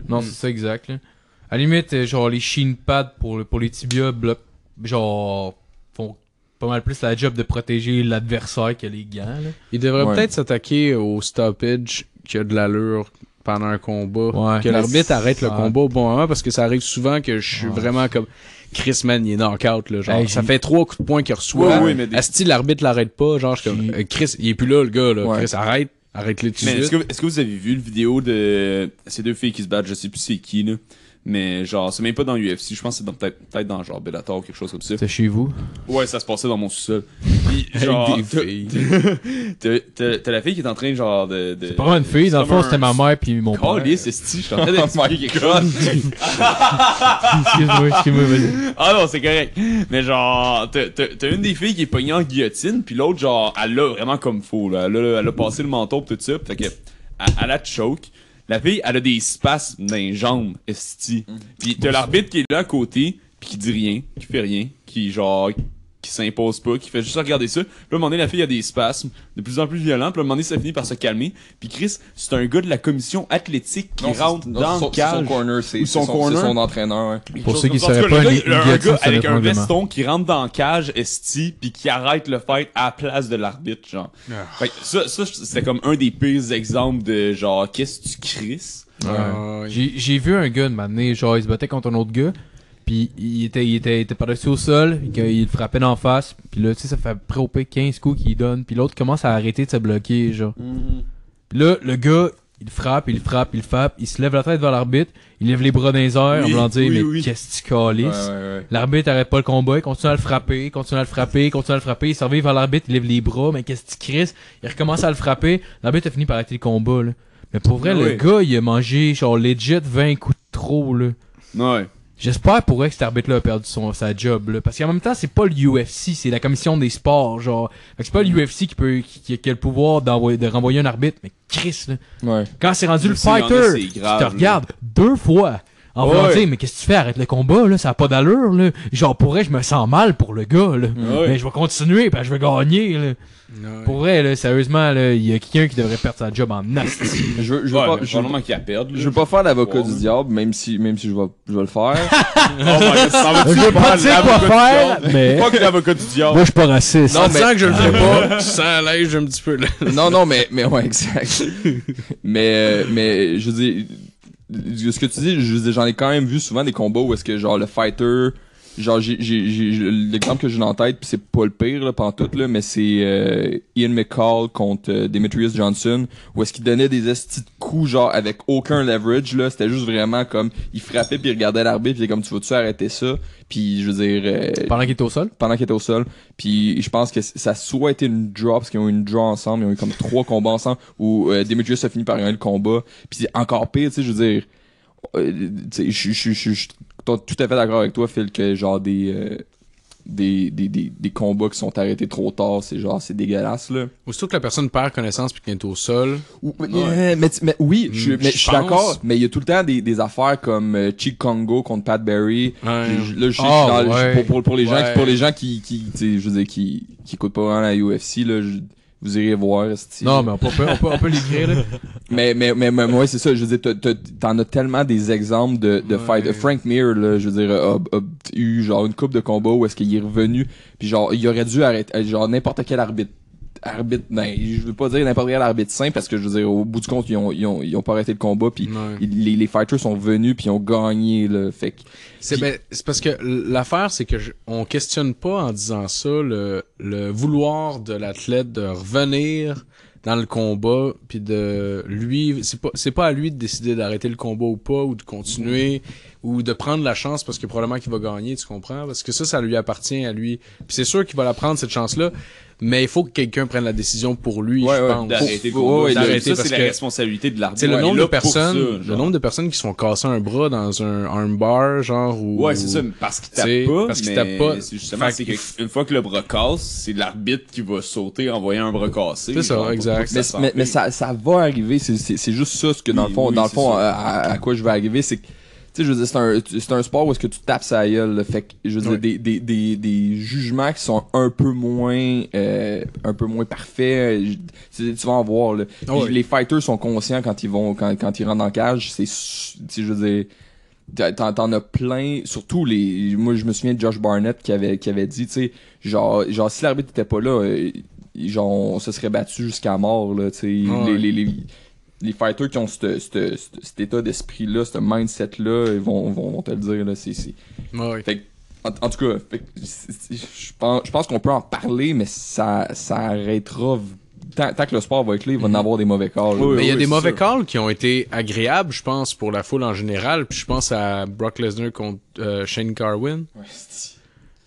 Speaker 3: Non, c'est ça exact. Là. À la limite, euh, genre les shin pads pour, le- pour les tibias, bloquent, genre font pas mal plus la job de protéger l'adversaire que les gants. Là.
Speaker 4: Il devrait
Speaker 6: Ouais.
Speaker 4: peut-être s'attaquer au stoppage qui a de l'allure pendant un combat.
Speaker 3: Ouais.
Speaker 4: Que l'arbitre arrête le
Speaker 3: Ouais.
Speaker 4: combat au bon moment parce que ça arrive souvent que je suis
Speaker 3: Ouais.
Speaker 4: vraiment comme. Chris, man, il est knock-out, là. Genre,
Speaker 3: Hey,
Speaker 4: ça
Speaker 3: j'ai-
Speaker 4: fait trois coups de poing qu'il reçoit.
Speaker 5: Ouais, ouais, mais des-
Speaker 4: Asti, l'arbitre l'arrête pas. Genre, je suis comme,
Speaker 3: J'ai-
Speaker 4: euh, Chris, il est plus là, le gars, là.
Speaker 6: Ouais.
Speaker 4: Chris, arrête. Arrête-le tout de
Speaker 5: Mais
Speaker 4: suite.
Speaker 5: est-ce que, est-ce que vous avez vu le vidéo de ces deux filles qui se battent, je sais plus c'est qui, là. Mais genre, c'est même pas dans l'UFC, je pense que c'est dans- peut-être peut dans genre Bellator ou quelque chose comme ça.
Speaker 3: C'est chez vous.
Speaker 5: Ouais, ça se passait dans mon sous-sol. Puis genre,
Speaker 4: Avec des
Speaker 5: t'as-
Speaker 4: filles.
Speaker 5: t'as- t'as t'as la fille qui est en train genre de... de...
Speaker 3: C'est pas une fille, dans le
Speaker 5: comme
Speaker 3: fond,
Speaker 5: un-
Speaker 3: c'était ma mère puis mon
Speaker 5: Oh,
Speaker 3: père.
Speaker 5: les esti, je suis en train
Speaker 4: Oh
Speaker 5: d'expliquer quelque chose.
Speaker 3: Excuse-moi, excuse-moi, vas-y.
Speaker 5: Ah non, c'est correct. Mais genre, t'as- t'as t'as une des filles qui est pognée en guillotine, puis l'autre, genre, elle l'a vraiment comme faux, là. Elle a, elle a passé le menton pis tout ça, fait que, elle, elle la choke. La fille, elle a des spasmes dans les jambes, esti.
Speaker 6: Mm.
Speaker 5: Pis t'as l'arbitre qui est là à côté, pis qui dit rien, qui fait rien, qui, genre, qui s'impose pas, qui fait juste regarder ça. Puis là, à un moment donné, la fille a des spasmes de plus en plus violents, puis à un moment donné, ça finit par se calmer. Puis Chris, c'est un gars de la commission athlétique qui
Speaker 6: Non, c'est-
Speaker 5: rentre
Speaker 6: non,
Speaker 5: dans
Speaker 6: c'est
Speaker 5: le
Speaker 6: son, c'est
Speaker 5: cage.
Speaker 6: Son corner, c'est
Speaker 5: Ou son
Speaker 6: c'est son,
Speaker 5: corner.
Speaker 6: c'est son entraîneur. ouais.
Speaker 3: Pour
Speaker 5: Chose
Speaker 3: ceux qui
Speaker 5: comme ça.
Speaker 3: sauraient
Speaker 5: En tout cas,
Speaker 3: pas,
Speaker 5: le
Speaker 3: une
Speaker 5: gars- le- un
Speaker 3: guillotine,
Speaker 5: gars
Speaker 3: ça
Speaker 5: avec
Speaker 3: doit être
Speaker 5: un
Speaker 3: un
Speaker 5: veston qui rentre dans la cage, esti, puis qui arrête le fight à la place de l'arbitre, genre.
Speaker 6: Ah.
Speaker 5: Fait que ça, ça c'était comme un des pires exemples de genre, qu'est-ce que tu crisses?
Speaker 4: Ah, oui.
Speaker 3: Euh, J'ai j'ai vu un gars de m'amener, genre, il se battait contre un autre gars, puis il était, il était, il était par-dessus au sol, il- il le frappait d'en face, puis là, tu sais, ça fait à peu près au pire 15 coups qu'il donne, puis l'autre commence à arrêter de se bloquer, genre. Puis là, le gars, il frappe, il frappe, il frappe, il se lève la tête vers l'arbitre, il lève les bras dans les airs,
Speaker 5: Oui,
Speaker 3: en voulant dire,
Speaker 5: oui,
Speaker 3: mais
Speaker 5: oui.
Speaker 3: qu'est-ce que tu calisses?
Speaker 6: Ouais, ouais, ouais.
Speaker 3: L'arbitre arrête pas le combat, il continue à le frapper, il continue à le frapper, il continue à le frapper, il survit vers l'arbitre, il lève les bras, mais qu'est-ce qu'il crisse? Il recommence à le frapper, l'arbitre a fini par arrêter le combat, là. Mais pour vrai, le
Speaker 5: Oui.
Speaker 3: gars, il a mangé, genre, legit 20 coups de trop, là.
Speaker 5: Ouais.
Speaker 3: J'espère pour vrai que cet arbitre-là a perdu son, sa job, là. Parce qu'en même temps, c'est pas l'UFC, c'est la commission des sports, genre. Fait que c'est pas l'UFC qui peut, qui, qui a le pouvoir d'envoyer, de renvoyer un arbitre, mais Chris, là.
Speaker 6: Ouais.
Speaker 3: Quand c'est rendu le
Speaker 5: Je sais, il y en a,
Speaker 3: fighter,
Speaker 5: c'est
Speaker 3: tu
Speaker 5: grave,
Speaker 3: te
Speaker 5: là.
Speaker 3: regardes deux fois. En voulant
Speaker 5: Ouais.
Speaker 3: dire, mais qu'est-ce que tu fais? Arrête le combat, là, ça a pas d'allure, là. Genre, pour vrai, je me sens mal pour le gars, là.
Speaker 5: Ouais.
Speaker 3: Mais je vais continuer, parce que je vais gagner, là.
Speaker 4: Ouais.
Speaker 3: Pour vrai, là, sérieusement, là, il y a quelqu'un qui devrait perdre sa job en nasty.
Speaker 6: Je veux, je veux
Speaker 5: Ouais, mais
Speaker 6: pas, je veux-
Speaker 5: probablement qu'il la perde, là.
Speaker 6: je veux pas faire l'avocat
Speaker 5: Ouais.
Speaker 6: du diable, même si, même si je vais, je vais le faire.
Speaker 5: Oh my God, ça va-tu
Speaker 3: je veux pas
Speaker 5: faire
Speaker 3: dire quoi
Speaker 5: l'avocat du
Speaker 3: faire,
Speaker 5: diable?
Speaker 3: mais
Speaker 5: Fuck l'avocat du diable.
Speaker 3: moi, je suis pas raciste.
Speaker 6: Non,
Speaker 4: Tu sens
Speaker 6: mais-
Speaker 4: que je le fais pas, je sens à l'aise un petit peu, là.
Speaker 6: non, non, mais, mais ouais, exact. mais, euh, mais, je veux dire, ce que tu dis, je veux dire, j'en ai quand même vu souvent des combats où est-ce que, genre, le fighter, genre, j'ai, j'ai, j'ai- j'ai- l'exemple que j'ai en tête, pis c'est pas le pire, là, pantoute, là, mais c'est, euh, Ian McCall contre euh, Demetrius Johnson, où est-ce qu'il donnait des estis de coups, genre, avec aucun leverage, là, c'était juste vraiment comme, il frappait puis il regardait l'arbitre pis il était comme, tu vas-tu arrêter ça? Puis je veux dire, euh,
Speaker 3: Pendant qu'il était au sol.
Speaker 6: pendant qu'il était au sol. Puis je pense que c- ça a soit été une draw, parce qu'ils ont eu une draw ensemble, ils ont eu comme trois combats ensemble, où euh, Demetrius a fini par gagner le combat. Puis c'est encore pire, tu sais, je veux dire, euh, tu sais, je je- je- je- je suis tout tout à fait d'accord avec toi, Phil, que genre des, euh, des, des, des, des combats qui sont arrêtés trop tard, c'est genre, c'est dégueulasse, là.
Speaker 4: Aussitôt que la personne perd connaissance puis qu'elle est au sol,
Speaker 6: Ou- euh, mais, tu- mais oui, je,
Speaker 4: Mm,
Speaker 6: mais
Speaker 4: je
Speaker 6: je suis
Speaker 4: pense.
Speaker 6: d'accord, mais il y a tout le temps des, des affaires comme euh, Chick Congo contre Pat Barry.
Speaker 4: Ouais.
Speaker 6: Je- je- Là, je sais que
Speaker 3: Ah,
Speaker 6: dans-
Speaker 3: ouais.
Speaker 6: je- pour, pour, pour les gens,
Speaker 4: Ouais.
Speaker 6: pour les gens qui, qui tu sais, je veux dire, qui, qui écoutent pas vraiment la UFC, là, je- vous irez voir. esti.
Speaker 3: Non, mais on peut, on peut, on peut, on peut l'écrire, là.
Speaker 6: mais, mais, mais, mais, ouais, c'est ça. Je veux dire, t'as- t'as- t'en as tellement des exemples de, de
Speaker 4: Ouais.
Speaker 6: fight. Frank Mir, là, je veux dire, a, a eu genre une coupe de combat où est-ce qu'il est revenu, puis genre, il aurait dû arrêter, euh, genre n'importe quel arbitre arbitre ben, je veux pas dire n'importe quel arbitre sain parce que je veux dire au bout du compte ils ont ils ont, ils ont pas arrêté le combat puis
Speaker 4: Ouais.
Speaker 6: ils- les, les fighters sont venus puis ils ont gagné là fait que
Speaker 4: C'est
Speaker 6: Puis-
Speaker 4: ben, c'est parce que l- l'affaire, c'est que je- on questionne pas en disant ça le, le vouloir de l'athlète de revenir dans le combat, puis de lui, c'est pas c'est pas à lui de décider d'arrêter le combat ou pas, ou de continuer, ou de prendre la chance parce que probablement qu'il va gagner, tu comprends, parce que ça, ça lui appartient à lui. Puis c'est sûr qu'il va la prendre cette chance là, mais il faut que quelqu'un prenne la décision pour lui,
Speaker 6: Ouais,
Speaker 4: je
Speaker 6: ouais,
Speaker 4: pense.
Speaker 5: D'arrêter le
Speaker 6: Ouais,
Speaker 5: combat.
Speaker 6: ouais,
Speaker 5: D'arrêter,
Speaker 4: d'arrêter,
Speaker 5: ça,
Speaker 4: parce
Speaker 5: c'est la
Speaker 4: que-
Speaker 5: responsabilité de l'arbitre.
Speaker 4: Tu sais, le
Speaker 5: Ouais,
Speaker 4: nombre
Speaker 5: là,
Speaker 4: de
Speaker 5: pour ça,
Speaker 4: personnes, le
Speaker 5: genre.
Speaker 4: nombre de personnes qui se font casser un bras dans un armbar, genre ou
Speaker 5: Ouais, c'est ça, mais parce qu'il
Speaker 4: T'sais,
Speaker 5: tape pas.
Speaker 4: parce qu'il
Speaker 5: mais
Speaker 4: tape pas.
Speaker 5: c'est Justement,
Speaker 4: Fait
Speaker 5: c'est
Speaker 4: qu'il-
Speaker 5: qu'une fois que le bras casse, c'est l'arbitre qui va sauter, envoyer un bras cassé.
Speaker 4: C'est ça,
Speaker 5: genre, pour
Speaker 4: exact.
Speaker 5: pas que
Speaker 6: mais,
Speaker 5: ça
Speaker 6: mais, mais
Speaker 5: s'empire.
Speaker 6: ça, ça va arriver, c'est- c'est c'est juste ça ce que dans
Speaker 5: Oui,
Speaker 6: le fond,
Speaker 5: oui,
Speaker 6: dans le
Speaker 5: c'est
Speaker 6: fond
Speaker 5: ça.
Speaker 6: à, à- à quoi je vais arriver, c'est que tu sais, je veux dire, c'est un, c'est un sport où est-ce que tu tapes sa gueule, là. fait que, je veux dire,
Speaker 4: Ouais.
Speaker 6: des, des, des, des jugements qui sont un peu moins, euh, un peu moins parfaits, euh, tu, tu vas en voir, là.
Speaker 5: Ah
Speaker 6: Puis
Speaker 4: Ouais.
Speaker 6: les fighters sont conscients quand ils vont, quand, quand ils rentrent en cage, c'est, su- tu sais, je veux dire, t'en- t'en t'en as plein, surtout les, moi, je me souviens de Josh Barnett qui avait, qui avait dit, tu sais, genre, genre, si l'arbitre était pas là, euh, genre, on se serait battu jusqu'à mort, là, tu sais.
Speaker 4: Ouais.
Speaker 6: les, les, les, les fighters qui ont c'te- c'te- c'te- cet état d'esprit-là, ce mindset-là, ils vont, vont, vont te le dire, là, c'est... c'est-
Speaker 4: Ouais.
Speaker 6: Fait que En, en tout cas, fait que c'est- c'est- je pense, je pense qu'on peut en parler, mais ça, ça arrêtera. v- Tant, tant que le sport va être là, il va en avoir des mauvais calls.
Speaker 5: Oui,
Speaker 4: Mais il y a des
Speaker 5: c'est
Speaker 4: mauvais
Speaker 5: sûr.
Speaker 4: calls qui ont été agréables, je pense, pour la foule en général. Puis je pense à Brock Lesnar contre euh, Shane Carwin.
Speaker 6: Ouais, c'est-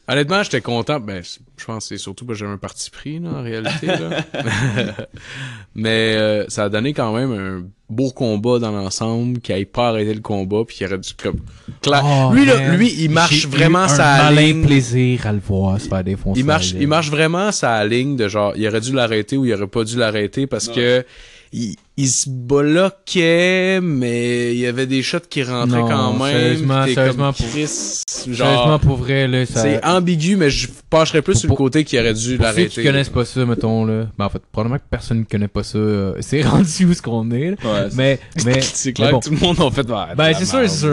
Speaker 4: Honnêtement, j'étais content. Ben, c- je pense que c'est surtout parce que j'avais un parti pris, là, en réalité. là. Mais euh, ça a donné quand même un beau combat dans l'ensemble, qui n'aille pas arrêter le combat, puis qui aurait dû comme... cla-
Speaker 3: Oh,
Speaker 4: lui, là,
Speaker 3: man.
Speaker 4: lui, il marche
Speaker 3: J'ai eu
Speaker 4: vraiment sa
Speaker 3: un malin
Speaker 4: ligne.
Speaker 3: plaisir à le voir se faire défoncer.
Speaker 4: Il marche,
Speaker 3: la
Speaker 4: il
Speaker 3: gueule.
Speaker 4: marche vraiment sa ligne de genre, il aurait dû l'arrêter ou il aurait pas dû l'arrêter parce
Speaker 5: Non.
Speaker 4: que il, il se bloquait, mais il y avait des shots qui rentraient
Speaker 3: Non,
Speaker 4: quand même.
Speaker 3: sérieusement,
Speaker 4: T'es
Speaker 3: sérieusement,
Speaker 4: comme,
Speaker 3: pour-
Speaker 4: Chris,
Speaker 3: Sérieusement,
Speaker 4: genre,
Speaker 3: pour vrai, là, ça.
Speaker 4: c'est ambigu, mais je pencherais plus
Speaker 3: Pour-
Speaker 4: sur le côté qu'il aurait dû
Speaker 3: Pour ceux qui
Speaker 4: l'arrêter.
Speaker 3: connaissent pas ça, mettons, là. Ben, en fait, probablement que personne ne connaît pas ça. euh, c'est rendu où ce qu'on est, là.
Speaker 6: ouais,
Speaker 3: Mais, mais.
Speaker 4: C'est clair
Speaker 3: mais bon.
Speaker 4: que tout le monde en fait. bah,
Speaker 3: Ben,
Speaker 4: la
Speaker 3: c'est sûr,
Speaker 4: merde.
Speaker 3: c'est sûr,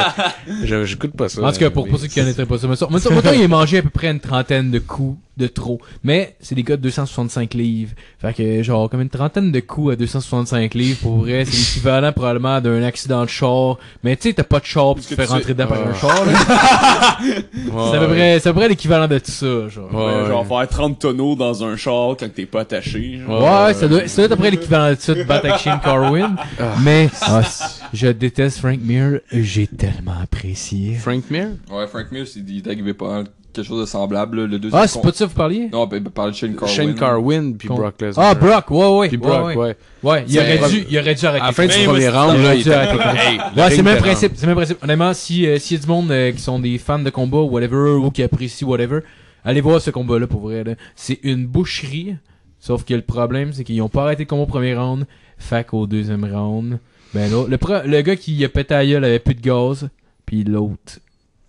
Speaker 3: ouais.
Speaker 4: Je- je- J'écoute pas ça.
Speaker 3: En tout cas, pour,
Speaker 4: mais-
Speaker 3: pour ceux qui connaîtraient pas ça, mais ça, mais ça, mettons, il a mangé à peu près une trentaine de coups de trop. Mais c'est des gars de 265 livres. Fait que, genre, comme une trentaine de coups à 265 livres, pour vrai, c'est l'équivalent probablement d'un accident de char. Mais tu sais, t'as pas de char pis
Speaker 5: Parce
Speaker 3: tu te
Speaker 5: que
Speaker 3: fais
Speaker 5: tu
Speaker 3: rentrer
Speaker 5: sais-
Speaker 3: dedans par
Speaker 4: Ah.
Speaker 3: un char, là.
Speaker 4: Ouais,
Speaker 3: C'est à peu
Speaker 4: ouais.
Speaker 3: près, c'est à peu près l'équivalent de tout ça, genre.
Speaker 4: Ouais, ouais.
Speaker 5: Genre faire 30 tonneaux dans un char quand t'es pas attaché. genre.
Speaker 4: Ouais,
Speaker 3: Ouais,
Speaker 4: ouais,
Speaker 3: ça doit, ça doit être après l'équivalent de ça de battre avec Shane Carwin. Mais, ah, c- je déteste Frank Mir, j'ai tellement apprécié.
Speaker 4: Frank Mir?
Speaker 6: ouais, Frank Mills, il, il est arrivé pas hein, quelque chose de semblable. là, le deuxième
Speaker 3: Ah, c'est
Speaker 6: con-
Speaker 3: pas de ça que vous parliez?
Speaker 6: Non, ben, ben, parle de Shane Carwin.
Speaker 4: Shane Carwin puis
Speaker 3: Con-
Speaker 4: Brock Lesnar.
Speaker 3: Ah, Brock, ouais, ouais.
Speaker 4: Puis
Speaker 3: ouais,
Speaker 4: Brock,
Speaker 3: ouais.
Speaker 4: ouais.
Speaker 3: Ouais, il
Speaker 4: C'est-
Speaker 3: aurait dû, il aurait dû arrêter.
Speaker 4: À la fin du
Speaker 5: Mais
Speaker 4: premier
Speaker 5: moi,
Speaker 4: round,
Speaker 3: il
Speaker 4: là,
Speaker 3: aurait
Speaker 4: il
Speaker 3: dû
Speaker 4: était
Speaker 3: arrêter.
Speaker 4: Hey,
Speaker 3: Ouais,
Speaker 4: ring
Speaker 3: c'est le même
Speaker 4: était
Speaker 3: principe, c'est le même principe. Honnêtement, si euh, s'il y a du monde euh, qui sont des fans de combat, whatever, ou qui apprécient whatever, allez voir ce combat-là pour vrai. là. C'est une boucherie. Sauf que le problème, c'est qu'ils ont pas arrêté le combat au premier round. Fait qu'au deuxième round, ben là, le, pre- le gars qui a pété à gueule avait plus de gaz, puis l'autre.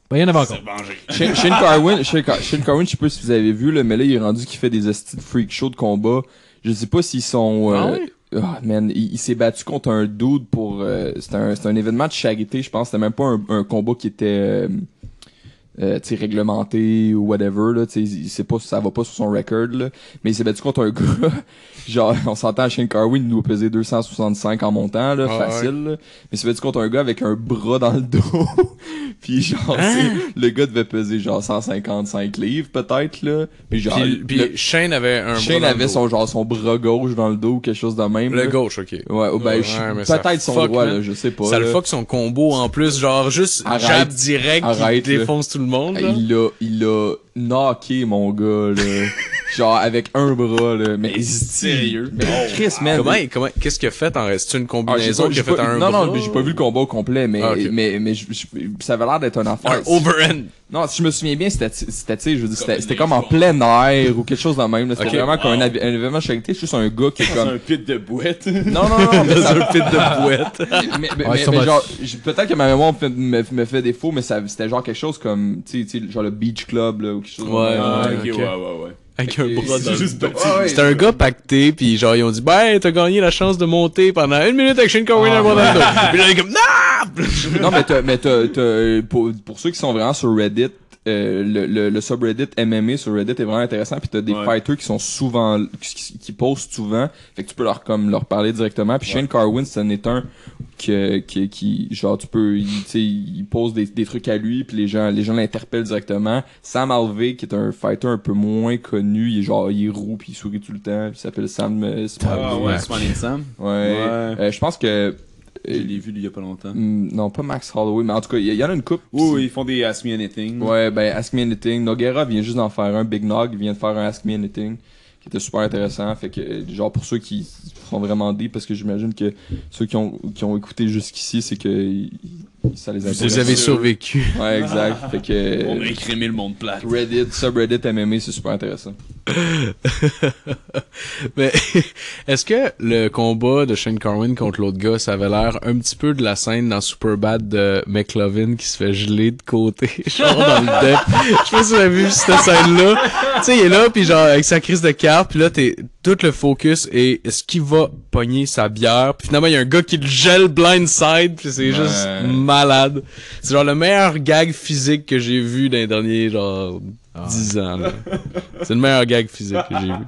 Speaker 3: Ben, il y en avait encore.
Speaker 6: Shane, Shane Carwin, Shane, Car- Shane Carwin, je sais pas si vous avez vu, là, mais là, il est rendu qu'il fait des hosties de freak show de combat. Je sais pas s'ils sont...
Speaker 4: Ah
Speaker 6: euh,
Speaker 4: ouais?
Speaker 6: ah, man, il, il s'est battu contre un dude pour... euh, c'était un, c'était un événement de charité, je pense. C'était même pas un, un combat qui était... euh, euh, tu sais, réglementé ou whatever là tu sais, il- il sait pas ça va pas sur son record là mais il s'est battu contre un gars genre on s'entend Shane Carwin doit peser 265 en montant là
Speaker 4: Ah ouais.
Speaker 6: facile là. mais il s'est battu contre un gars avec un bras dans le dos puis genre
Speaker 4: Hein?
Speaker 6: c'est- le gars devait peser genre 155 livres peut-être là puis genre
Speaker 4: Puis, puis
Speaker 6: Ah, le-
Speaker 4: Shane avait un bras
Speaker 6: Shane
Speaker 4: dans le
Speaker 6: avait
Speaker 4: dos.
Speaker 6: son genre son bras gauche dans le dos ou quelque chose de même
Speaker 4: Le
Speaker 6: là.
Speaker 4: gauche, ok.
Speaker 6: ouais oh, ben
Speaker 4: Ouais,
Speaker 6: je-
Speaker 4: mais ça
Speaker 6: peut-être son
Speaker 4: fuck,
Speaker 6: droit
Speaker 4: man.
Speaker 6: là je sais pas
Speaker 4: Ça le
Speaker 6: là.
Speaker 4: fuck son combo en plus, genre juste
Speaker 6: Arrête.
Speaker 4: jab direct,
Speaker 6: Arrête,
Speaker 4: il défonce tout le monde.
Speaker 6: Hey,
Speaker 4: là.
Speaker 6: Il a, il a knocké mon gars, là. genre avec un bras, là. Mais sérieux. Mais Chris, man.
Speaker 4: Comment, il- comment, qu'est-ce qu'il a fait en reste une
Speaker 6: Ah, j'ai
Speaker 4: combinaison
Speaker 6: pas-
Speaker 4: qu'il
Speaker 6: j'ai
Speaker 4: a fait
Speaker 6: pas-
Speaker 4: à un
Speaker 6: non,
Speaker 4: bras?
Speaker 6: non, mais j'ai pas vu le combat au complet, mais,
Speaker 4: Ah, ok.
Speaker 6: mais, mais je- je- ça avait l'air d'être un affaire.
Speaker 4: un overhand.
Speaker 6: Non, si je me souviens bien, c'était, c'était, tu sais, je veux dire, c'était, c'était comme en plein air ou quelque chose de même, là. C'était
Speaker 4: Ok.
Speaker 6: vraiment comme un, av- un événement de charité, juste un gars qui est
Speaker 5: Dans
Speaker 6: comme,
Speaker 5: un pit de boîte.
Speaker 6: non, non, non, mais ça,
Speaker 4: Pit de bouette.
Speaker 6: mais, mais-
Speaker 3: Ouais,
Speaker 6: mais-
Speaker 3: ça
Speaker 6: mais
Speaker 3: va-
Speaker 6: genre, j- peut-être que ma mémoire fait- me, me fait défaut, mais ça, c'était genre quelque chose comme, tu sais, tu sais, genre le beach club, là, ou quelque chose de
Speaker 4: Ouais,
Speaker 6: même.
Speaker 5: Ah,
Speaker 4: ouais,
Speaker 5: ok,
Speaker 4: ok.
Speaker 5: ouais, ouais, ouais.
Speaker 4: Avec un bras dans
Speaker 5: C'est
Speaker 4: le
Speaker 5: juste
Speaker 4: dos.
Speaker 5: battu.
Speaker 6: Ouais, ouais.
Speaker 4: C'était un gars pacté, puis genre ils ont dit ben t'as gagné la chance de monter pendant une minute avec Shane Corwin à un bras dans le dos. Puis là il est comme non.
Speaker 6: non, mais, t'as, mais t'as, t'as- pour, pour ceux qui sont vraiment sur Reddit, euh, le, le, le subreddit MMA sur Reddit est vraiment intéressant. Puis t'as des
Speaker 5: Ouais.
Speaker 6: fighters qui sont souvent, qui, qui- qui postent souvent. Fait que tu peux leur, comme, leur parler directement. Puis Shane Carwin, c'en est un que, qui, qui, genre, tu peux, il, tu sais, il pose des, des trucs à lui. Puis les gens, les gens l'interpellent directement. Sam Alvey, qui est un fighter un peu moins connu, il est genre, il est roux, puis il sourit tout le temps. Puis il s'appelle Sam euh, Smiley.
Speaker 5: Ah, ouais, Smiling Sam.
Speaker 6: Ouais. Euh, je pense que, euh,
Speaker 5: Je l'ai vu il y a pas longtemps.
Speaker 6: Hmm, Non, pas Max Holloway, mais en tout cas, il y, il y en a une coupe.
Speaker 5: Oui, oui, ils font des Ask Me Anything.
Speaker 6: Ouais, ben Ask Me Anything. Noguera vient juste d'en faire un. Big Nog vient de faire un Ask Me Anything qui était super intéressant. Fait que, euh, genre, pour ceux qui sont vraiment dés, parce que j'imagine que ceux qui ont, qui ont écouté jusqu'ici, c'est que y- y- ça les intéresse.
Speaker 4: Vous avez survécu.
Speaker 6: Ouais, exact. Fait que.
Speaker 5: On a
Speaker 3: Ah.
Speaker 6: euh,
Speaker 5: écrémé le monde plat.
Speaker 6: Reddit, subreddit MMA, c'est super intéressant.
Speaker 3: Ah.
Speaker 4: Mais est-ce que le combat de Shane Carwin contre l'autre gars, ça avait l'air un petit peu de la scène dans Superbad de McLovin qui se fait geler de côté, genre dans le deck. Je sais pas si vous avez vu cette scène-là. Tu sais, il est là, puis genre avec sa crise de carte, puis là, t'es tout le focus est est-ce qu'il va pogner sa bière. Puis finalement, il y a un gars qui le gèle blindside, puis c'est juste
Speaker 6: Ouais.
Speaker 4: malade. C'est genre le meilleur gag physique que j'ai vu dans les derniers genre 10 ans. là. C'est le meilleur gag physique que j'ai vu.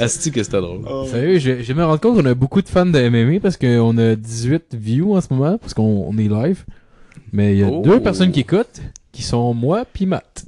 Speaker 4: Asti que c'était drôle.
Speaker 3: Sérieux, je, je me rends compte qu'on a beaucoup de fans de MMA parce qu'on a 18 views en ce moment, parce qu'on on est live. Mais il y a
Speaker 4: Oh.
Speaker 3: deux personnes qui écoutent. qui sont moi puis Matt.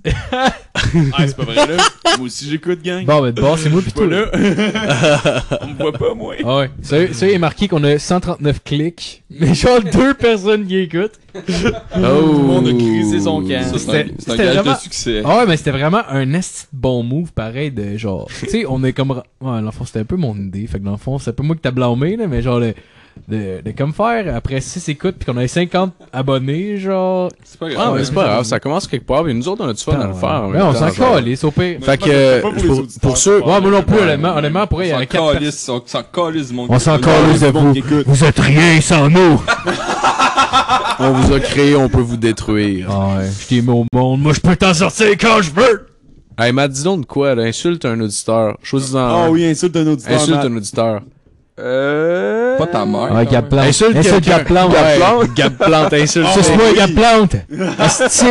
Speaker 5: Ah, c'est pas vrai, là. Moi aussi, j'écoute, gang.
Speaker 3: Bon, ben, de base, c'est moi puis toi.
Speaker 5: Voilà. On me voit pas, moi.
Speaker 3: Ah ouais. Ça, ça, il est marqué qu'on a 139 clics, mais genre deux personnes qui écoutent.
Speaker 4: Oh.
Speaker 8: Tout le monde a crisé son camp.
Speaker 6: Ça, c'est un-
Speaker 3: C'était-
Speaker 6: c'est un,
Speaker 3: c'était
Speaker 6: gage
Speaker 3: vraiment-
Speaker 6: de succès.
Speaker 3: Ah ouais, mais c'était vraiment un esti de bon move, pareil, de genre... tu sais, on est comme... Ouais, dans le fond, c'était un peu mon idée. Fait que dans le fond, c'est un peu moi qui t'as blâmé, là, mais genre, le- de, de comme faire après 6 écoutes puis qu'on avait 50 abonnés, genre...
Speaker 6: C'est pas
Speaker 4: Ah,
Speaker 6: grave.
Speaker 4: mais c'est pas grave, ça commence quelque part, mais nous autres, on a du fun à le faire. en
Speaker 3: Ouais,
Speaker 4: même
Speaker 3: Ben, on
Speaker 4: temps,
Speaker 3: s'en
Speaker 4: genre.
Speaker 3: calisse, au pire.
Speaker 4: Fait que, euh,
Speaker 5: Pas pour les
Speaker 4: pour,
Speaker 5: auditeurs,
Speaker 4: pour
Speaker 5: c'est
Speaker 4: ceux.
Speaker 5: pas
Speaker 3: Ouais, moi non plus,
Speaker 5: Ouais,
Speaker 3: honnêtement, honnêtement, pour
Speaker 6: On
Speaker 3: il y
Speaker 6: s'en
Speaker 3: avait 4 personnes.
Speaker 6: calisse, on s'en calisse, mon
Speaker 3: On s'en
Speaker 6: gars.
Speaker 3: calisse de vous. Vous êtes rien sans nous.
Speaker 4: On vous a créé, on peut vous détruire.
Speaker 3: Ah ouais, je t'ai mis au monde. Moi, je peux t'en sortir quand je veux.
Speaker 4: Hey, Matt, dis donc de quoi, là, insulte un auditeur. Choisis-en.
Speaker 5: Ah
Speaker 4: un.
Speaker 5: oui, insulte un auditeur.
Speaker 4: Insulte
Speaker 5: Matt.
Speaker 4: un auditeur.
Speaker 9: Euh,
Speaker 6: Pas ta mère.
Speaker 3: Ah, Gab Plante.
Speaker 4: Insulte
Speaker 3: Insulte
Speaker 4: quelqu'un.
Speaker 3: Gab Plante.
Speaker 4: Ouais, Gab Plante, insulte.
Speaker 3: C'est moi, Gab Plante. Asti.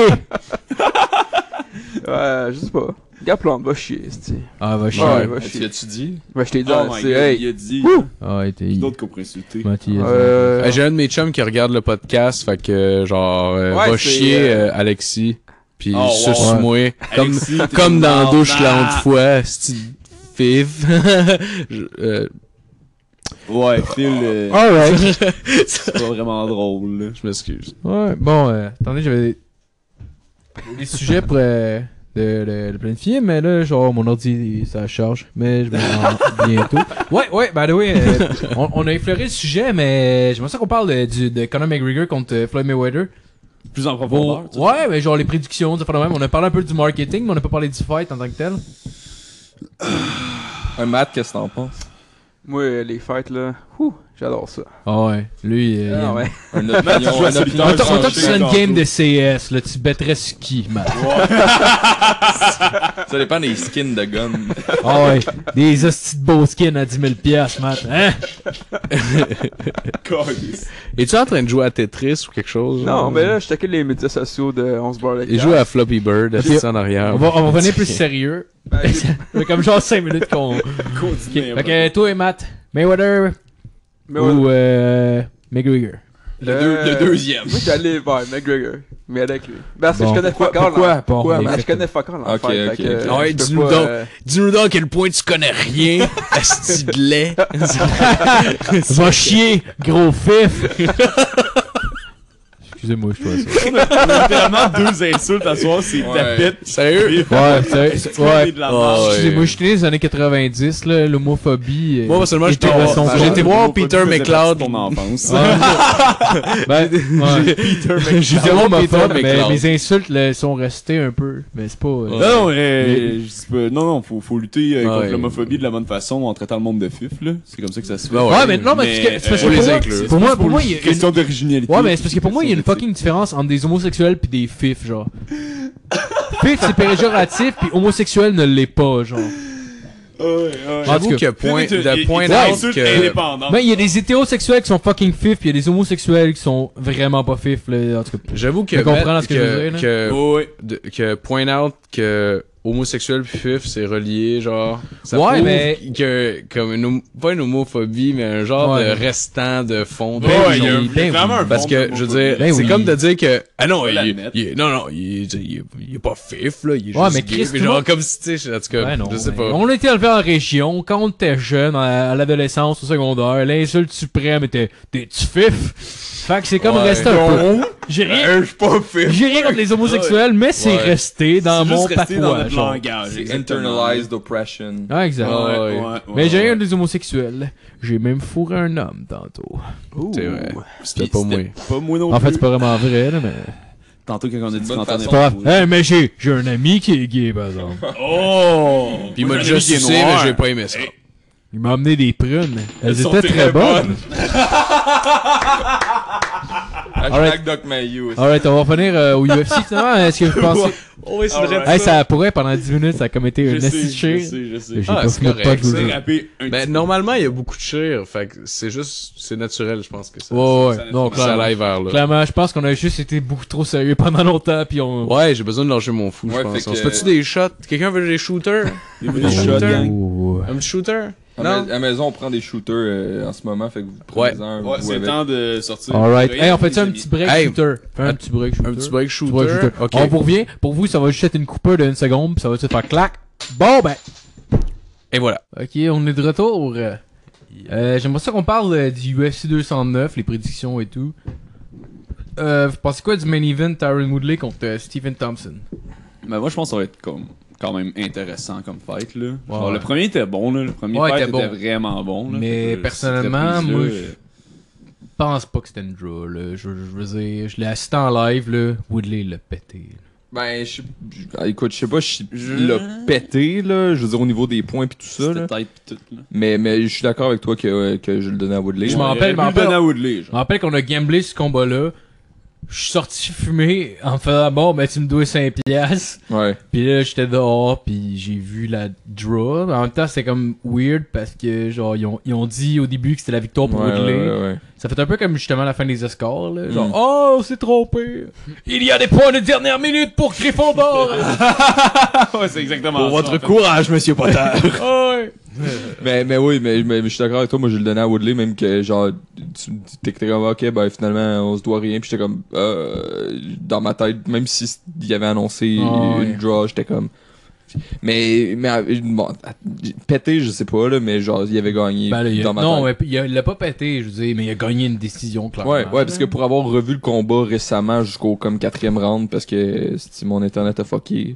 Speaker 9: Ouais, je sais pas. Gars, plan, va chier, c'ti.
Speaker 3: Ah, va chier.
Speaker 9: Ouais,
Speaker 3: Ouais,
Speaker 9: va
Speaker 6: Tu
Speaker 9: chier.
Speaker 6: l'as-tu dit?
Speaker 9: Ouais, je t'ai dit,
Speaker 5: Oh my
Speaker 9: c'est,
Speaker 5: god,
Speaker 9: hey.
Speaker 5: il a dit.
Speaker 3: ouais t'es.
Speaker 5: D'autres qu'on pourrait insulter.
Speaker 3: Mathieu.
Speaker 9: Euh,
Speaker 4: Hey, J'ai un de mes chums qui regarde le podcast, fait que euh, genre euh,
Speaker 9: Ouais,
Speaker 4: va
Speaker 9: c'est,
Speaker 4: chier
Speaker 9: euh,
Speaker 4: euh, Alexis, puis
Speaker 5: Oh, wow.
Speaker 4: suce-moi comme
Speaker 5: Alexis, t'es
Speaker 4: comme dans
Speaker 5: mort.
Speaker 4: douche l'autre fois, c'est five. euh,
Speaker 5: Ouais, Phil, euh,
Speaker 3: Alright.
Speaker 5: c'est pas vraiment drôle. là.
Speaker 4: je m'excuse.
Speaker 3: Ouais, bon, euh, attendez, j'avais des- des sujets pour euh, de, de- de planifier, mais là, genre, mon ordi, ça charge, mais je vais bientôt. Ouais, ouais, by the way, euh, on, on a effleuré le sujet, mais j'aimerais ça qu'on parle de, du, de Conor McGregor contre euh, Floyd Mayweather.
Speaker 5: Plus en
Speaker 3: Bon,
Speaker 5: profondeur. tu sais.
Speaker 3: ouais, mais genre les prédictions, ça fait même. On a parlé un peu du marketing, mais on n'a pas parlé du fight en tant que tel.
Speaker 6: Un Matt, qu'est-ce que t'en penses?
Speaker 9: moi, euh, les fêtes, là, ouh, j'adore ça.
Speaker 3: Ah ouais, lui, euh,
Speaker 9: Ah,
Speaker 3: il-
Speaker 6: Un
Speaker 9: ouais.
Speaker 6: opinion,
Speaker 5: tu joues à
Speaker 6: un opinion
Speaker 5: solitaire,
Speaker 3: on t'a- on t'a
Speaker 6: tranchée.
Speaker 3: sur une game de CS, là, tu battrais sur qui, man?
Speaker 6: Ça dépend des skins de gun.
Speaker 3: Ah ouais, des hosties de beaux skins à 10 000 piastres, man. Hein?
Speaker 5: Calice.
Speaker 4: Es-tu en train de jouer à Tetris ou quelque chose
Speaker 9: Non,
Speaker 4: genre?
Speaker 9: mais là, je checkais les médias sociaux de 11 bar
Speaker 4: il joue à Floppy Bird, assis en arrière.
Speaker 3: On va, on va revenir plus sérieux.
Speaker 9: Ben,
Speaker 3: Mais comme genre 5 minutes qu'on...
Speaker 5: Continue.
Speaker 3: Fait que toi et Matt, Mayweather
Speaker 9: Mais ouais,
Speaker 3: ou euh, McGregor?
Speaker 9: euh,
Speaker 6: deux- le deuxième.
Speaker 9: Moi, j'étais allé vers McGregor, mais avec lui. Ben, Parce que
Speaker 3: Bon.
Speaker 9: je connais fuck all.
Speaker 3: pourquoi?
Speaker 9: en-
Speaker 3: Bon,
Speaker 9: Ouais,
Speaker 3: mais
Speaker 9: mais je
Speaker 3: exactement.
Speaker 9: connais fuck all. en
Speaker 6: Ok,
Speaker 9: fait,
Speaker 6: ok,
Speaker 9: fait que,
Speaker 6: ok.
Speaker 9: euh,
Speaker 4: Ouais,
Speaker 9: je peux
Speaker 4: dis-nous
Speaker 9: pas,
Speaker 4: donc.
Speaker 9: euh,
Speaker 4: Dis-nous donc à quel point tu connais rien à ce de lait.
Speaker 3: Va chier, gros fif! Excusez-moi, je vois ça.
Speaker 5: Vraiment deux insultes à soir, c'est tapette.
Speaker 4: Sérieux
Speaker 3: Ouais, c'est- c'est- ouais.
Speaker 5: de la
Speaker 4: Ah,
Speaker 5: marche.
Speaker 4: ouais.
Speaker 3: Excusez-moi, je suis né dans les années 90, là, l'homophobie. euh,
Speaker 4: Moi seulement j'étais
Speaker 3: était
Speaker 4: voir-
Speaker 3: de son-
Speaker 4: j'ai été voir
Speaker 5: Faut pas
Speaker 4: Peter
Speaker 5: que tu
Speaker 4: McLeod.
Speaker 5: fasses ton enfance.
Speaker 3: Ben, ouais. Je suis homophobe, mais Ah, mes insultes là, sont restées un peu. Mais c'est pas. euh,
Speaker 5: Non, non, euh, je dis pas- non, non, faut, faut lutter euh, contre
Speaker 4: Ouais.
Speaker 5: l'homophobie de la bonne façon en traitant le monde de fif, là. C'est comme ça que ça se fait.
Speaker 4: Ben
Speaker 3: Ouais, mais non, mais,
Speaker 5: Mais,
Speaker 3: c'est parce que
Speaker 5: euh,
Speaker 3: pour,
Speaker 5: faut
Speaker 4: les
Speaker 3: moi-
Speaker 4: inclure.
Speaker 3: pour moi, pour moi, il y a une...
Speaker 5: Question d'originalité.
Speaker 3: Ouais, mais c'est parce que pour moi, il y a une
Speaker 5: Question
Speaker 3: fucking différence entre des homosexuels pis des fifs, genre. Fif, c'est péjoratif, pis homosexuel ne l'est pas, genre.
Speaker 5: d'éthique. Ouais, ouais.
Speaker 3: En tout
Speaker 4: J'avoue
Speaker 3: cas,
Speaker 4: que point,
Speaker 5: Tu sais, il-
Speaker 4: le
Speaker 5: il-
Speaker 4: point
Speaker 5: il-
Speaker 4: d'être
Speaker 5: insulte
Speaker 4: que
Speaker 5: indépendante.
Speaker 3: Mais Ben, il y a des hétérosexuels qui sont fucking fifs, pis il y a des homosexuels qui sont vraiment pas fifs, là. En tout cas,
Speaker 4: J'avoue que,
Speaker 3: Je comprends
Speaker 4: mettre-
Speaker 3: ce que je veux dire, là.
Speaker 4: que-
Speaker 5: Ouais, ouais.
Speaker 4: de- que point out que homosexuel puis fif c'est relié genre ça
Speaker 3: Ouais,
Speaker 4: prouve
Speaker 3: mais-
Speaker 4: que comme une hom- pas une homophobie mais un genre
Speaker 3: Ouais.
Speaker 4: de restant de fond de-
Speaker 3: Ben
Speaker 5: Ouais,
Speaker 3: oui,
Speaker 5: il y a un-
Speaker 3: ben
Speaker 5: il y a clairement
Speaker 3: oui.
Speaker 5: un fond
Speaker 4: parce que
Speaker 5: de
Speaker 4: je veux dire
Speaker 3: Ben
Speaker 4: c'est
Speaker 3: oui.
Speaker 4: comme de dire que ah non
Speaker 5: Faut
Speaker 4: il,
Speaker 5: l'admettre.
Speaker 4: il- non non il, il- il est pas fif là il est
Speaker 3: Ouais,
Speaker 4: juste
Speaker 3: mais
Speaker 4: gay,
Speaker 3: Chris,
Speaker 4: mais
Speaker 3: tout le
Speaker 4: genre
Speaker 3: monde-
Speaker 4: comme si tu sais en tout cas
Speaker 3: Ben non,
Speaker 4: je sais
Speaker 3: ben,
Speaker 4: pas
Speaker 3: On était élevé en région, quand on était jeune, à, à l'adolescence, au secondaire, l'insulte suprême était t'es-tu fif? Fait que c'est comme
Speaker 4: Ouais.
Speaker 3: resté un peu. J'ai rien,
Speaker 5: Euh, Je suis pas fif.
Speaker 3: j'ai rien contre les homosexuels, mais c'est
Speaker 4: Ouais.
Speaker 3: resté dans
Speaker 5: C'est
Speaker 3: mon
Speaker 5: juste resté dans
Speaker 3: patois.
Speaker 5: notre
Speaker 3: genre.
Speaker 5: langage.
Speaker 6: C'est
Speaker 5: exactement.
Speaker 6: internalized oppression.
Speaker 3: Ah, exact.
Speaker 4: Ouais,
Speaker 5: Ouais,
Speaker 4: ouais.
Speaker 5: ouais, ouais,
Speaker 3: Mais j'ai
Speaker 5: ouais.
Speaker 3: rien des homosexuels. J'ai même fourré un homme tantôt.
Speaker 4: c'est vrai c'était
Speaker 5: Puis
Speaker 4: pas moi
Speaker 5: Pas moi non
Speaker 3: En fait,
Speaker 5: plus.
Speaker 3: c'est pas vraiment vrai, là, mais.
Speaker 5: Tantôt, quand on a dit
Speaker 6: bonne
Speaker 5: qu'on
Speaker 6: façon.
Speaker 5: entendait
Speaker 3: C'est pas grave. Hey, mais j'ai, j'ai un ami qui est gay, par exemple.
Speaker 5: Oh!
Speaker 4: puis il m'a
Speaker 5: Mon
Speaker 4: déjà
Speaker 5: ami qui est
Speaker 4: sucé mais
Speaker 5: noir.
Speaker 4: j'ai pas aimé ça
Speaker 3: Il m'a amené des prunes. Elles,
Speaker 5: Elles sont
Speaker 3: étaient très
Speaker 5: très
Speaker 3: bonnes.
Speaker 6: Hashtag Doc Mayhew.
Speaker 5: Ah,
Speaker 3: Alright, on va revenir euh, au UFC finalement. Est-ce que vous pensez.
Speaker 4: on va essayer de
Speaker 6: Ah,
Speaker 5: Alright.
Speaker 3: hey, ça pourrait pendant 10 minutes, ça a comme été
Speaker 5: Je
Speaker 3: une
Speaker 5: sais, je
Speaker 3: assise
Speaker 5: sais,
Speaker 3: chire.
Speaker 5: je sais. Ben
Speaker 3: J'ai
Speaker 4: Ah,
Speaker 3: pas
Speaker 4: c'est
Speaker 3: fini de
Speaker 4: correct,
Speaker 3: pas vous
Speaker 4: c'est
Speaker 3: dire.
Speaker 5: Rapper un
Speaker 4: mais
Speaker 5: petit-
Speaker 4: Ben, normalement il y a beaucoup de chire fait que c'est juste c'est naturel je pense que ça
Speaker 3: Ouais, ouais.
Speaker 5: ça-
Speaker 3: Non,
Speaker 4: ça
Speaker 3: clairement.
Speaker 4: l'aille vers là
Speaker 3: Clairement, je pense qu'on a juste été beaucoup trop sérieux pendant longtemps, puis on.
Speaker 4: Ouais, j'ai besoin de lâcher mon fou,
Speaker 6: Ouais,
Speaker 4: je pense.
Speaker 6: fait
Speaker 4: On se
Speaker 6: que-
Speaker 4: fait-tu des shots? Quelqu'un veut des shooters?
Speaker 5: Il y a des shots, gang.
Speaker 3: Oh, ouais.
Speaker 4: Un petit shooter?
Speaker 6: À,
Speaker 3: Non.
Speaker 6: mais- à maison, on prend des shooters euh, en ce moment, fait que vous prenez un.
Speaker 5: Ouais,
Speaker 6: vous
Speaker 5: c'est le
Speaker 6: avec.
Speaker 5: temps de sortir.
Speaker 7: Alright.
Speaker 5: Regardez,
Speaker 7: Hey, on fait
Speaker 5: les
Speaker 7: ça un
Speaker 5: amis.
Speaker 7: petit break
Speaker 4: Hey,
Speaker 7: shooter. Un petit break shooter.
Speaker 4: Un petit break
Speaker 7: Tu vois,
Speaker 4: shooter.
Speaker 7: shooter.
Speaker 4: Ok.
Speaker 7: On vous revient. Pour vous, ça va juste être une coupeur d'une seconde, puis ça va juste faire clac. Bon, ben.
Speaker 4: Et voilà.
Speaker 3: Ok, on est de retour. Euh, J'aimerais ça qu'on parle euh, du UFC 209, les prédictions et tout. Euh, vous pensez quoi du main event Tyron Woodley contre euh, Stephen Thompson
Speaker 5: Ben, moi, je pense que ça va être comme, quand même intéressant comme fight, là. Genre,
Speaker 3: Ouais.
Speaker 5: Le premier était bon, là. Le premier
Speaker 3: Ouais,
Speaker 5: fight était,
Speaker 3: était bon.
Speaker 5: vraiment bon, là.
Speaker 3: Mais
Speaker 5: Fait que, euh,
Speaker 3: personnellement,
Speaker 5: cette
Speaker 3: moi,
Speaker 5: reprise-là,
Speaker 3: je- Je pense pas que c'était une draw, là. Je, je veux dire, je l'ai assisté en live, là. Woodley l'a pété.
Speaker 6: Ben, je sais- je- ah, écoute, je sais pas si il l'a pété, là. Je veux dire, au niveau des points pis tout ça, là.
Speaker 5: C'était tight pis tout, là.
Speaker 6: Mais, mais je suis d'accord avec toi que, ouais, que je le donnais à Woodley.
Speaker 3: Je
Speaker 6: Ouais.
Speaker 3: m'en rappelle,
Speaker 5: Il
Speaker 3: je m'en
Speaker 5: aurait pu le
Speaker 3: rappelle.
Speaker 5: donner à Woodley, genre.
Speaker 3: Je me rappelle qu'on a gamblé ce combat-là. Je suis sorti fumé en faisant bon, ben tu me dois 5 piastres.
Speaker 6: Ouais.
Speaker 3: Puis là, j'étais dehors, puis j'ai vu la draw. En même temps, c'est comme weird parce que, genre, ils ont, ils ont dit au début que c'était la victoire pour
Speaker 6: Ouais,
Speaker 3: Woodley.
Speaker 6: ouais, ouais, ouais.
Speaker 3: Ça fait un peu comme justement la fin des escorts, là. Genre,
Speaker 6: Mm.
Speaker 3: oh, c'est trompé. Il y a des points de dernière minute pour Gryffondor. Ah
Speaker 5: Ouais, c'est exactement
Speaker 4: Pour
Speaker 5: ça,
Speaker 4: votre
Speaker 5: en fait.
Speaker 4: courage, monsieur Potter.
Speaker 3: Ouais.
Speaker 6: Mais, mais oui, mais, mais- mais je suis d'accord avec toi, moi je le donnais à Woodley, même que genre, tu me dis, t'es t'es comme, ok, ben finalement on se doit rien, pis j'étais comme, euh, dans ma tête, même s'il y avait annoncé
Speaker 3: Ah, ouais.
Speaker 6: une draw, j'étais comme. Mais, mais, euh, bon, à- pété, je sais pas, là, mais genre, il avait gagné
Speaker 3: Ben là, il a-
Speaker 6: dans ma
Speaker 3: non,
Speaker 6: tête.
Speaker 3: mais il a- il l'a pas pété, je veux dire, mais il a gagné une décision, clairement.
Speaker 6: Ouais, ouais, parce que pour avoir revu le combat récemment jusqu'au comme quatrième round, parce que euh, si mon internet a fucké,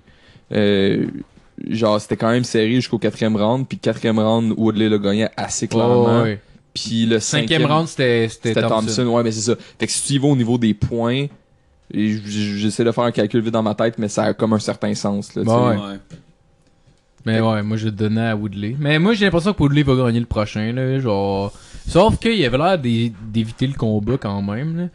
Speaker 6: euh, genre c'était quand même serré jusqu'au quatrième round, puis quatrième round, Woodley l'a gagné assez clairement.
Speaker 3: Ouais, ouais.
Speaker 6: Puis le
Speaker 3: Cinquième
Speaker 6: cinquième,
Speaker 3: round, c'était c'était
Speaker 6: c'était
Speaker 3: Thompson.
Speaker 6: Thompson. Ouais, mais c'est ça. Fait que si tu y vas au niveau des points, et j- j- j'essaie de faire un calcul vite dans ma tête, mais ça a comme un certain sens. Là, tu
Speaker 3: Bah
Speaker 6: sais.
Speaker 3: ouais. Mais ouais, moi je le donnais à Woodley. Mais moi j'ai l'impression que Woodley va gagner le prochain, là, genre. Sauf qu'il avait l'air d'é- d'éviter le combat quand même, là.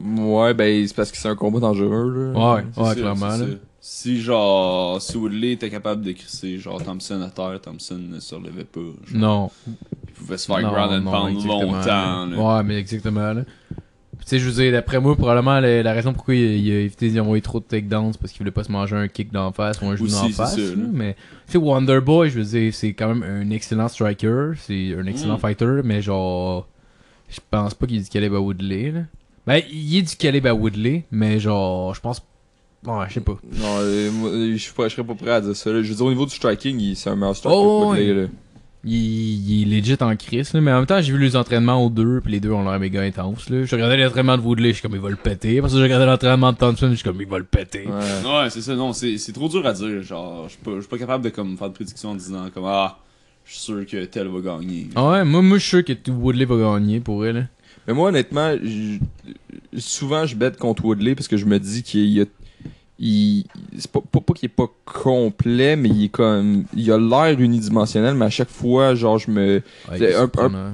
Speaker 6: Ouais, ben c'est parce que c'est un combat dangereux. Là.
Speaker 3: Bah Ouais,
Speaker 5: C'est
Speaker 3: ouais,
Speaker 5: ça,
Speaker 3: clairement,
Speaker 5: c'est
Speaker 3: là.
Speaker 5: ça. Si, genre, si Woodley était capable de crisser, genre, Thompson à terre, Thompson ne se relevait pas. genre.
Speaker 3: Non.
Speaker 5: Il pouvait se faire
Speaker 3: Mm. non,
Speaker 5: ground and
Speaker 3: non,
Speaker 5: pound
Speaker 3: exactement,
Speaker 5: longtemps, là.
Speaker 3: là. Ouais, mais exactement, là. Tu sais, je veux dire, d'après moi, probablement la, la raison pourquoi il, il a évité d'y envoyer trop de takedowns, c'est parce qu'il voulait pas se manger un kick d'en face ou un genou
Speaker 5: Aussi,
Speaker 3: d'en
Speaker 5: c'est
Speaker 3: face.
Speaker 5: ça,
Speaker 3: là.
Speaker 5: là.
Speaker 3: Mais, tu sais, Wonderboy, je veux dire, c'est quand même un excellent striker, c'est un excellent
Speaker 5: Mm.
Speaker 3: fighter, mais genre, je pense pas qu'il est du calibre à Woodley, là. Ben, il est du calibre à Woodley, mais genre, je pense. Ouais, je sais pas.
Speaker 6: Non, euh, moi, euh, je suis pas- je serais pas prêt à dire ça. là. Je veux dire, au niveau du striking, il- c'est un meilleur striker.
Speaker 3: Oh,
Speaker 6: que Woodley,
Speaker 3: ouais.
Speaker 6: là.
Speaker 3: Il, il est legit en crise, là, mais en même temps, j'ai vu les entraînements aux deux, puis les deux ont l'air méga intenses. Là. Je regardais l'entraînement de Woodley, je suis comme, il va le péter. Parce que je regardais l'entraînement de Thompson, je suis comme, il va le péter.
Speaker 6: Ouais.
Speaker 5: Ouais, c'est ça, non, c'est c'est trop dur à dire. Genre, je suis pas, je suis pas capable de comme, faire de prédiction en disant, comme, ah, je suis sûr que tel va gagner.
Speaker 3: Ah ouais, moi, moi je suis sûr que t- Woodley va gagner pour elle.
Speaker 6: Mais moi, honnêtement, je- souvent je bête contre Woodley parce que je me dis qu'il y a. Il... C'est pas, pas, pas qu'il est pas complet, mais il est comme. Il a l'air unidimensionnel, mais à chaque fois, genre, je me. C'est un-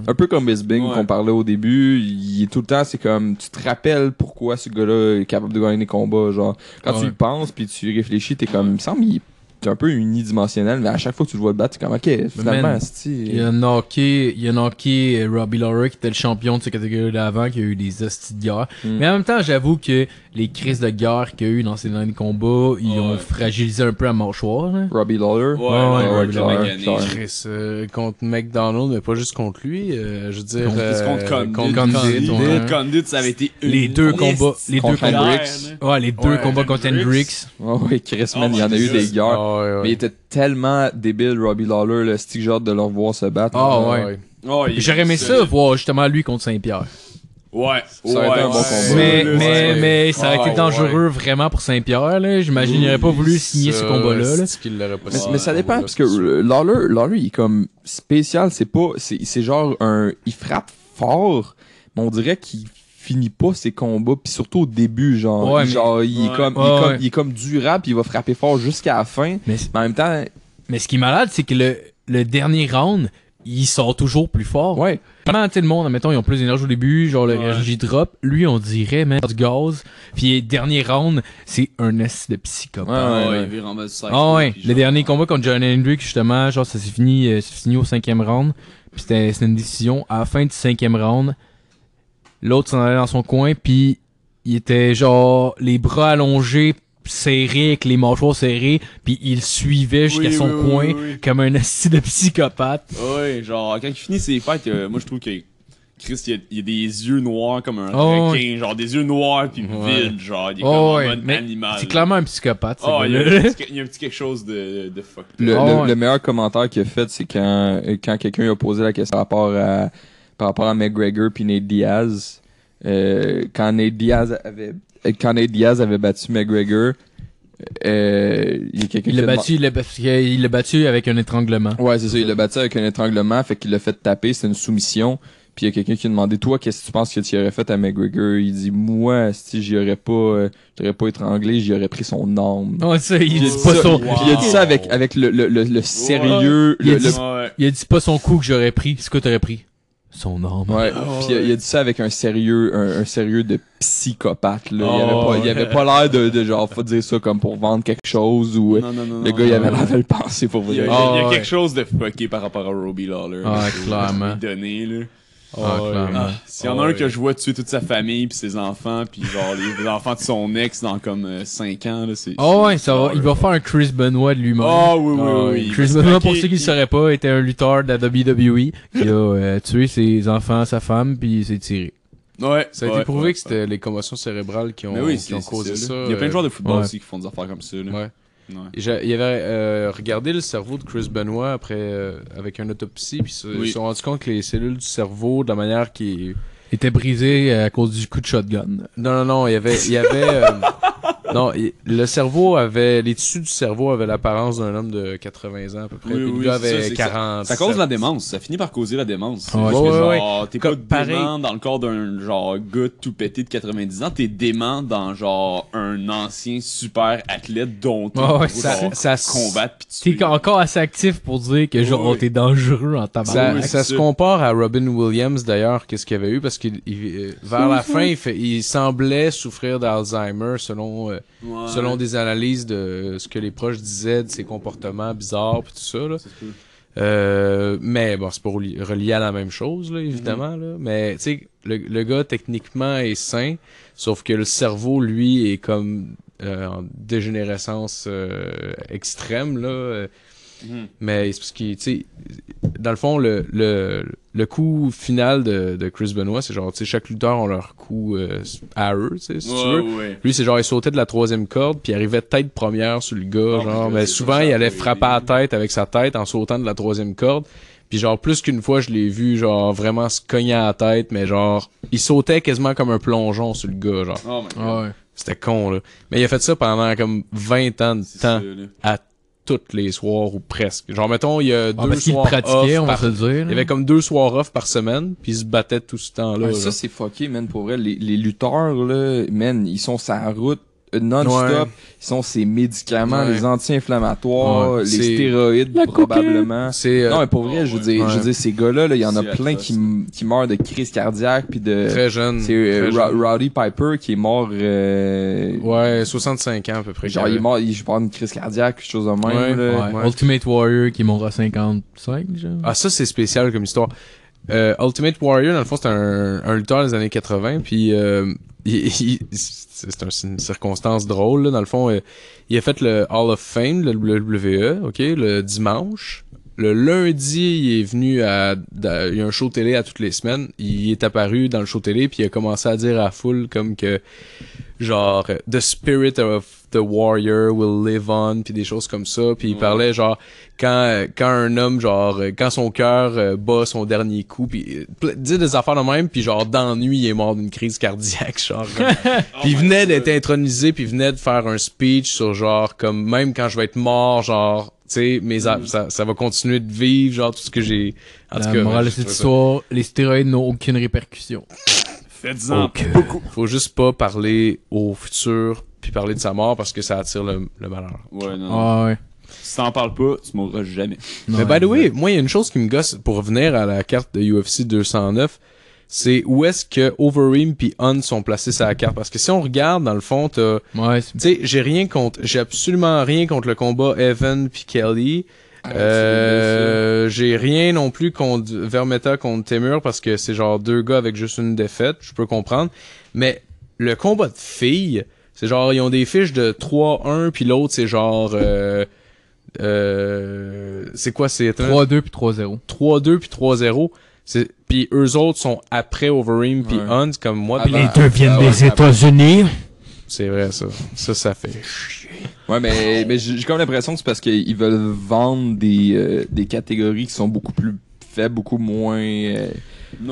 Speaker 6: Un peu comme Bisbing
Speaker 5: Ouais.
Speaker 6: qu'on parlait au début, il est tout le temps, c'est comme. Tu te rappelles pourquoi ce gars-là est capable de gagner des combats. Genre, quand tu
Speaker 3: Ouais.
Speaker 6: y penses puis tu y réfléchis, t'es comme. Il me semble qu'il est un peu unidimensionnel, mais à chaque fois que tu le vois le battre, t'es comme, ok, finalement,
Speaker 3: man,
Speaker 6: c'est.
Speaker 3: Il a knocké, il a knocké euh, Robbie Lawler qui était le champion de cette catégorie-là avant, qui a eu des hosties de guerre.
Speaker 6: Mm.
Speaker 3: Mais en même temps, j'avoue que les crises de guerre qu'il y a eu dans ces derniers combats, ils
Speaker 5: Ouais.
Speaker 3: ont fragilisé un peu la mâchoire. là.
Speaker 6: Robbie Lawler. Ah
Speaker 5: Ouais, ouais,
Speaker 6: ouais,
Speaker 5: ouais,
Speaker 6: clair,
Speaker 5: clair,
Speaker 6: clair.
Speaker 5: clair.
Speaker 4: Chris, euh, contre McDonald, mais pas juste contre lui. euh, je veux dire.
Speaker 3: Contre-
Speaker 4: euh,
Speaker 5: Contre Condit,
Speaker 4: contre-
Speaker 3: Condit,
Speaker 5: Condit,
Speaker 3: ouais.
Speaker 5: Condit, ça avait été une
Speaker 3: Les deux combats, les deux
Speaker 6: Contre
Speaker 3: combats.
Speaker 6: Hendricks.
Speaker 3: Ouais, les deux
Speaker 4: Ouais,
Speaker 3: combats contre Hendrix.
Speaker 6: Oh oui, Chris, man,
Speaker 5: Oh
Speaker 6: il y en a
Speaker 5: my
Speaker 6: eu des
Speaker 5: God.
Speaker 6: guerres.
Speaker 4: Ah ouais, ouais.
Speaker 6: Mais il était tellement débile, Robbie Lawler, le stick genre de leur voir se battre.
Speaker 3: Ah
Speaker 6: là.
Speaker 3: ouais.
Speaker 5: Oh, il-
Speaker 3: J'aurais aimé ça voir justement lui contre Saint-Pierre.
Speaker 5: Ouais,
Speaker 6: Ça aurait
Speaker 5: ouais,
Speaker 6: été un bon
Speaker 5: ouais.
Speaker 6: combat.
Speaker 3: Mais,
Speaker 5: Ouais,
Speaker 3: mais,
Speaker 5: ouais.
Speaker 3: mais ça aurait
Speaker 5: Ouais,
Speaker 3: été dangereux vraiment pour Saint-Pierre. là. J'imagine qu'il n'aurait pas voulu signer ce combat-là. là.
Speaker 4: C'est qu'il l'aurait pas
Speaker 5: Ouais,
Speaker 6: Mais,
Speaker 4: signé.
Speaker 3: Ah,
Speaker 6: mais ça dépend, parce que euh, Lawler, Lawler, il est comme spécial, c'est pas, c'est c'est genre un, il frappe fort, mais on dirait qu'il finit pas ses combats, puis surtout au début, genre,
Speaker 3: Ouais,
Speaker 6: il-
Speaker 3: mais-
Speaker 6: genre, il, est
Speaker 5: ouais.
Speaker 6: comme, il,
Speaker 3: Ouais,
Speaker 6: est comme,
Speaker 3: ouais.
Speaker 6: il est comme durable, puis il va frapper fort jusqu'à la fin,
Speaker 3: Mais,
Speaker 6: mais en même temps,
Speaker 3: mais ce qui est malade, c'est que le, le dernier round, il sort toujours plus fort.
Speaker 6: ouais,
Speaker 3: Comment tu sais, le monde, admettons, ils ont plus d'énergie au début, genre
Speaker 5: Ouais.
Speaker 3: l'énergie drop. Lui, on dirait, man, du gaz. Puis dernier round, c'est un assis de psychopathe.
Speaker 6: Ouais,
Speaker 5: Ah Ouais,
Speaker 6: ouais.
Speaker 5: il vire en mode cycle,
Speaker 3: Ah ouais,
Speaker 5: puis
Speaker 3: le
Speaker 5: genre- euh,
Speaker 3: dernier combat contre John Hendrick, justement, genre ça s'est fini, euh, ça s'est fini au cinquième round. Puis c'était c'était une décision à la fin du cinquième round. L'autre s'en allait dans son coin, puis il était genre les bras allongés, serré, avec les mâchoires serrées, puis il suivait jusqu'à
Speaker 5: Oui,
Speaker 3: son
Speaker 5: oui, oui,
Speaker 3: coin
Speaker 5: oui, oui.
Speaker 3: comme un assis de psychopathe.
Speaker 5: Ah Ouais, genre, quand il finit ses fêtes, euh, moi je trouve que Chris, il a, il a des yeux noirs comme un
Speaker 3: Oh,
Speaker 5: requin, genre des yeux noirs puis
Speaker 4: Ouais.
Speaker 5: vides, genre, il est
Speaker 3: Oh,
Speaker 5: comme
Speaker 3: ouais,
Speaker 5: en mode
Speaker 3: mais
Speaker 5: animal.
Speaker 3: C'est clairement un psychopathe. ce
Speaker 5: Oh, il y, a
Speaker 3: gars-là.
Speaker 5: un petit, il y a un petit quelque chose de, de fuck.
Speaker 6: Le,
Speaker 3: Ah
Speaker 6: le-
Speaker 3: ouais.
Speaker 6: le meilleur commentaire qu'il a fait, c'est quand, euh, quand quelqu'un lui a posé la question par rapport à, par rapport à McGregor puis Nate Diaz. Euh, quand, Nate Diaz avait, euh, quand Nate Diaz avait battu McGregor, euh, il y a quelqu'un
Speaker 3: Il
Speaker 6: qui
Speaker 3: l'a
Speaker 6: a
Speaker 3: battu, il l'a parce qu'il l'a battu avec un étranglement.
Speaker 6: demandé- Ouais, c'est ça, il l'a battu avec un étranglement, fait qu'il l'a fait taper, c'est une soumission. Puis il y a quelqu'un qui a demandé Toi, qu'est-ce que tu penses que tu aurais fait à McGregor Il dit Moi, si j'y aurais pas, euh, je l'aurais pas étranglé, j'y aurais pris son arme.
Speaker 3: Oh, ça, il
Speaker 6: Il a
Speaker 3: dit
Speaker 6: dit
Speaker 3: pas
Speaker 6: ça,
Speaker 3: son.
Speaker 6: Puis il a dit ça avec, avec le, le, le, le sérieux,
Speaker 3: Oh. Il a
Speaker 6: le-
Speaker 3: dit
Speaker 6: le
Speaker 5: Ouais.
Speaker 3: Il a dit pas son coup que j'aurais pris. C'est quoi t'aurais pris? Son arme.
Speaker 4: Ah,
Speaker 6: Ouais, pis il a- il a dit ça avec un sérieux, un, un sérieux de psychopathe, là. il, avait
Speaker 4: Oh,
Speaker 6: pas, il avait pas l'air de, de genre, faut dire ça comme pour vendre quelque chose ou. euh,
Speaker 5: Non, non, non.
Speaker 6: le
Speaker 5: non,
Speaker 6: gars, il
Speaker 5: non.
Speaker 6: avait l'air de le penser pour
Speaker 5: Il y a,
Speaker 6: vrai.
Speaker 5: il y a- il y a
Speaker 3: Ah, ouais.
Speaker 5: quelque chose de fucké par rapport à Robbie Lawler.
Speaker 3: Ah,
Speaker 5: là, c'est-
Speaker 3: clairement.
Speaker 5: c'est donné, là.
Speaker 3: Ah, clairement.
Speaker 5: Ah, S'il y en a un que je vois tuer toute sa famille puis ses enfants puis genre les, les enfants de son ex dans comme 5 ans là, c'est.
Speaker 4: Ah
Speaker 3: Oh ouais,
Speaker 5: c'est-
Speaker 3: ça va. Il va faire un Chris Benoit de lui-même.
Speaker 5: Ah oui oui
Speaker 3: Ah,
Speaker 5: oui. il
Speaker 3: Chris
Speaker 5: va se
Speaker 3: Benoit,
Speaker 5: claquer,
Speaker 3: pour ceux qui ne
Speaker 5: il-
Speaker 3: sauraient pas, était un lutteur de la WWE qui a euh, tué ses enfants, sa femme, puis il s'est tiré.
Speaker 5: Ouais.
Speaker 4: Ça a été
Speaker 5: ouais,
Speaker 4: prouvé
Speaker 5: ouais,
Speaker 4: que c'était les commotions cérébrales qui ont,
Speaker 5: Mais oui,
Speaker 4: qui
Speaker 5: c'est
Speaker 4: ont
Speaker 5: c'est
Speaker 4: causé
Speaker 5: ça,
Speaker 4: ça.
Speaker 5: là. Il y a plein de
Speaker 4: euh,
Speaker 5: joueurs de football
Speaker 3: ouais.
Speaker 5: aussi qui font des affaires comme ça. Là.
Speaker 4: Ouais.
Speaker 5: Ouais.
Speaker 4: J'a- Il y avait euh, regardé le cerveau de Chris Benoit après euh, avec une autopsie, puis se-
Speaker 5: Oui.
Speaker 4: ils se sont rendus compte que les cellules du cerveau, de la manière qui
Speaker 3: Il était brisé euh, à cause du coup de shotgun.
Speaker 4: non non non, il y avait il y avait euh, non il- le cerveau avait les tissus du cerveau avaient l'apparence d'un homme de 80 ans à peu près,
Speaker 5: Oui,
Speaker 4: puis
Speaker 5: oui,
Speaker 4: le gars
Speaker 5: c'est ça,
Speaker 4: avait
Speaker 5: c'est que
Speaker 4: 40.
Speaker 5: Ça cause la démence, ça finit par causer la démence.
Speaker 3: Ouais,
Speaker 5: Parce que
Speaker 4: Ah ouais, ouais.
Speaker 5: genre, t'es pas
Speaker 4: Comme pareil.
Speaker 5: dément dans le corps d'un genre gars tout pété de 90 ans, t'es dément dans genre un ancien super athlète dont t'es
Speaker 3: Ouais, ouais,
Speaker 5: pour,
Speaker 3: ça-
Speaker 5: genre,
Speaker 4: ça se-
Speaker 5: combattre pis
Speaker 3: T'es
Speaker 5: tuer.
Speaker 3: ca- encore assez actif pour dire que genre
Speaker 5: Ouais, ouais.
Speaker 3: oh, t'es dangereux en
Speaker 4: Ça,
Speaker 3: tabarnak.
Speaker 5: Ah ben oui,
Speaker 4: ça
Speaker 5: c'est
Speaker 4: se
Speaker 5: sûr.
Speaker 4: compare à Robin Williams d'ailleurs, qu'est-ce qu'il avait eu parce qu'il il- euh, vers la
Speaker 5: hein.
Speaker 4: fin il, fait- il semblait souffrir d'Alzheimer selon euh,
Speaker 5: Ouais.
Speaker 4: selon des analyses de euh, ce que les proches disaient de ses comportements bizarres pis tout ça là.
Speaker 5: Ça se peut.
Speaker 4: Euh, mais bon, c'est pas reli- relié à la même chose là, évidemment
Speaker 5: Mhm.
Speaker 4: là, mais tu sais le, le gars techniquement est sain, sauf que le cerveau lui est comme euh, en dégénérescence euh, extrême là. euh,
Speaker 5: Mhm.
Speaker 4: mais c'est parce qu'il, tu sais, dans le fond, le, le, le coup final de, de Chris Benoit, c'est genre, tu sais, chaque lutteur ont leur coup euh, à eux, tu sais, si tu veux.
Speaker 5: Ouais, ouais.
Speaker 4: Lui, c'est genre, il sautait de la troisième corde, puis il arrivait tête première sur le gars,
Speaker 5: Ah,
Speaker 4: genre,
Speaker 5: parce que
Speaker 4: mais
Speaker 5: c'est
Speaker 4: souvent,
Speaker 5: ça,
Speaker 4: il
Speaker 5: ça,
Speaker 4: allait
Speaker 5: oui.
Speaker 4: frapper à la tête avec sa tête en sautant de la troisième corde. Puis genre, plus qu'une fois, je l'ai vu, genre, vraiment se cogner à la tête, mais genre, il sautait quasiment comme un plongeon sur le gars, genre.
Speaker 5: Oh my god.
Speaker 3: Ah ouais.
Speaker 4: C'était con, là. Mais il a fait ça pendant comme 20 ans de
Speaker 5: c'est
Speaker 4: temps
Speaker 5: ça, là.
Speaker 4: toutes les soirs ou presque. Genre, mettons, il y a
Speaker 3: Ah,
Speaker 4: deux
Speaker 3: parce qu'il
Speaker 4: soirs
Speaker 3: pratiquait,
Speaker 4: off
Speaker 3: on va
Speaker 4: par...
Speaker 3: se le dire. hein.
Speaker 4: Il y
Speaker 3: là.
Speaker 4: avait comme deux soirs off par semaine, puis il se battait tout ce temps-là.
Speaker 6: Ouais,
Speaker 4: là.
Speaker 6: ça, c'est fucké, man, pour vrai. Les, les lutteurs, là, man, ils sont sa route euh, non-stop. Ils sont ces médicaments,
Speaker 4: Ouais.
Speaker 6: les anti-inflammatoires,
Speaker 4: Ouais,
Speaker 6: les
Speaker 4: c'est-
Speaker 6: stéroïdes, probablement.
Speaker 4: C'est euh,
Speaker 6: Non, mais pour vrai, je veux dire, je veux dire, ces gars-là, là, il y en a
Speaker 5: C'est
Speaker 6: plein
Speaker 5: atroce.
Speaker 6: qui, m- qui meurent de crise cardiaque puis de.
Speaker 4: très jeune.
Speaker 6: C'est euh,
Speaker 4: Très
Speaker 6: Ro-
Speaker 4: jeune.
Speaker 6: Rowdy Piper qui est mort. euh,
Speaker 4: Ouais, 65 ans à peu près.
Speaker 6: Genre,
Speaker 3: euh,
Speaker 4: qu'il
Speaker 6: il est
Speaker 4: avait.
Speaker 6: mort, il, je pense, une crise cardiaque, quelque chose de même.
Speaker 4: Ouais,
Speaker 6: là.
Speaker 4: ouais.
Speaker 3: Ultimate Warrior qui monte à 55, genre.
Speaker 4: Ah, ça, c'est spécial comme histoire. Euh, Ultimate Warrior, dans le fond, c'est un, un lutteur des années 80, puis euh, il- il- c'est c'est un- c'est une circonstance drôle. là. Dans le fond, euh, il a fait le Hall of Fame, le WWE, ok, le dimanche. Le lundi, il est venu à... d'a- Il y a un show télé à toutes les semaines. Il est apparu dans le show télé, puis il a commencé à dire à la foule comme que, genre, euh, The spirit of the warrior will live on, puis des choses comme ça. Puis il
Speaker 3: Mm.
Speaker 5: Ouais.
Speaker 4: parlait, genre, quand, euh, quand un homme, genre, euh, quand son cœur euh, bat son dernier coup, puis euh, dit des affaires de même, puis genre, d'ennui, il est mort d'une crise cardiaque, genre. comme-
Speaker 3: Oh
Speaker 4: puis il venait d'être intronisé, puis il venait de faire un speech sur genre, comme, même quand je vais être mort, genre, tu sais, mes a- ça, ça va continuer de vivre, genre, tout ce que j'ai. En tout
Speaker 3: Mm. La
Speaker 4: cas,
Speaker 3: morale de
Speaker 4: je
Speaker 3: cette
Speaker 4: trouve ça-
Speaker 3: histoire, les stéroïdes n'ont aucune répercussion.
Speaker 5: Faites-en
Speaker 4: Ah, beaucoup. Faut juste pas parler au futur, puis parler de sa mort, parce que ça attire le, le malheur.
Speaker 5: Ouais, non. non.
Speaker 3: Ah ouais.
Speaker 5: Si t'en parles pas, tu mourras jamais.
Speaker 3: Non,
Speaker 4: Mais by the
Speaker 3: exact.
Speaker 4: way, moi, il y a une chose qui me gosse pour revenir à la carte de UFC 209. C'est où est-ce que Overeem puis Hunt sont placés sur la carte? Parce que si on regarde, dans le fond, t'as-
Speaker 3: Ouais, c'est
Speaker 4: tu sais, j'ai rien contre, j'ai absolument rien contre le combat Evan puis Kelly.
Speaker 6: Ah,
Speaker 4: Euh, j'ai rien non plus contre Vermetta contre Temur parce que c'est genre deux gars avec juste une défaite, je peux comprendre. Mais le combat de filles, C'est genre, ils ont des fiches de 3-1, puis l'autre, c'est genre... Euh, euh, c'est quoi, c'est... attends,
Speaker 3: 3-2 puis 3-0.
Speaker 4: 3-2 puis 3-0. C'est- Puis eux autres sont après Overeem puis
Speaker 6: Ouais.
Speaker 4: Hunt, comme moi.
Speaker 6: Avant-
Speaker 4: puis-
Speaker 6: Ah, ouais, avant-
Speaker 7: États-Unis.
Speaker 4: C'est vrai, ça. Ça, ça fait chier.
Speaker 6: Ouais, mais, mais j'ai j'ai comme l'impression que c'est parce qu'ils veulent vendre des, euh, des catégories qui sont beaucoup plus faibles, beaucoup moins. euh,
Speaker 5: Ouais.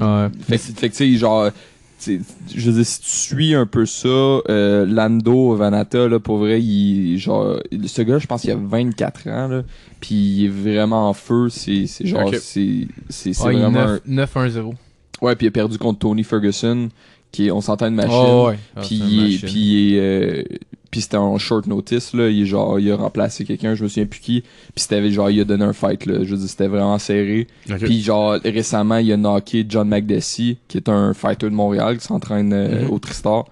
Speaker 7: Ouais.
Speaker 6: fait que, fait que, tu sais, genre. tu sais, Je veux dire, si tu suis un peu ça, euh, Lando Vanata, là, pour vrai, il, genre, il- ce gars, je pense qu'il a 24 ans, là, puis il est vraiment en feu, c'est, c'est genre,
Speaker 4: Ok.
Speaker 6: c'est, c'est, c'est
Speaker 3: Ouais, il est
Speaker 6: vraiment...
Speaker 3: 9 9-1-0.
Speaker 6: un- Ouais, puis il a perdu contre Tony Ferguson, qui est, on s'entend une machine,
Speaker 3: Oh, ouais. Ah,
Speaker 6: puis
Speaker 3: c'est
Speaker 6: il est-
Speaker 3: une machine.
Speaker 6: puis il est, euh, puis c'était en short notice là il est genre il a remplacé quelqu'un je me souviens plus qui puis c'était genre il a donné un fight là je veux dire c'était vraiment serré puis genre récemment il a knocké John McDessie qui est un fighter de Montréal qui s'entraîne euh,
Speaker 3: Mhm.
Speaker 6: au Tristar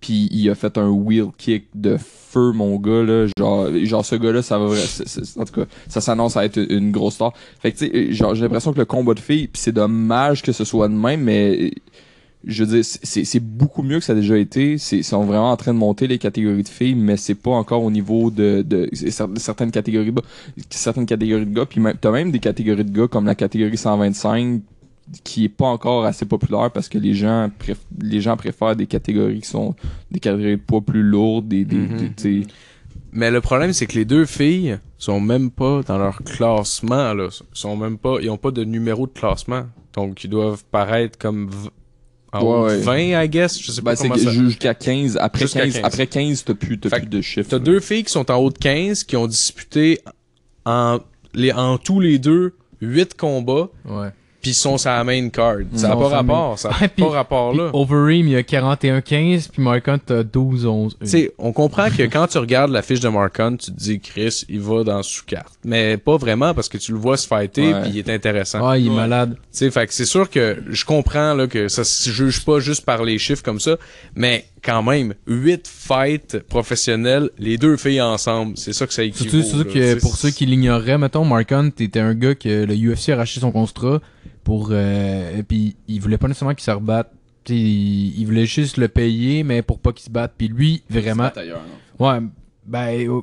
Speaker 6: puis il a fait un wheel kick de feu mon gars là genre genre ce gars là ça va vra- c'est- c'est- en tout cas ça s'annonce à être une, une grosse star fait que tu sais euh, genre j'ai l'impression que le combat de filles puis c'est dommage que ce soit de même mais je veux dire, c'est- c'est c'est beaucoup mieux que ça a déjà été. C'est- Ils sont vraiment en train de monter les catégories de filles, mais c'est pas encore au niveau de, de, c'est cer- certaines catégories de- certaines catégories de gars. Puis même- t'as même des catégories de gars comme la catégorie 125 qui est pas encore assez populaire parce que les gens préf- les gens préfèrent des catégories qui sont des catégories de poids plus lourdes, des, des,
Speaker 4: Mhm.
Speaker 6: des- tu sais.
Speaker 4: Mais le problème, c'est que les deux filles sont même pas dans leur classement, là. Sont même pas, ils ont pas de numéro de classement. Donc, ils doivent paraître comme v- en
Speaker 6: Ouais,
Speaker 4: haut de
Speaker 6: ouais.
Speaker 4: 20, I guess. Je sais
Speaker 6: Ben,
Speaker 4: pas
Speaker 6: c'est
Speaker 4: comment
Speaker 6: que
Speaker 4: ça...
Speaker 6: jusqu'à 15, après
Speaker 4: Jusqu'à
Speaker 6: 15,
Speaker 4: 15.
Speaker 6: après 15, t'as plus, t'as
Speaker 4: Fait
Speaker 6: plus de chiffres.
Speaker 4: T'as
Speaker 6: là.
Speaker 4: deux filles qui sont en haut de 15 qui ont disputé en, les, en tous les deux 8 combats
Speaker 3: Ouais.
Speaker 4: puis sont sur la main card. Ça n'a
Speaker 3: Ils
Speaker 4: pas
Speaker 3: sont sur la
Speaker 4: rapport, ça n'a
Speaker 3: Ouais, puis-
Speaker 4: pas rapport
Speaker 3: Puis
Speaker 4: là.
Speaker 3: Overeem, il y a 41-15, puis Mark Hunt a 12-11.
Speaker 4: Tu sais, on comprend que quand tu regardes la fiche de Mark Hunt, tu te dis Chris, il va dans sous-carte. Mais pas vraiment parce que tu le vois se fighter
Speaker 6: Ouais.
Speaker 4: puis il est intéressant.
Speaker 3: Ah, il est malade.
Speaker 4: Tu sais, fait que c'est sûr que je comprends là, que ça se juge pas juste par les chiffres comme ça, mais quand même, 8 fights professionnels, les deux filles ensemble, c'est ça que ça équivaut.
Speaker 3: Surtout, surtout
Speaker 4: là.
Speaker 3: que
Speaker 4: C'est-
Speaker 3: pour ceux qui l'ignoraient, mettons, Mark Hunt était un gars que le UFC a racheté son contrat pour. Euh, puis il voulait pas nécessairement qu'il se rebatte. T'sais, il, il voulait juste le payer, mais pour pas qu'il se batte. Puis lui, vraiment.
Speaker 5: Ailleurs, non?
Speaker 3: Ouais, ben. oh,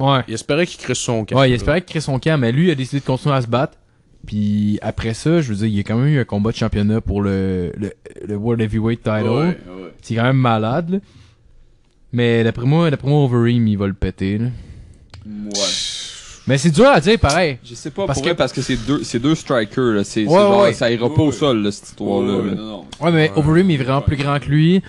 Speaker 3: ouais.
Speaker 4: Il espérait qu'il crée son camp.
Speaker 3: Ouais, il
Speaker 4: là.
Speaker 3: espérait qu'il crée son camp, mais lui, il a décidé de continuer à se battre. Puis après ça, je veux dire, il y a quand même eu un combat de championnat pour le, le, le World Heavyweight Title.
Speaker 5: Ouais, ouais.
Speaker 3: C'est quand même malade, là. Mais d'après moi, d'après moi, Overeem, il va le péter, là.
Speaker 5: Ouais.
Speaker 3: Mais c'est dur à dire, pareil.
Speaker 6: Je sais pas,
Speaker 3: Parce
Speaker 6: parce
Speaker 3: que-
Speaker 6: que parce que c'est deux c'est deux strikers là, c'est c'est
Speaker 3: Ouais,
Speaker 6: genre,
Speaker 3: ouais.
Speaker 6: ça ira pas au
Speaker 5: Ouais.
Speaker 6: sol là, cette histoire là.
Speaker 5: Ouais, ouais, non, non.
Speaker 3: Ouais, mais Overeem est vraiment
Speaker 5: ouais.
Speaker 3: plus grand que lui.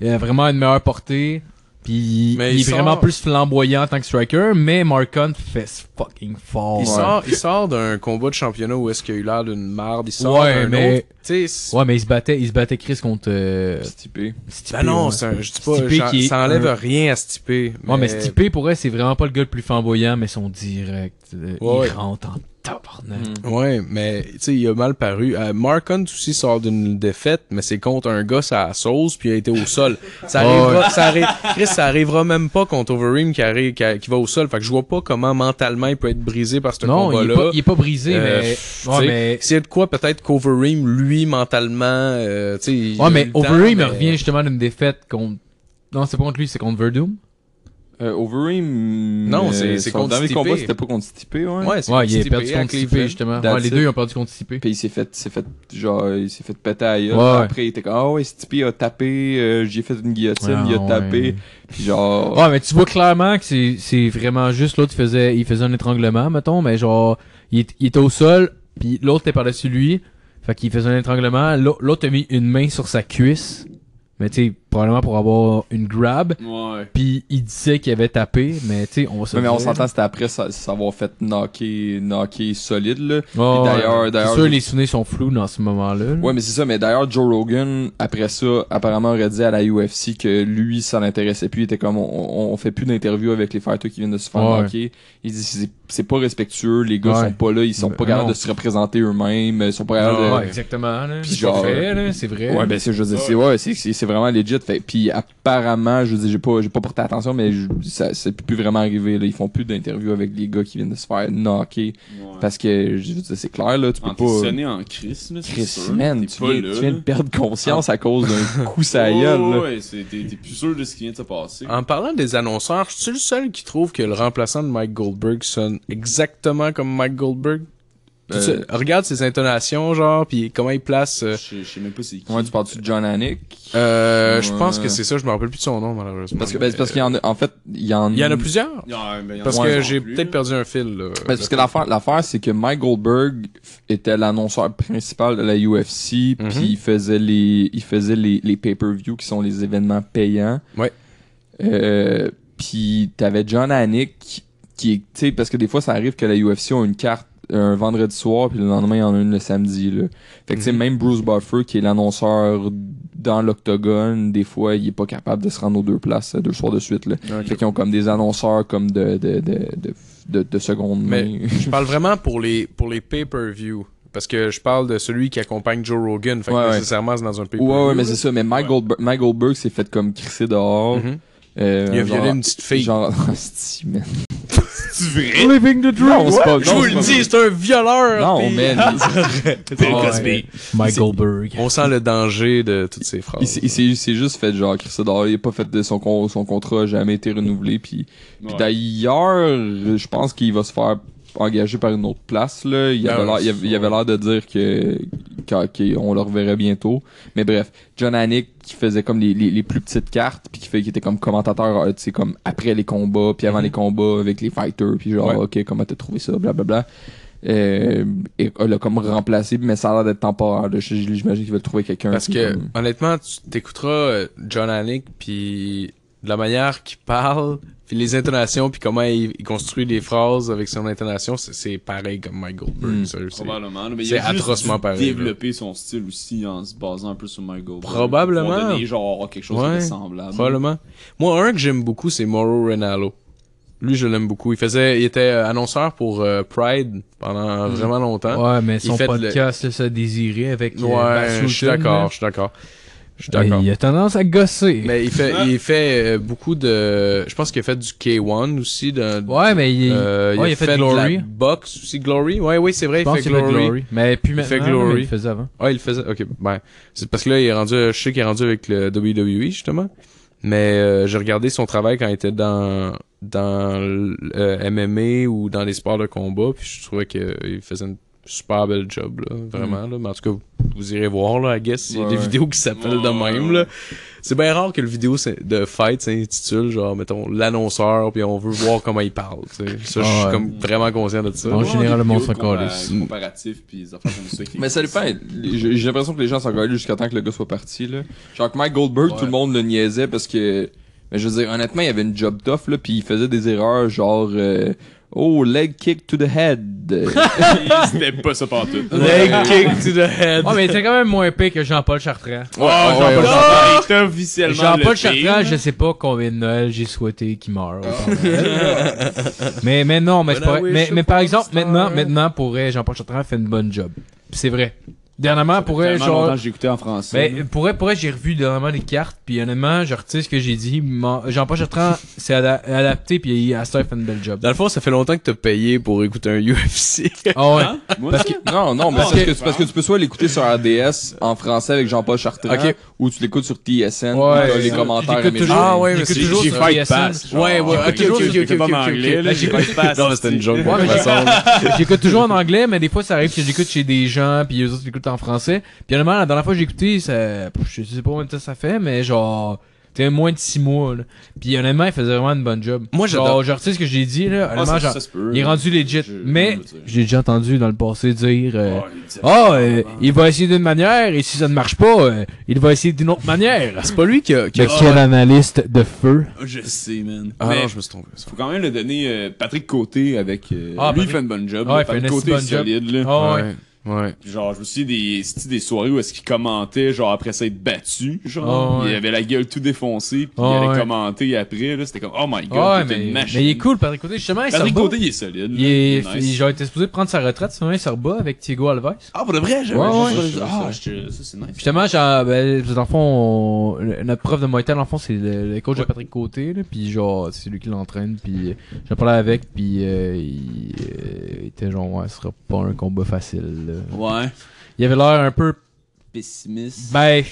Speaker 3: Il a vraiment une meilleure portée. Puis
Speaker 4: Mais
Speaker 3: il,
Speaker 4: il
Speaker 3: est vraiment
Speaker 4: sort-
Speaker 3: plus flamboyant en tant que striker. Mais Mark Hunt fait ce fucking fort.
Speaker 4: Il
Speaker 6: Ouais.
Speaker 4: sort, il sort d'un combat de championnat où est-ce qu'il a eu l'air d'une marde. Il sort
Speaker 3: Ouais,
Speaker 4: d'un
Speaker 3: mais-
Speaker 4: autre. Tu sais, c'est-
Speaker 3: Ouais, mais il se battait, il se battait Chris contre euh,
Speaker 6: Stipé.
Speaker 3: Stipe,
Speaker 4: Ben non,
Speaker 3: ouais.
Speaker 4: c'est un, je dis pas,
Speaker 3: Stipe
Speaker 4: j'en-
Speaker 3: qui est
Speaker 4: ça enlève
Speaker 3: un-
Speaker 4: rien à Stipe. Mais...
Speaker 3: Ouais, mais Stipe, pour elle, c'est vraiment pas le gars le plus flamboyant, mais son direct. euh, il
Speaker 4: Ouais. Mm.
Speaker 3: rentre en tabarnak.
Speaker 4: Ouais, mais tu sais, il a mal paru. Euh, Mark Hunt aussi sort d'une défaite, mais c'est contre un gars à la sauce, puis il a été au sol. Ça arrivera, ça arri- Chris, ça arrivera même pas contre Overeem qui, arri- qui, a- qui va au sol. Fait que je vois pas comment mentalement il peut être brisé par ce
Speaker 3: Non, il est,
Speaker 4: combat-là.
Speaker 3: pas, il est pas brisé,
Speaker 4: Euh,
Speaker 3: mais.
Speaker 4: pff,
Speaker 3: Ouais,
Speaker 4: tu sais,
Speaker 3: mais.
Speaker 4: C'est de quoi peut-être qu'Overeem, lui, mentalement, euh, tu sais. il a
Speaker 3: Ouais,
Speaker 4: eu
Speaker 3: mais
Speaker 4: le temps,
Speaker 3: Overeem
Speaker 4: mais-
Speaker 3: revient justement d'une défaite contre. Non, c'est pas contre lui, c'est contre Verdum.
Speaker 6: Euh, Overeem.
Speaker 4: Non,
Speaker 6: euh,
Speaker 4: c'est- c'est
Speaker 6: son
Speaker 4: contre
Speaker 6: dernier
Speaker 4: Stipe.
Speaker 6: combat, c'était pas contre Stipe, ouais.
Speaker 4: Ouais, c'est
Speaker 3: Ouais, il a
Speaker 4: Stipe
Speaker 3: perdu
Speaker 4: à
Speaker 3: contre Stipe,
Speaker 4: Cleveland.
Speaker 3: justement.
Speaker 6: That's
Speaker 3: Ouais, les
Speaker 6: it.
Speaker 3: deux, ils ont perdu contre Stipe.
Speaker 6: Puis il s'est fait, s'est fait, genre, il s'est fait péter à la gueule.
Speaker 3: Ouais.
Speaker 6: Après, il était comme, ah ouais, Stipe a tapé, euh, j'ai fait une guillotine,
Speaker 3: Ah,
Speaker 6: il a
Speaker 3: ouais.
Speaker 6: tapé. Puis genre.
Speaker 3: Ouais, mais tu vois clairement que c'est- c'est vraiment juste l'autre, il faisait, il faisait un étranglement, mettons, mais genre, il, est- il était au sol, puis l'autre était par-dessus lui, fait qu'il faisait un étranglement, l'au- l'autre a mis une main sur sa cuisse, mais tu sais, probablement pour avoir une grab,
Speaker 5: Ouais.
Speaker 3: puis il disait qu'il avait tapé, mais tu sais, on va se
Speaker 6: mais, mais on
Speaker 3: dire-
Speaker 6: s'entend, c'était après sa- s'avoir fait knocker, knocker solide, là.
Speaker 3: Ouais,
Speaker 6: Puis
Speaker 3: ouais.
Speaker 6: d'ailleurs- d'ailleurs,
Speaker 3: C'est sûr,
Speaker 6: je-
Speaker 3: les souvenirs sont flous dans ce moment-là. là.
Speaker 6: Ouais, mais c'est ça. Mais d'ailleurs, Joe Rogan, après ça, apparemment, aurait dit à la UFC que lui, ça l'intéressait plus. Il était comme, on, on- on fait plus d'interviews avec les fighters qui viennent de se faire
Speaker 3: Ouais.
Speaker 6: knocker. Il dit, c'est- c'est pas respectueux. Les gars
Speaker 3: Ouais.
Speaker 6: sont pas là. Ils sont
Speaker 3: Ben
Speaker 6: pas capables
Speaker 3: non.
Speaker 6: de se représenter eux-mêmes. Ils sont pas capables de.
Speaker 3: Ouais, exactement. là.
Speaker 6: euh, Puis
Speaker 3: C'est
Speaker 6: genre- euh,
Speaker 3: pas vrai, là, c'est vrai.
Speaker 6: Ouais, ben c'est, je veux dire, c'est, ouais, c'est, c'est, c'est vraiment legit. Fait, puis apparemment, je veux dire, j'ai pas, j'ai pas porté attention, mais je- ça, c'est plus vraiment arrivé. Là. Ils font plus d'interviews avec les gars qui viennent de se faire knocker. Parce que, je veux dire, c'est clair, là, tu peux
Speaker 5: En
Speaker 6: pas...
Speaker 5: sonné en Christmas,
Speaker 6: Chris, man, tu
Speaker 5: pas
Speaker 6: viens,
Speaker 5: là,
Speaker 6: tu viens de
Speaker 5: là.
Speaker 6: perdre conscience à cause d'un coup sa gueule, là.
Speaker 5: ouais, c'est- t'es t'es plus sûr de ce qui vient de se passer.
Speaker 4: En parlant des annonceurs, je suis le seul qui trouve que le remplaçant de Mike Goldberg sonne exactement comme Mike Goldberg. Tout
Speaker 6: Euh,
Speaker 4: seul. regarde ses intonations, genre, puis comment il place. euh,
Speaker 5: Je sais- je sais même pas c'est qui.
Speaker 6: Ouais, tu parles-tu de John Anik?
Speaker 4: euh, je pense
Speaker 6: Ouais.
Speaker 4: que c'est ça, je me rappelle plus de son nom, malheureusement.
Speaker 6: Parce que, ben, c'est parce qu'il y en a, en fait, il y en,
Speaker 4: euh, Il y en a plusieurs.
Speaker 5: Ouais, ben, y en a
Speaker 4: Parce
Speaker 5: de
Speaker 4: que
Speaker 5: plus
Speaker 4: j'ai
Speaker 5: en plus,
Speaker 4: peut-être
Speaker 5: là.
Speaker 4: perdu un fil. là.
Speaker 6: Ben, c'est parce que l'affaire, l'affaire, c'est que Mike Goldberg f- était l'annonceur principal de la UFC,
Speaker 4: Mhm.
Speaker 6: puis il faisait les, il faisait les, les pay-per-view qui sont les événements payants.
Speaker 4: Ouais.
Speaker 6: Euh, puis t'avais John Anik qui est, tu sais, parce que des fois ça arrive que la UFC a une carte un vendredi soir puis le lendemain il y en a une le samedi là. Fait que tu sais
Speaker 4: Mhm.
Speaker 6: même Bruce Buffer qui est l'annonceur dans l'octogone, des fois il est pas capable de se rendre aux deux places euh, deux soirs de suite là. Fait qu'ils ont comme des annonceurs comme de de de de, de, de seconde main.
Speaker 4: Mais je parle vraiment pour les, pour les pay-per-view. Parce que je parle de celui qui accompagne Joe Rogan. Fait que
Speaker 6: Ouais, ouais.
Speaker 4: nécessairement, c'est dans un pay-per-view.
Speaker 6: Ouais, ouais, mais c'est ça. Mais Mike, Goldberg, Mike Goldberg s'est fait comme crisser dehors.
Speaker 4: Mhm.
Speaker 6: Euh,
Speaker 4: Il a
Speaker 6: genre-
Speaker 4: violé une petite fille.
Speaker 6: Genre, Hostie, man.
Speaker 3: Living the dream.
Speaker 6: Non, c'est pas-
Speaker 4: Ah Je
Speaker 6: non,
Speaker 4: vous
Speaker 6: c'est
Speaker 4: le
Speaker 6: pas-
Speaker 4: dis, c'est un violeur!
Speaker 6: Non,
Speaker 4: puis-
Speaker 6: man.
Speaker 3: Mike Goldberg.
Speaker 4: On sent le danger de toutes ces phrases.
Speaker 6: Il s'est- il s'est il s'est juste fait genre crisser dehors. Il a pas fait de son, con- son contrat, a jamais été renouvelé. Puis, puis
Speaker 5: Ouais.
Speaker 6: d'ailleurs, je pense qu'il va se faire engager par une autre place. Là. Il,
Speaker 4: Ah
Speaker 6: avait
Speaker 4: ouais,
Speaker 6: l'air- il avait- il avait l'air de dire que qu'on le reverrait bientôt. Mais bref, John Anik qui faisait comme les, les, les plus petites cartes, puis qui fait qu'il était comme commentateur, euh, tu sais, comme après les combats, puis avant les combats avec les fighters, puis genre,
Speaker 4: Mhm. Ouais.
Speaker 6: ok, comment t'as trouvé ça, blablabla. Euh, et elle l'a comme remplacé, mais ça a l'air d'être temporaire. là. Je- J'imagine qu'ils veulent trouver quelqu'un.
Speaker 4: Parce
Speaker 6: qui,
Speaker 4: que,
Speaker 6: comme-
Speaker 4: honnêtement, tu t'écouteras euh, John Anik, puis de la manière qu'il parle, puis les intonations, puis comment il, il construit les phrases avec son intonation, c'est- c'est pareil comme Mike Goldberg.
Speaker 3: Hmm.
Speaker 6: Mm.
Speaker 4: sérieux, c'est-
Speaker 5: Probablement. là, Mais
Speaker 4: c'est
Speaker 5: il a juste
Speaker 4: atrocement
Speaker 5: dû
Speaker 4: pareil,
Speaker 5: développer son style aussi en se basant un peu sur Mike Goldberg.
Speaker 4: Probablement.
Speaker 5: Pour donner genre quelque chose
Speaker 4: Ouais.
Speaker 5: de semblable.
Speaker 4: Probablement. Moi, un que j'aime beaucoup, c'est Mauro Renalo. Lui, je l'aime beaucoup. Il faisait, il était euh, annonceur pour euh, Pride pendant
Speaker 3: Hmm.
Speaker 4: vraiment longtemps.
Speaker 3: Ouais, mais
Speaker 4: Il
Speaker 3: son
Speaker 4: fait
Speaker 3: podcast, là, ça désirait avec. euh,
Speaker 4: Ouais,
Speaker 3: Bas
Speaker 4: je suis
Speaker 3: Sultan, là.
Speaker 4: d'accord, je suis d'accord. Je suis d'accord.
Speaker 3: Il a tendance à gosser.
Speaker 4: Mais il fait, il fait euh, beaucoup de. Je pense qu'il a fait du K1 aussi. Dans,
Speaker 3: ouais, mais il,
Speaker 4: euh,
Speaker 3: ouais, il a fait
Speaker 4: de
Speaker 3: Glory.
Speaker 4: la boxe aussi. Glory Ouais, oui, c'est vrai,
Speaker 3: je
Speaker 4: il
Speaker 3: pense
Speaker 4: fait
Speaker 3: qu'il a fait
Speaker 4: Glory.
Speaker 3: Glory. Mais puis
Speaker 4: Il
Speaker 3: maintenant,
Speaker 4: fait
Speaker 3: là, mais
Speaker 4: Glory.
Speaker 3: il le faisait avant.
Speaker 4: Ouais, il le faisait. Ok, ben. C'est parce que là, il est rendu. Je sais qu'il est rendu avec le WWE, justement. Mais euh, j'ai regardé son travail quand il était dans dans le euh, MMA ou dans les sports de combat, puis je trouvais qu'il faisait une super belle job, là, vraiment. Là. Mais en tout cas, vous irez voir, là, I guess, il y a
Speaker 6: Ouais,
Speaker 4: des
Speaker 6: ouais.
Speaker 4: vidéos qui s'appellent de
Speaker 5: Ouais,
Speaker 4: même,
Speaker 5: ouais.
Speaker 4: là. C'est bien rare que le vidéo s'in- de fight s'intitule, genre, mettons, l'annonceur, puis on veut voir comment il parle, tu sais. Ça, je suis
Speaker 3: Ouais.
Speaker 4: comme vraiment conscient de ça.
Speaker 3: En
Speaker 5: Vraiment
Speaker 3: général,
Speaker 5: des
Speaker 3: le monde
Speaker 5: vidéos
Speaker 3: s'en
Speaker 5: de compa-
Speaker 3: calisse.
Speaker 5: comparatifs, puis des affaires comme ça qui
Speaker 6: Mais ça dépend.
Speaker 5: existent.
Speaker 6: J'ai j'ai l'impression que les gens s'en gueulaient jusqu'à temps que le gars soit parti. Là. Genre que Mike Goldberg, tout le monde le niaisait parce que. Mais je veux dire, honnêtement, il avait une job tough, là, puis il faisait des erreurs genre. euh, oh, leg kick to the head.
Speaker 5: C'était pas ça partout.
Speaker 4: Leg kick to the head.
Speaker 3: Ouais, mais il était quand même moins pire que Jean-Paul Chartrand.
Speaker 5: Oh,
Speaker 6: ouais, ouais.
Speaker 5: C'était officiellement.
Speaker 3: Jean-Paul
Speaker 5: le pire.
Speaker 3: Chartrand, je sais pas combien de Noël j'ai souhaité qu'il meure. mais, mais non, mais, c'est
Speaker 4: But I
Speaker 3: pas,
Speaker 4: wish
Speaker 3: mais, mais
Speaker 4: upon
Speaker 3: par
Speaker 4: a
Speaker 3: exemple,
Speaker 4: star.
Speaker 3: maintenant, maintenant, pour vrai, Jean-Paul Chartrand fait une bonne job. Puis C'est vrai. Dernièrement, pour vrai,
Speaker 5: Tellement longtemps
Speaker 3: genre.
Speaker 5: que j'ai écouté en français.
Speaker 3: Mais pour vrai, pour vrai, j'ai revu dernièrement les cartes, puis honnêtement, je retire ce que j'ai dit. mon- Jean-Paul Chartrand s'est ada- adapté, puis il a fait une belle job.
Speaker 4: Dans le fond, ça fait longtemps que t'as payé pour écouter un UFC.
Speaker 3: Ah ouais.
Speaker 5: Moi,
Speaker 3: parce
Speaker 5: ça,
Speaker 6: non, non, mais
Speaker 4: Ah,
Speaker 5: Non,
Speaker 6: c'est parce,
Speaker 5: mais-
Speaker 6: que, c'est parce que tu peux soit l'écouter sur RDS en français avec Jean-Paul Chartrand,
Speaker 4: Ok.
Speaker 6: ou tu l'écoutes sur
Speaker 3: Ouais,
Speaker 6: TSN, ou t'as
Speaker 3: c'est
Speaker 6: les
Speaker 3: ça.
Speaker 6: commentaires
Speaker 3: J'écoute
Speaker 6: américains.
Speaker 3: toujours-
Speaker 4: Ah ouais, mais
Speaker 3: j'écoute
Speaker 4: c'est-
Speaker 3: toujours
Speaker 4: j'ai
Speaker 3: sur
Speaker 4: Fight
Speaker 3: TSN.
Speaker 4: Ouais, ouais, ok, ok, ok, ok, ok, ok.
Speaker 5: là, j'ai pas de passe.
Speaker 4: Non, mais c'était une joke, de
Speaker 3: Ouais, mais
Speaker 4: toute façon.
Speaker 3: J'écoute toujours en anglais, mais des fois, ça arrive que j'écoute chez des gens, puis eux autres l'écoutent en français. Puis honnêtement, la dernière fois que j'ai écouté, ça, je sais pas combien de temps ça fait, mais genre, t'es moins de 6 mois, là. Puis honnêtement, il faisait vraiment une bonne job.
Speaker 4: Moi, j'adore.
Speaker 3: Genre, je retire ce que j'ai dit,
Speaker 5: Ah,
Speaker 3: là. Honnêtement, genre,
Speaker 5: se peut,
Speaker 3: il est
Speaker 5: là.
Speaker 3: rendu legit.
Speaker 5: Je-
Speaker 3: mais,
Speaker 5: je veux dire. Oh,
Speaker 3: j'ai déjà entendu dans le passé dire, euh,
Speaker 5: il disait-
Speaker 3: Ah, euh, il va essayer d'une manière, et si ça ne marche pas, euh, il va essayer d'une autre manière.
Speaker 4: C'est pas lui qui a. qui a-
Speaker 5: Ah,
Speaker 3: Mais quel analyste de feu.
Speaker 5: Je sais, man.
Speaker 4: Ah
Speaker 5: mais
Speaker 4: non, je me suis trompé. ça.
Speaker 5: faut quand même le donner euh, Patrick Côté avec. euh,
Speaker 3: Ah,
Speaker 5: lui, il
Speaker 3: Patrick-
Speaker 5: fait une bonne job.
Speaker 3: Ah,
Speaker 5: là.
Speaker 3: il fait une
Speaker 5: Patrick
Speaker 3: assez
Speaker 5: Côté est
Speaker 3: bonne job.
Speaker 5: solide. Là.
Speaker 3: Ah ouais.
Speaker 4: Ouais. Ouais.
Speaker 5: Puis genre, je me souviens des, c'était des soirées où est-ce qu'ils commentaient, genre après s'être battu, genre.
Speaker 3: Ah ouais.
Speaker 5: Il avait la gueule tout défoncée, puis
Speaker 3: Ah
Speaker 5: il allait
Speaker 3: ouais.
Speaker 5: commenter après, là. C'était comme, oh my god,
Speaker 3: Ah ouais,
Speaker 5: t'es
Speaker 3: mais,
Speaker 5: une machine.
Speaker 3: mais il est cool, Patrick Côté. Justement, il s'en
Speaker 5: Patrick
Speaker 3: bat.
Speaker 5: Côté, il est solide.
Speaker 3: Il
Speaker 5: là.
Speaker 3: est,
Speaker 5: nice.
Speaker 3: il- genre, il était supposé prendre sa retraite, sinon il se rebat avec Thiago Alves.
Speaker 5: Ah, pour de vrai, j'avais
Speaker 3: Ouais, ouais.
Speaker 5: juste- Ah, je- ça, c'est nice.
Speaker 3: Justement, genre, ben, dans le fond, on- le- notre prof de Muay Thai, dans le fond, c'est le, le coach de Patrick Côté, là, puis genre, c'est lui qui l'entraîne, puis euh, j'en parlais avec, puis euh, il, euh, il était genre, ouais, ce sera pas un combat facile. là.
Speaker 5: Ouais.
Speaker 3: Il avait l'air un peu,
Speaker 5: Pessimiste.
Speaker 3: ben,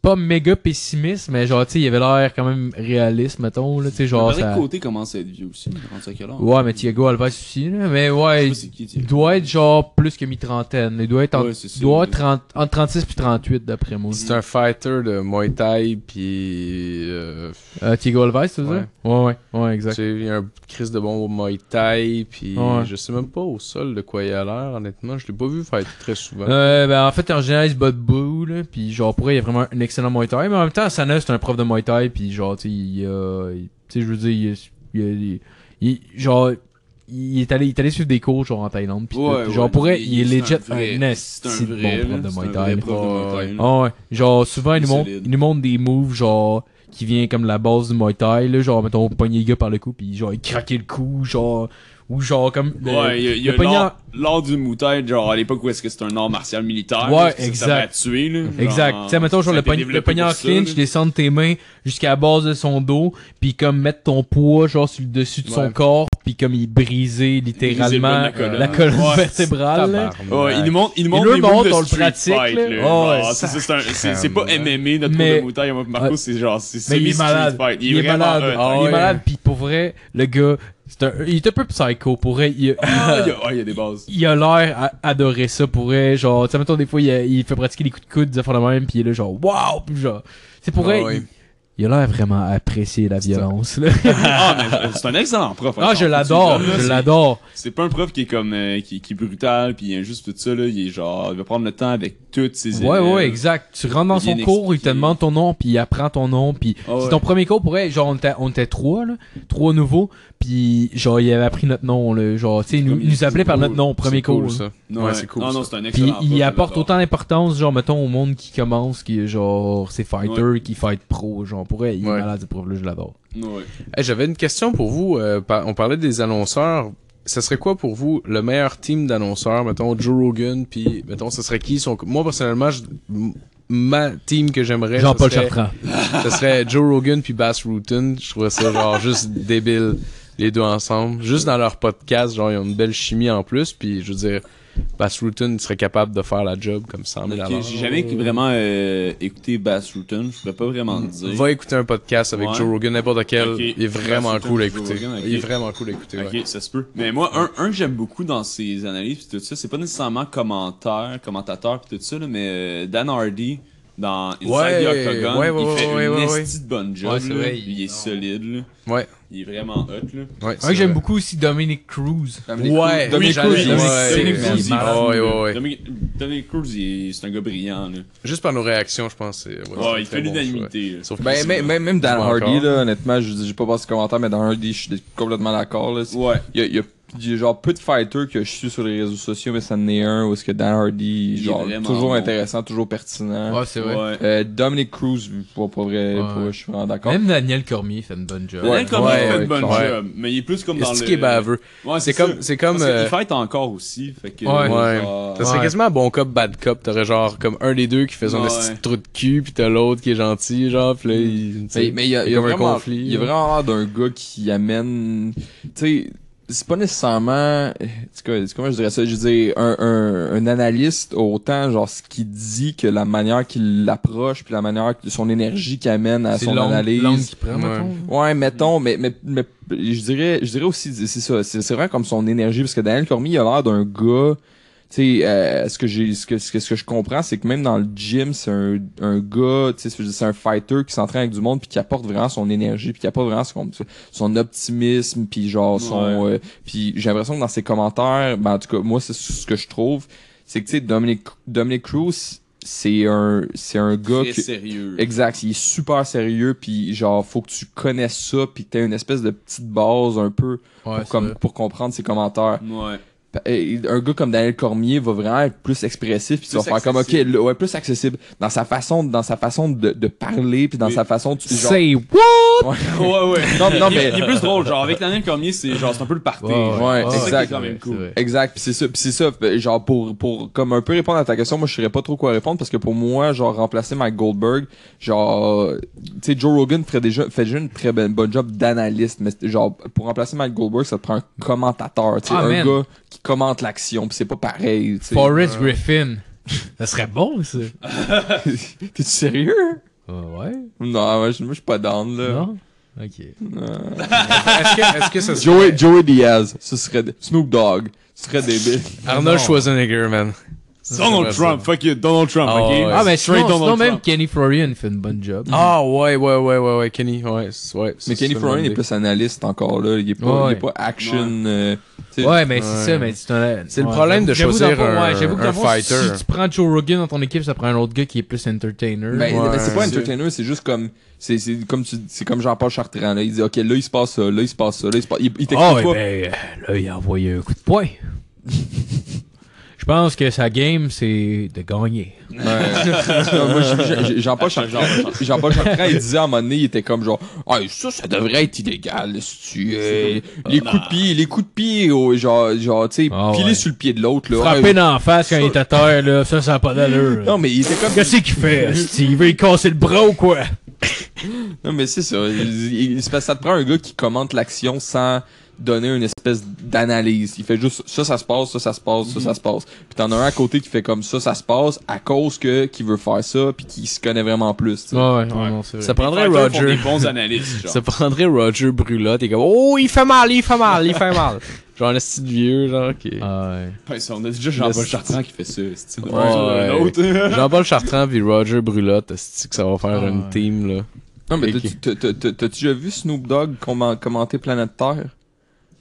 Speaker 3: pas méga pessimiste, mais genre, tu sais, il avait l'air quand même réaliste, mettons, là, tu sais, genre,
Speaker 5: Patrick
Speaker 3: ça-
Speaker 5: Côté commence à être vieux aussi, il rendu à quel âge?
Speaker 3: Ouais, mais Thiago Alves aussi, là, mais
Speaker 5: Je sais
Speaker 3: ouais,
Speaker 5: pas c'est qui,
Speaker 3: il
Speaker 5: Thierry.
Speaker 3: doit être genre plus que mi-trentaine, il doit être en-
Speaker 5: Ouais, c'est ça. Mm.
Speaker 3: doit être trente- entre 36 puis 38, d'après moi.
Speaker 4: C'est un fighter de Muay Thai, puis... euh,
Speaker 3: Euh, Thiago Alves, tu veux
Speaker 4: Ouais.
Speaker 3: dire? Ouais, ouais, ouais,
Speaker 4: tu
Speaker 3: exact.
Speaker 4: sais, il y a un Chris de bon Muay Thai, puis
Speaker 3: Ouais.
Speaker 4: je sais même pas au sol de quoi il a l'air, honnêtement. Je l'ai pas vu fight très souvent.
Speaker 3: Euh, ben, en fait, en général, il se bat debout, là, pis genre, pour vrai, il est vraiment un excellent Muay Thai, mais en même temps, Sana, c'est un prof de Muay Thai, pis genre, tu sais, il, euh, il- tu sais, je veux dire, il, est- il, est- il est- genre, il est allé, il est allé suivre des cours, genre, en Thaïlande, pis
Speaker 5: Ouais,
Speaker 3: tout. genre,
Speaker 5: ouais,
Speaker 3: pour vrai,
Speaker 5: il-
Speaker 3: il est
Speaker 5: c'est un
Speaker 3: legit
Speaker 5: vrai-
Speaker 3: un
Speaker 5: C'est
Speaker 3: nest
Speaker 5: un vrai,
Speaker 3: bon
Speaker 5: là,
Speaker 3: prof
Speaker 5: c'est
Speaker 3: de Muay
Speaker 5: un vrai
Speaker 3: Thai.
Speaker 5: prof de Muay Thai. là.
Speaker 3: Ah ouais, genre, souvent, il
Speaker 5: Il
Speaker 3: nous
Speaker 5: est
Speaker 3: montre,
Speaker 5: solide.
Speaker 3: il nous montre des moves, genre, qui vient comme la base du Muay Thai, là, genre, mettons, pogner le gars par le cou, pis genre, il craquait le cou, genre, ou genre, comme, le-
Speaker 5: Ouais, il y a, il y a
Speaker 3: le poignet-
Speaker 5: l'art, l'art du moutail, genre à l'époque où est-ce que c'est un art martial militaire.
Speaker 3: Ouais,
Speaker 5: là, parce que
Speaker 3: exact.
Speaker 5: Ça va tuer, là. Genre,
Speaker 3: Exact. Tu sais, mettons, genre,
Speaker 5: ça a
Speaker 3: le,
Speaker 5: été
Speaker 3: pogn-
Speaker 5: développé
Speaker 3: le poignet en
Speaker 5: pour ça, là.
Speaker 3: clinch, descendre tes mains jusqu'à la base de son dos, puis comme mettre ton poids, genre, sur le dessus de son
Speaker 4: Ouais.
Speaker 3: corps, puis comme il brisait littéralement
Speaker 5: Briser le bas de
Speaker 3: la
Speaker 5: la
Speaker 3: colonne
Speaker 5: colonne. Ouais,
Speaker 3: vertébrale. là.
Speaker 5: Ouais, il nous montre,
Speaker 3: Il
Speaker 5: il nous montre
Speaker 3: le
Speaker 5: des moves
Speaker 3: montre,
Speaker 5: de
Speaker 3: on le
Speaker 5: street
Speaker 3: pratique,
Speaker 5: fight,
Speaker 3: là.
Speaker 5: là.
Speaker 3: Oh, ouais,
Speaker 5: Ah, c'est, ça, c'est, un- c'est, c'est pas MMA, notre
Speaker 3: Mais-
Speaker 5: cours de moutail. Moi, Marco, c'est genre, c'est,
Speaker 3: Mais
Speaker 5: c'est
Speaker 3: il est malade.
Speaker 5: fight.
Speaker 3: Il est
Speaker 5: vraiment
Speaker 3: malade.
Speaker 5: hot,
Speaker 3: Ah,
Speaker 5: hein.
Speaker 3: Il est malade, puis pour vrai, le gars, c'est un- il est un peu psycho, pour vrai, il,
Speaker 5: Ah, il y a- ah, il y a des bases.
Speaker 3: il a l'air à adorer ça pour vrai. Genre, tu sais, mettons, des fois, il, il fait pratiquer les coups de coude, des affaires de même, puis il est là, genre, waouh! Puis genre, c'est pour
Speaker 4: Ah
Speaker 3: vrai,
Speaker 4: ouais.
Speaker 3: il, il a l'air vraiment à apprécier la violence, là.
Speaker 5: Ah, mais c'est un excellent prof.
Speaker 3: Ah,
Speaker 5: hein,
Speaker 3: je
Speaker 5: genre,
Speaker 3: l'adore,
Speaker 5: tu vois, là,
Speaker 3: je
Speaker 5: c'est-
Speaker 3: l'adore.
Speaker 5: C'est pas un prof qui est comme, euh, qui, qui est brutal, puis euh, juste tout ça, là. Il est genre, il va prendre le temps avec toutes ses
Speaker 3: Ouais,
Speaker 5: élèves.
Speaker 3: ouais, exact. Tu rentres dans son
Speaker 5: Bien
Speaker 3: cours, il te
Speaker 5: expliqué.
Speaker 3: demande ton nom, puis il apprend ton nom, puis
Speaker 5: Ah ouais.
Speaker 3: c'est ton premier cours pour elle. Genre, on était, on était trois, là, trois nouveaux, puis genre, il avait appris notre nom, là, genre, tu sais, il nous,
Speaker 5: Premier
Speaker 3: il nous appelait par
Speaker 5: cours,
Speaker 3: notre nom, premier
Speaker 4: C'est
Speaker 3: cours.
Speaker 4: cool,
Speaker 3: là.
Speaker 4: ça.
Speaker 5: Non,
Speaker 4: Ouais,
Speaker 5: ouais.
Speaker 4: c'est cool,
Speaker 5: Ah, non,
Speaker 4: ça.
Speaker 5: c'est un excellent
Speaker 3: Puis
Speaker 5: prof,
Speaker 3: il
Speaker 5: je
Speaker 3: apporte
Speaker 5: l'adore.
Speaker 3: autant d'importance, genre, mettons, au monde qui commence, qui est genre, c'est fighter, qui fight pro, genre, pour elle, il est
Speaker 4: Ouais.
Speaker 3: malade, ce prof-là, je l'adore.
Speaker 5: Ouais.
Speaker 4: Hey, J'avais une question pour vous. euh, par- on parlait des annonceurs. Ça serait quoi pour vous le meilleur team d'annonceurs? Mettons Joe Rogan, puis mettons, ce serait qui? Son... Moi, personnellement, je- m- ma team que j'aimerais, ce
Speaker 3: Jean-Paul
Speaker 4: serait,
Speaker 3: Chartrand.
Speaker 4: ce serait Joe Rogan puis Bass Rutten. Je trouverais ça genre juste débile, les deux ensemble. Juste dans leur podcast, genre, ils ont une belle chimie en plus, puis je veux dire, Bass Rutten serait capable de faire la job comme 100 000 à
Speaker 5: Ok, J'ai jamais vraiment euh, écouté Bass Rutten, je pourrais pas vraiment le dire.
Speaker 4: Va écouter un podcast avec
Speaker 5: Ouais.
Speaker 4: Joe Rogan, n'importe lequel.
Speaker 5: Ok.
Speaker 4: Il est vraiment
Speaker 5: Bass Rutten,
Speaker 4: cool à
Speaker 5: Joe
Speaker 4: écouter.
Speaker 5: Rogan, ok.
Speaker 4: Il est vraiment cool à écouter, ouais.
Speaker 5: Ok, ça se peut. Mais moi, un, un que j'aime beaucoup dans ses analyses pis tout ça, c'est pas nécessairement commentaire, commentateur pis tout ça, là, mais euh, Dan Hardy dans Inside
Speaker 4: Ouais,
Speaker 5: the Octagon,
Speaker 4: ouais, ouais,
Speaker 5: il fait
Speaker 4: ouais,
Speaker 5: une
Speaker 4: ouais, ouais.
Speaker 5: esti de bonne job.
Speaker 3: Ouais, c'est
Speaker 5: là.
Speaker 3: vrai,
Speaker 5: il,
Speaker 3: il-
Speaker 5: est
Speaker 3: non.
Speaker 5: solide, là.
Speaker 4: Ouais.
Speaker 5: il est vraiment hot. Là.
Speaker 4: Ouais,
Speaker 3: Moi, j'aime beaucoup aussi Dominic Cruz.
Speaker 4: Ouais,
Speaker 6: Dominique
Speaker 4: oui,
Speaker 6: Cruz,
Speaker 4: j'allais-
Speaker 3: c'est
Speaker 4: ouais,
Speaker 3: lui,
Speaker 4: ouais,
Speaker 3: il est
Speaker 4: ouais,
Speaker 3: malade.
Speaker 4: ouais, ouais, ouais.
Speaker 5: Dominic, Dominic Cruz, il- c'est un gars brillant. Là.
Speaker 4: Juste par nos réactions, je pense. c'est- ouais, c'est un
Speaker 5: Ouais, il
Speaker 4: très
Speaker 5: fait
Speaker 4: bon choix.
Speaker 5: l'unanimité. là.
Speaker 4: Sauf que
Speaker 6: Ben,
Speaker 4: c'est-
Speaker 6: même, même, même Dan
Speaker 4: Pas
Speaker 6: Hardy,
Speaker 4: encore.
Speaker 6: là, honnêtement, je dis j'ai pas passé de commentaire, mais Dan Hardy, je suis complètement d'accord. là. C'est-
Speaker 5: Ouais.
Speaker 6: Il y a, il y a- il y a genre peu de fighters que je suis sur les réseaux sociaux, mais ça en est un où est-ce que Dan Hardy,
Speaker 5: Il est
Speaker 6: genre,
Speaker 5: vraiment
Speaker 6: toujours
Speaker 5: bon.
Speaker 6: intéressant, toujours pertinent.
Speaker 3: Ouais, c'est vrai.
Speaker 5: Ouais.
Speaker 6: Euh, Dominic Cruz, pour, pour vrai,
Speaker 3: Ouais.
Speaker 6: pour vrai, je suis vraiment d'accord.
Speaker 3: Même Daniel Cormier fait une bonne job.
Speaker 5: Dan
Speaker 6: Ouais,
Speaker 5: Hardy, il fait
Speaker 4: ouais,
Speaker 5: une bonne
Speaker 4: ouais.
Speaker 5: job, mais il est plus comme dans le.
Speaker 4: Est-ce qu'il est baveux?
Speaker 5: Ouais,
Speaker 4: C'est comme,
Speaker 5: ça.
Speaker 4: c'est comme,
Speaker 5: Parce qu'il
Speaker 4: euh,
Speaker 5: fight encore aussi. Fait que, euh,
Speaker 3: Ouais.
Speaker 4: Ouais.
Speaker 5: genre-
Speaker 4: ça serait
Speaker 3: Ouais.
Speaker 4: quasiment bon cop, bad cop. T'aurais genre comme un des deux qui fait son
Speaker 5: Ouais.
Speaker 4: petit trou de cul, puis t'as l'autre qui est gentil, genre, puis là, il. tu sais,
Speaker 6: Mais, mais il y a, il y a
Speaker 4: comme un
Speaker 6: vraiment,
Speaker 4: conflit,
Speaker 6: il y a
Speaker 4: là.
Speaker 6: vraiment l'air d'un gars qui amène, tu sais, c'est pas nécessairement, c'est quoi- c'est comment je dirais ça, je dis un, un, un analyste autant genre ce qu'il dit que la manière qu'il l'approche puis la manière que son énergie qu'il amène à
Speaker 3: C'est
Speaker 6: son
Speaker 3: Long-
Speaker 6: analyse.
Speaker 3: Long qui prend,
Speaker 4: Ouais.
Speaker 3: mettons.
Speaker 6: Ouais, mettons, mais, mais, mais je dirais, je dirais aussi, c'est ça, c'est c'est vraiment comme son énergie, parce que Daniel Cormier, il a l'air d'un gars, tu sais, euh, ce que j'ai, ce que, ce que, ce que je comprends, c'est que même dans le gym, c'est un, un gars, tu sais, c'est- c'est un fighter qui s'entraîne avec du monde, puis qui apporte vraiment son énergie, puis qui apporte vraiment son, son optimisme, puis genre son, euh, puis j'ai l'impression que dans ses commentaires, ben en tout cas, moi c'est ce que je trouve, c'est que tu sais, Dominic, Dominic Cruz, c'est un, c'est un gars
Speaker 5: Très
Speaker 6: qui-
Speaker 5: sérieux.
Speaker 6: Exact, il est super sérieux puis genre faut que tu connaisses ça puis que t'aies une espèce de petite base un peu
Speaker 3: Ouais,
Speaker 6: pour, comme, pour comprendre ses commentaires.
Speaker 5: Ouais.
Speaker 6: euh, un gars comme Daniel Cormier va vraiment être plus expressif puis tu vas
Speaker 5: Plus
Speaker 6: faire comme ok
Speaker 5: accessible.
Speaker 6: le- ouais plus accessible dans sa façon dans sa façon de, de parler puis dans
Speaker 5: Oui.
Speaker 6: sa façon de genre-
Speaker 3: Say what?
Speaker 5: Ouais, ouais.
Speaker 6: non non
Speaker 5: Il est-
Speaker 6: mais
Speaker 5: Il est plus drôle, genre avec Daniel Cormier, c'est genre c'est un peu le party. genre.
Speaker 6: ouais,
Speaker 5: C'est ça qui est
Speaker 6: exact.
Speaker 5: quand même cool.
Speaker 6: Exact, puis c'est ça, puis c'est ça, fait, genre pour pour comme un peu répondre à ta question, moi je saurais pas trop quoi répondre parce que pour moi, genre remplacer Mike Goldberg, genre tu sais Joe Rogan ferait déjà fait déjà une très ben, bonne, bonne job d'analyste, mais c'est- genre pour remplacer Mike Goldberg, ça te prend un commentateur, tu sais
Speaker 3: Ah,
Speaker 6: un
Speaker 3: man.
Speaker 6: gars qui commente l'action, puis c'est pas pareil, tu sais.
Speaker 3: Forrest Griffin. Ça serait bon, ça.
Speaker 6: T'es sérieux
Speaker 3: Ah ouais.
Speaker 6: Non, moi je moi, je suis pas down
Speaker 4: Euh.
Speaker 6: là.
Speaker 3: Non? Ok.
Speaker 1: Est-ce que, est-ce que ça serait...
Speaker 6: Joey Joey Diaz, ce serait Snoop Dogg, ce serait débile.
Speaker 4: Arnold Schwarzenegger, man.
Speaker 5: Donald Trump, fuck you, Donald Trump,
Speaker 4: Ah,
Speaker 5: ok?
Speaker 4: ouais.
Speaker 3: Ah, mais
Speaker 5: Straight
Speaker 3: sinon,
Speaker 5: Donald
Speaker 3: sinon même
Speaker 5: Trump.
Speaker 3: Kenny Florian fait une bonne job.
Speaker 4: Ah, ouais, ouais, ouais, ouais, ouais, Kenny, ouais, c'est- ouais.
Speaker 6: Mais
Speaker 4: c'est-
Speaker 6: Kenny
Speaker 4: c'est
Speaker 6: Florian
Speaker 4: une
Speaker 6: est
Speaker 4: bonne idée.
Speaker 6: plus analyste encore là, il est pas il
Speaker 3: Ouais.
Speaker 6: est pas action euh, tu sais,
Speaker 3: Ouais, mais c'est
Speaker 4: Ouais.
Speaker 3: ça, mais c'est un-
Speaker 4: C'est le
Speaker 3: ouais,
Speaker 4: problème de
Speaker 3: j'avoue, dans le
Speaker 4: choisir
Speaker 3: fond,
Speaker 4: un-
Speaker 3: ouais, j'avoue que dans le
Speaker 4: un
Speaker 3: fond,
Speaker 4: fighter.
Speaker 3: Si tu prends Joe Rogan dans ton équipe, ça prend un autre gars qui est plus entertainer.
Speaker 4: Ouais.
Speaker 6: Mais, mais Ben, c'est pas
Speaker 4: C'est-
Speaker 6: entertainer, c'est juste comme c'est c'est comme tu c'est comme Jean-Paul Chartrand là, il dit OK, là il se passe ça, là il se passe ça, là il se passe il, il t'explique
Speaker 3: Ah
Speaker 6: pas.
Speaker 3: ouais, ben, euh, là, il a envoyé un coup de poing. Je pense que sa game, c'est de gagner.
Speaker 6: Ouais. Non, moi, je- je- je- Jean-Paul Chartrand, Jean-Paul Chartrand, il disait à un moment donné, il était comme genre Hey, ça ça devrait être illégal si tu euh, les coups de pied, les coups de pied oh, genre genre tu sais
Speaker 3: Ah ouais.
Speaker 6: piler sur le pied de l'autre là.
Speaker 3: Frapper
Speaker 6: Ouais.
Speaker 3: dans la face quand il est à terre, là, ça, ça n'a pas d'allure.
Speaker 6: Non mais il était comme
Speaker 3: Qu'est-ce qu'il fait, Steve? Il veut lui casser le bras ou quoi?
Speaker 6: Non, mais c'est ça. Il- il- c'est parce que ça te prend un gars qui commente l'action sans donner une espèce d'analyse. Il fait juste ça, ça se passe, ça, ça se passe, ça, ça se passe. Puis t'en as un à côté qui fait comme ça, ça se passe à cause que qui veut faire ça, puis qui se connaît vraiment plus. tu sais.
Speaker 3: Ouais, non, c'est vrai.
Speaker 4: Ça prendrait
Speaker 5: Fighters font
Speaker 4: Roger.
Speaker 5: des bons analystes, genre.
Speaker 4: Ça prendrait Roger Brulotte et comme Oh, il fait mal, il fait mal, il fait mal. genre un style vieux, genre, qui.
Speaker 3: Ah,
Speaker 5: Ouais, ça, on a déjà Jean-Paul Chartrand qui fait ça, c'est
Speaker 4: Ouais,
Speaker 5: un
Speaker 4: ouais.
Speaker 5: autre.
Speaker 4: Jean-Paul Chartrand puis Roger Brulotte, c'est que ça va faire une team, là.
Speaker 6: Non, mais t'as-
Speaker 4: Ok.
Speaker 6: t'as- t'as- t'as- t'as-tu déjà vu Snoop Dogg comment- commenter Planète Terre?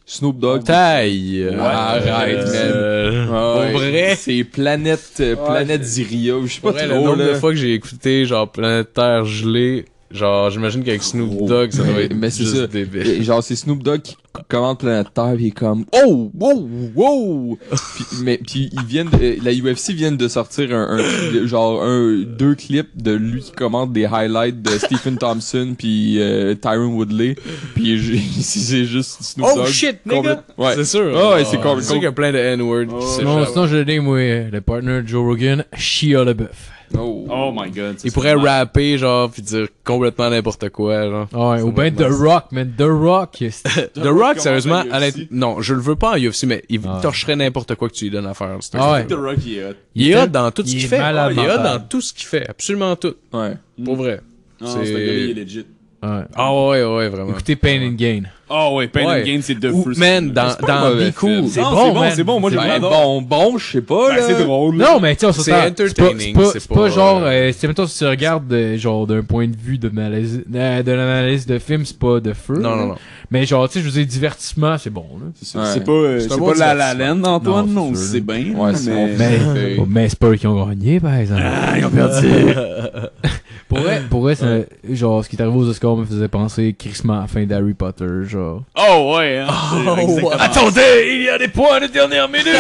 Speaker 6: Snoop Dogg.
Speaker 4: Taille! euh,
Speaker 6: Arrête, man.
Speaker 4: euh,
Speaker 6: Ah ouais.
Speaker 4: Pour vrai?
Speaker 6: C'est Planète, euh, Planète Ziria, ou je sais pas
Speaker 4: Pour vrai, le
Speaker 6: trop,
Speaker 4: nombre
Speaker 6: là.
Speaker 4: de fois que j'ai écouté, genre, Planète Terre gelée, genre, j'imagine qu'avec Snoop Dogg, ça doit être
Speaker 6: Oh. Mais c'est
Speaker 4: juste
Speaker 6: ça.
Speaker 4: débile.
Speaker 6: Et genre, c'est Snoop Dogg qui commande Planète Terre, pis il est comme Oh, wow, wow! Puis, mais, puis ils viennent, de- euh, la UFC vient de sortir un, un- genre, un, deux clips de lui qui commande des highlights de Stephen Thompson puis euh, Tyron Woodley. Puis il est ju- c'est juste Snoop
Speaker 4: Oh
Speaker 6: Dogg.
Speaker 4: shit, nigga!
Speaker 6: complète- Ouais.
Speaker 4: C'est sûr.
Speaker 6: Ah ouais, c'est
Speaker 4: Ah,
Speaker 6: con-
Speaker 4: sûr qu'il y a plein de N-words qui
Speaker 3: Non,
Speaker 4: s'échappent.
Speaker 3: sinon, je l'ai, moi, euh, le partner de Joe Rogan, Shia LaBeouf.
Speaker 6: Oh.
Speaker 5: Oh my god. ça,
Speaker 4: Il
Speaker 5: c'est
Speaker 4: pourrait
Speaker 5: mal.
Speaker 4: rapper, genre, puis dire complètement n'importe quoi, genre.
Speaker 6: Ah.
Speaker 3: Ouais, ou ben The Rock, man. The Rock, c'est-
Speaker 4: The Rock, sérieusement,
Speaker 5: Comment ça,
Speaker 4: honnête-
Speaker 5: UFC?
Speaker 4: non, je le veux pas en UFC, mais il
Speaker 3: Ah.
Speaker 4: torcherait n'importe quoi que tu lui donnes à faire. c'est un
Speaker 3: Ah ouais.
Speaker 4: gars.
Speaker 5: The Rock, il est hot.
Speaker 4: Il est hot dans tout ce
Speaker 3: Il
Speaker 4: qu'il
Speaker 3: est
Speaker 4: fait. Ah,
Speaker 3: malade
Speaker 4: Il est hot
Speaker 3: mental.
Speaker 4: dans tout ce qu'il fait, absolument tout,
Speaker 6: Ouais.
Speaker 4: pour vrai.
Speaker 5: Non,
Speaker 4: C'est-
Speaker 5: c'est un gars, Ah, il est legit.
Speaker 3: Ouais.
Speaker 4: Ah ouais, ouais, vraiment.
Speaker 3: Écoutez Pain and Gain.
Speaker 5: Ah ouais, Pain
Speaker 4: Ouais.
Speaker 5: and Gain, c'est de
Speaker 4: Ou,
Speaker 5: first.
Speaker 4: man, dans,
Speaker 6: pas un
Speaker 4: dans
Speaker 6: mauvais
Speaker 4: Be Cool,
Speaker 6: film.
Speaker 5: Non,
Speaker 3: bon,
Speaker 5: c'est bon,
Speaker 3: man.
Speaker 5: c'est bon, moi je
Speaker 6: Ben,
Speaker 5: l'adore.
Speaker 6: bon, bon, je sais pas,
Speaker 5: Ben,
Speaker 6: là.
Speaker 5: c'est drôle.
Speaker 3: Non, mais tu sais, on s'entend-
Speaker 4: C'est
Speaker 3: pas-
Speaker 4: entertaining,
Speaker 3: C'est pas,
Speaker 4: c'est
Speaker 3: c'est pas
Speaker 4: pas,
Speaker 3: genre.
Speaker 4: euh,
Speaker 3: euh, si mettons, si tu regardes euh, genre d'un point de vue de l'analyse euh, de, l'analyse de film, c'est pas de feu.
Speaker 4: Non,
Speaker 3: là.
Speaker 4: non, non.
Speaker 3: Mais genre, tu sais, je vous ai divertissement, c'est bon. Là.
Speaker 5: C'est
Speaker 6: Ouais.
Speaker 5: c'est pas, euh,
Speaker 4: C'est un
Speaker 5: c'est
Speaker 4: bon
Speaker 5: pas la la
Speaker 4: divertissement.
Speaker 5: laine, Antoine,
Speaker 3: Non,
Speaker 5: non,
Speaker 3: c'est
Speaker 5: c'est bien.
Speaker 6: Ouais, c'est
Speaker 5: mais-
Speaker 6: bon.
Speaker 3: Mais,
Speaker 6: fait-
Speaker 3: oh, mais c'est pas eux qui ont gagné, par exemple. Ah, ils ont perdu. pour vrai, pour vrai, ça- genre, ce qui est arrivé aux Oscars me faisait penser crissement à la fin d'Harry Potter, genre.
Speaker 5: Oh ouais, hein, c'est exactement-
Speaker 4: Attendez, il y a des points de dernière minute!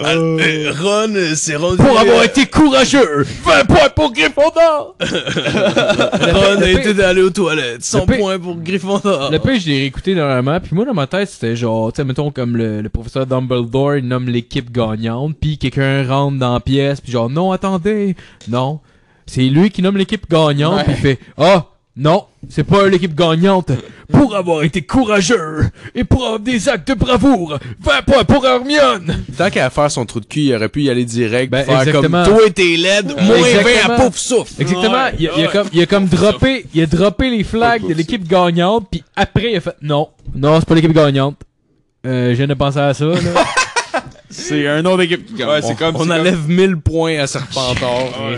Speaker 4: Euh, Ron s'est rendu...
Speaker 3: Pour avoir été courageux, 20 points pour Gryffondor!
Speaker 4: Ron a
Speaker 3: Le
Speaker 4: été d'aller aux toilettes, 100
Speaker 3: pire-
Speaker 4: points pour Gryffondor!
Speaker 3: Le pire, je l'ai réécouté dernièrement, puis moi, dans ma tête, c'était genre, tu sais, mettons, comme le, le professeur Dumbledore il nomme l'équipe gagnante, puis quelqu'un rentre dans la pièce, puis genre, non, attendez, non. C'est lui qui nomme l'équipe gagnante, puis il fait, ah, non, c'est pas l'équipe gagnante. Pour avoir été courageux et pour avoir des actes de bravoure, 20 points pour Hermione!
Speaker 4: Tant qu'à faire son trou de cul, il aurait pu y aller direct,
Speaker 3: Ben,
Speaker 4: faire
Speaker 3: exactement.
Speaker 4: comme toi et t'es laide, moins 20 à
Speaker 3: Exactement.
Speaker 4: pauvre souffle.
Speaker 3: Exactement, il, a, il a comme, il a comme droppé, il a droppé les flags de l'équipe gagnante, puis après, il a fait, non, non, c'est pas l'équipe gagnante. Euh, je viens de penser à ça, là.
Speaker 5: C'est un autre équipe qui gagne.
Speaker 6: Ouais, c'est comme.
Speaker 4: On
Speaker 6: c'est comme-
Speaker 4: enlève 1000 points à Serpentor.
Speaker 5: Ouais.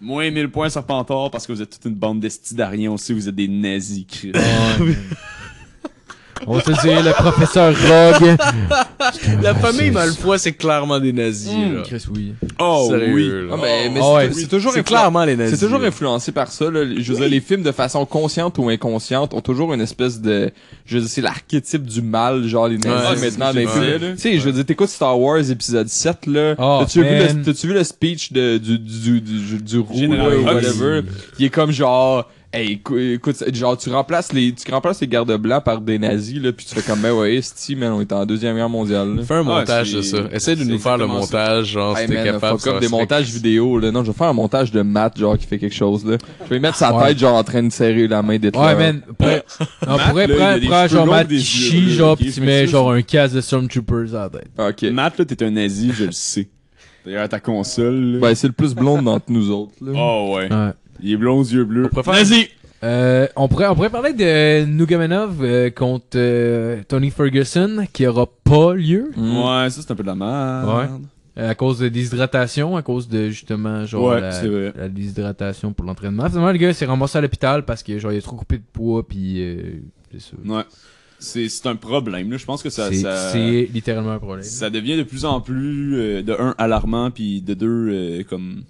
Speaker 5: Moins 1000 points Serpentor parce que vous êtes toute une bande d'estidariens aussi, vous êtes des nazis, Chris.
Speaker 3: On va se le dire, le professeur Rogue.
Speaker 4: La famille Malfoy, c'est clairement des nazis, là.
Speaker 3: Chris, oui.
Speaker 4: Oh,
Speaker 6: oui. Ah, mais, mais
Speaker 3: Ah
Speaker 6: c'est-
Speaker 3: ouais.
Speaker 6: c'est toujours
Speaker 4: C'est
Speaker 6: influ-
Speaker 4: clairement les nazis.
Speaker 6: C'est toujours
Speaker 4: là.
Speaker 6: influencé par ça. Là. Je veux dire, les films de façon consciente ou inconsciente ont toujours une espèce de... Je veux dire, c'est l'archétype du mal, genre les nazis
Speaker 4: Ouais,
Speaker 6: maintenant.
Speaker 4: c'est-
Speaker 6: dans les
Speaker 4: c'est-
Speaker 6: films. Tu sais, je veux dire, t'écoutes Star Wars épisode 7, là.
Speaker 3: Oh,
Speaker 6: T'as-tu vu,
Speaker 3: man.
Speaker 6: le- t'as-tu vu le speech de, du, du, du, du, du roux,
Speaker 5: Général
Speaker 6: là, ou
Speaker 5: Hux.
Speaker 6: whatever? Il est comme genre... Hey, écou- écoute, genre, tu remplaces les, tu remplaces les gardes blancs par des nazis, là, puis tu fais comme, ben ouais, esti, man, on est en deuxième guerre mondiale, là.
Speaker 4: Fais un montage
Speaker 5: Ah, c'est-
Speaker 4: de ça. Essaye de
Speaker 5: c'est
Speaker 4: nous faire le
Speaker 5: exactement
Speaker 4: montage, genre, si
Speaker 6: Hey
Speaker 4: t'es
Speaker 6: man,
Speaker 4: capable.
Speaker 6: fuck up
Speaker 4: ça
Speaker 6: des
Speaker 4: serait-
Speaker 6: montages vidéo là. Non, je vais faire un montage de Matt genre qui fait quelque chose là. Je vais mettre sa
Speaker 3: Ouais.
Speaker 6: tête genre en train de serrer la main d'Hitler.
Speaker 3: Ouais, man. Prends- On pourrait
Speaker 5: là, il y a
Speaker 3: prendre
Speaker 5: des
Speaker 3: prends
Speaker 5: cheveux
Speaker 3: genre
Speaker 5: longs
Speaker 3: Matt
Speaker 5: des
Speaker 3: qui
Speaker 5: yeux
Speaker 3: chie,
Speaker 5: bleus,
Speaker 3: genre,
Speaker 5: ok,
Speaker 3: pis
Speaker 5: je
Speaker 3: tu mets
Speaker 5: m'excuse.
Speaker 3: genre un casque de Stormtroopers à la tête.
Speaker 6: Ah, OK.
Speaker 5: Matt, là, t'es un nazi, je le sais. D'ailleurs, ta console, là.
Speaker 6: Ben c'est le plus blond d'entre nous autres là.
Speaker 5: Oh, ouais.
Speaker 3: Ouais.
Speaker 5: Il est blond aux yeux bleus.
Speaker 4: Nazi!
Speaker 3: Euh, on, pourrait, on pourrait parler de Nugamenov euh, contre euh, Tony Ferguson qui aura pas lieu
Speaker 6: Mm.
Speaker 5: Ouais, ça, c'est un peu de la Ah, merde.
Speaker 3: euh, à cause de déshydratation, à cause de justement genre
Speaker 5: Ouais,
Speaker 3: la,
Speaker 5: c'est vrai.
Speaker 3: la déshydratation pour l'entraînement. Finalement, le gars s'est remboursé à l'hôpital parce que genre il a trop coupé de poids puis euh, c'est ça.
Speaker 5: Ouais. C'est c'est un problème, là. Je pense que ça.
Speaker 3: C'est
Speaker 5: ça-
Speaker 3: c'est littéralement un problème.
Speaker 5: ça devient de plus en plus euh, de un alarmant puis de deux euh, comme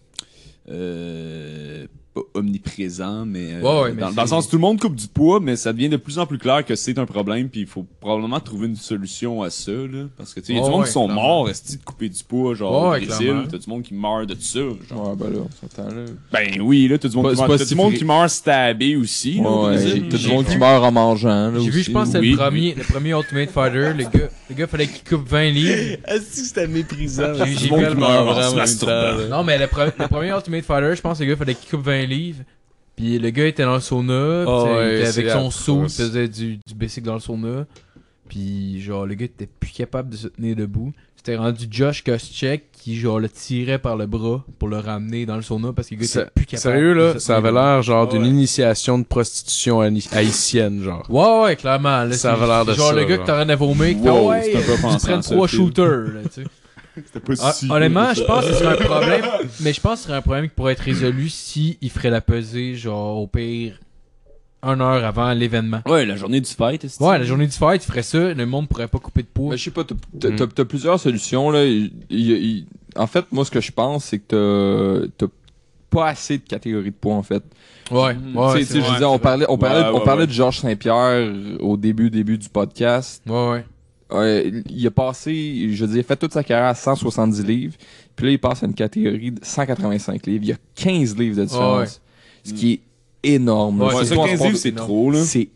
Speaker 5: euh, pas omniprésent mais, euh,
Speaker 3: Ouais, ouais, mais
Speaker 5: dans, dans le
Speaker 3: c'est-
Speaker 5: sens tout le monde coupe du poids mais ça devient de plus en plus clair que c'est un problème puis il faut probablement trouver une solution à ça là parce que tu sais il y a
Speaker 3: Ouais,
Speaker 5: du monde
Speaker 3: ouais,
Speaker 5: qui sont
Speaker 3: clairement.
Speaker 5: morts esti de couper du poids genre
Speaker 3: Ouais,
Speaker 5: au Brésil
Speaker 3: clairement.
Speaker 5: t'as du monde qui meurt de ça genre.
Speaker 6: Ouais, ben là, on s'entend là.
Speaker 5: ben oui là t'as du monde
Speaker 6: Pas-
Speaker 5: qui
Speaker 6: c'est
Speaker 5: meurt,
Speaker 6: pas
Speaker 5: t'as
Speaker 6: si
Speaker 5: du monde
Speaker 6: vrai.
Speaker 5: qui meurt stabé aussi là, au
Speaker 6: Ouais,
Speaker 5: Brésil.
Speaker 6: ouais, t'as du monde qui meurt en mangeant là.
Speaker 3: J'ai vu,
Speaker 6: aussi,
Speaker 3: je pense, c'est
Speaker 6: là.
Speaker 5: oui.
Speaker 3: le premier, le premier Ultimate Fighter. Le gars, le gars fallait qu'il coupe 20 livres.
Speaker 4: Est-ce que c'était méprisant?
Speaker 3: J'ai-
Speaker 4: Tout
Speaker 3: j'ai
Speaker 4: le monde
Speaker 3: fait le
Speaker 4: meurt
Speaker 5: meurt en
Speaker 4: vraiment
Speaker 5: se
Speaker 4: en même
Speaker 5: masturbant.
Speaker 4: temps, là.
Speaker 3: Non, mais le, pre- le premier Ultimate Fighter, je pense, le gars fallait qu'il coupe 20 livres. Puis le gars était dans le sauna. puis tu
Speaker 4: Ah
Speaker 3: sais, il
Speaker 4: ouais,
Speaker 3: était
Speaker 4: c'est
Speaker 3: avec son saut, il
Speaker 4: atroce.
Speaker 3: faisait du, du basic dans le sauna. Puis genre, le gars était plus capable de se tenir debout. C'était rendu Josh Koscheck qui genre le tirait par le bras pour le ramener dans le sauna parce que le gars
Speaker 4: Ça-
Speaker 3: était plus capable.
Speaker 4: Sérieux,
Speaker 3: de
Speaker 4: là,
Speaker 3: se
Speaker 4: ça
Speaker 3: tenir
Speaker 4: avait
Speaker 3: debout.
Speaker 4: l'air genre
Speaker 5: Ah
Speaker 4: d'une
Speaker 5: ouais.
Speaker 4: initiation de prostitution haï- haïtienne, genre.
Speaker 3: Ouais, ouais, clairement. là,
Speaker 4: Ça
Speaker 3: c'est-
Speaker 4: avait l'air de
Speaker 3: Genre
Speaker 4: ça,
Speaker 3: le gars
Speaker 4: genre.
Speaker 3: que t'aurais à vomir, qui fait,
Speaker 5: Wow,
Speaker 3: ouais,
Speaker 5: c'est un peu
Speaker 3: tu
Speaker 5: offensant,
Speaker 3: prends
Speaker 5: ça,
Speaker 3: trois
Speaker 5: le film.
Speaker 3: shooters, là, tu sais.
Speaker 5: C'était pas
Speaker 3: Ah,
Speaker 5: si-
Speaker 3: honnêtement, je pense que ce serait un problème. Mais je pense que ce serait un problème qui pourrait être résolu si il ferait la pesée, genre au pire, une heure avant l'événement.
Speaker 5: ouais la journée du fight esti.
Speaker 3: Ouais, la journée du fight, il ferait ça, le monde pourrait pas couper de poids.
Speaker 6: Ben, je sais pas, t'as- t'as t'as- t'as plusieurs solutions là. Il- il- il- En fait, moi ce que je pense c'est que t'as t'as pas assez de catégories de poids en fait.
Speaker 3: Ouais, ouais,
Speaker 6: Tu sais,
Speaker 3: ouais,
Speaker 6: tu sais,
Speaker 3: c'est
Speaker 6: je
Speaker 3: vrai.
Speaker 6: disais, on parlait, on parlait,
Speaker 5: Ouais,
Speaker 6: on
Speaker 5: ouais,
Speaker 6: parlait
Speaker 5: ouais.
Speaker 6: de Georges Saint-Pierre au début, début du podcast.
Speaker 3: ouais, ouais.
Speaker 6: Euh, il a passé, je veux dire, il a fait toute sa carrière à 170 livres, puis là, il passe à une catégorie de 185 livres. Il y a 15 livres de différence, ce qui est énorme.
Speaker 3: Ouais,
Speaker 5: ouais,
Speaker 6: Surtout
Speaker 5: ça
Speaker 6: en
Speaker 5: 15
Speaker 6: sport-
Speaker 5: livres c'est trop là
Speaker 6: c'est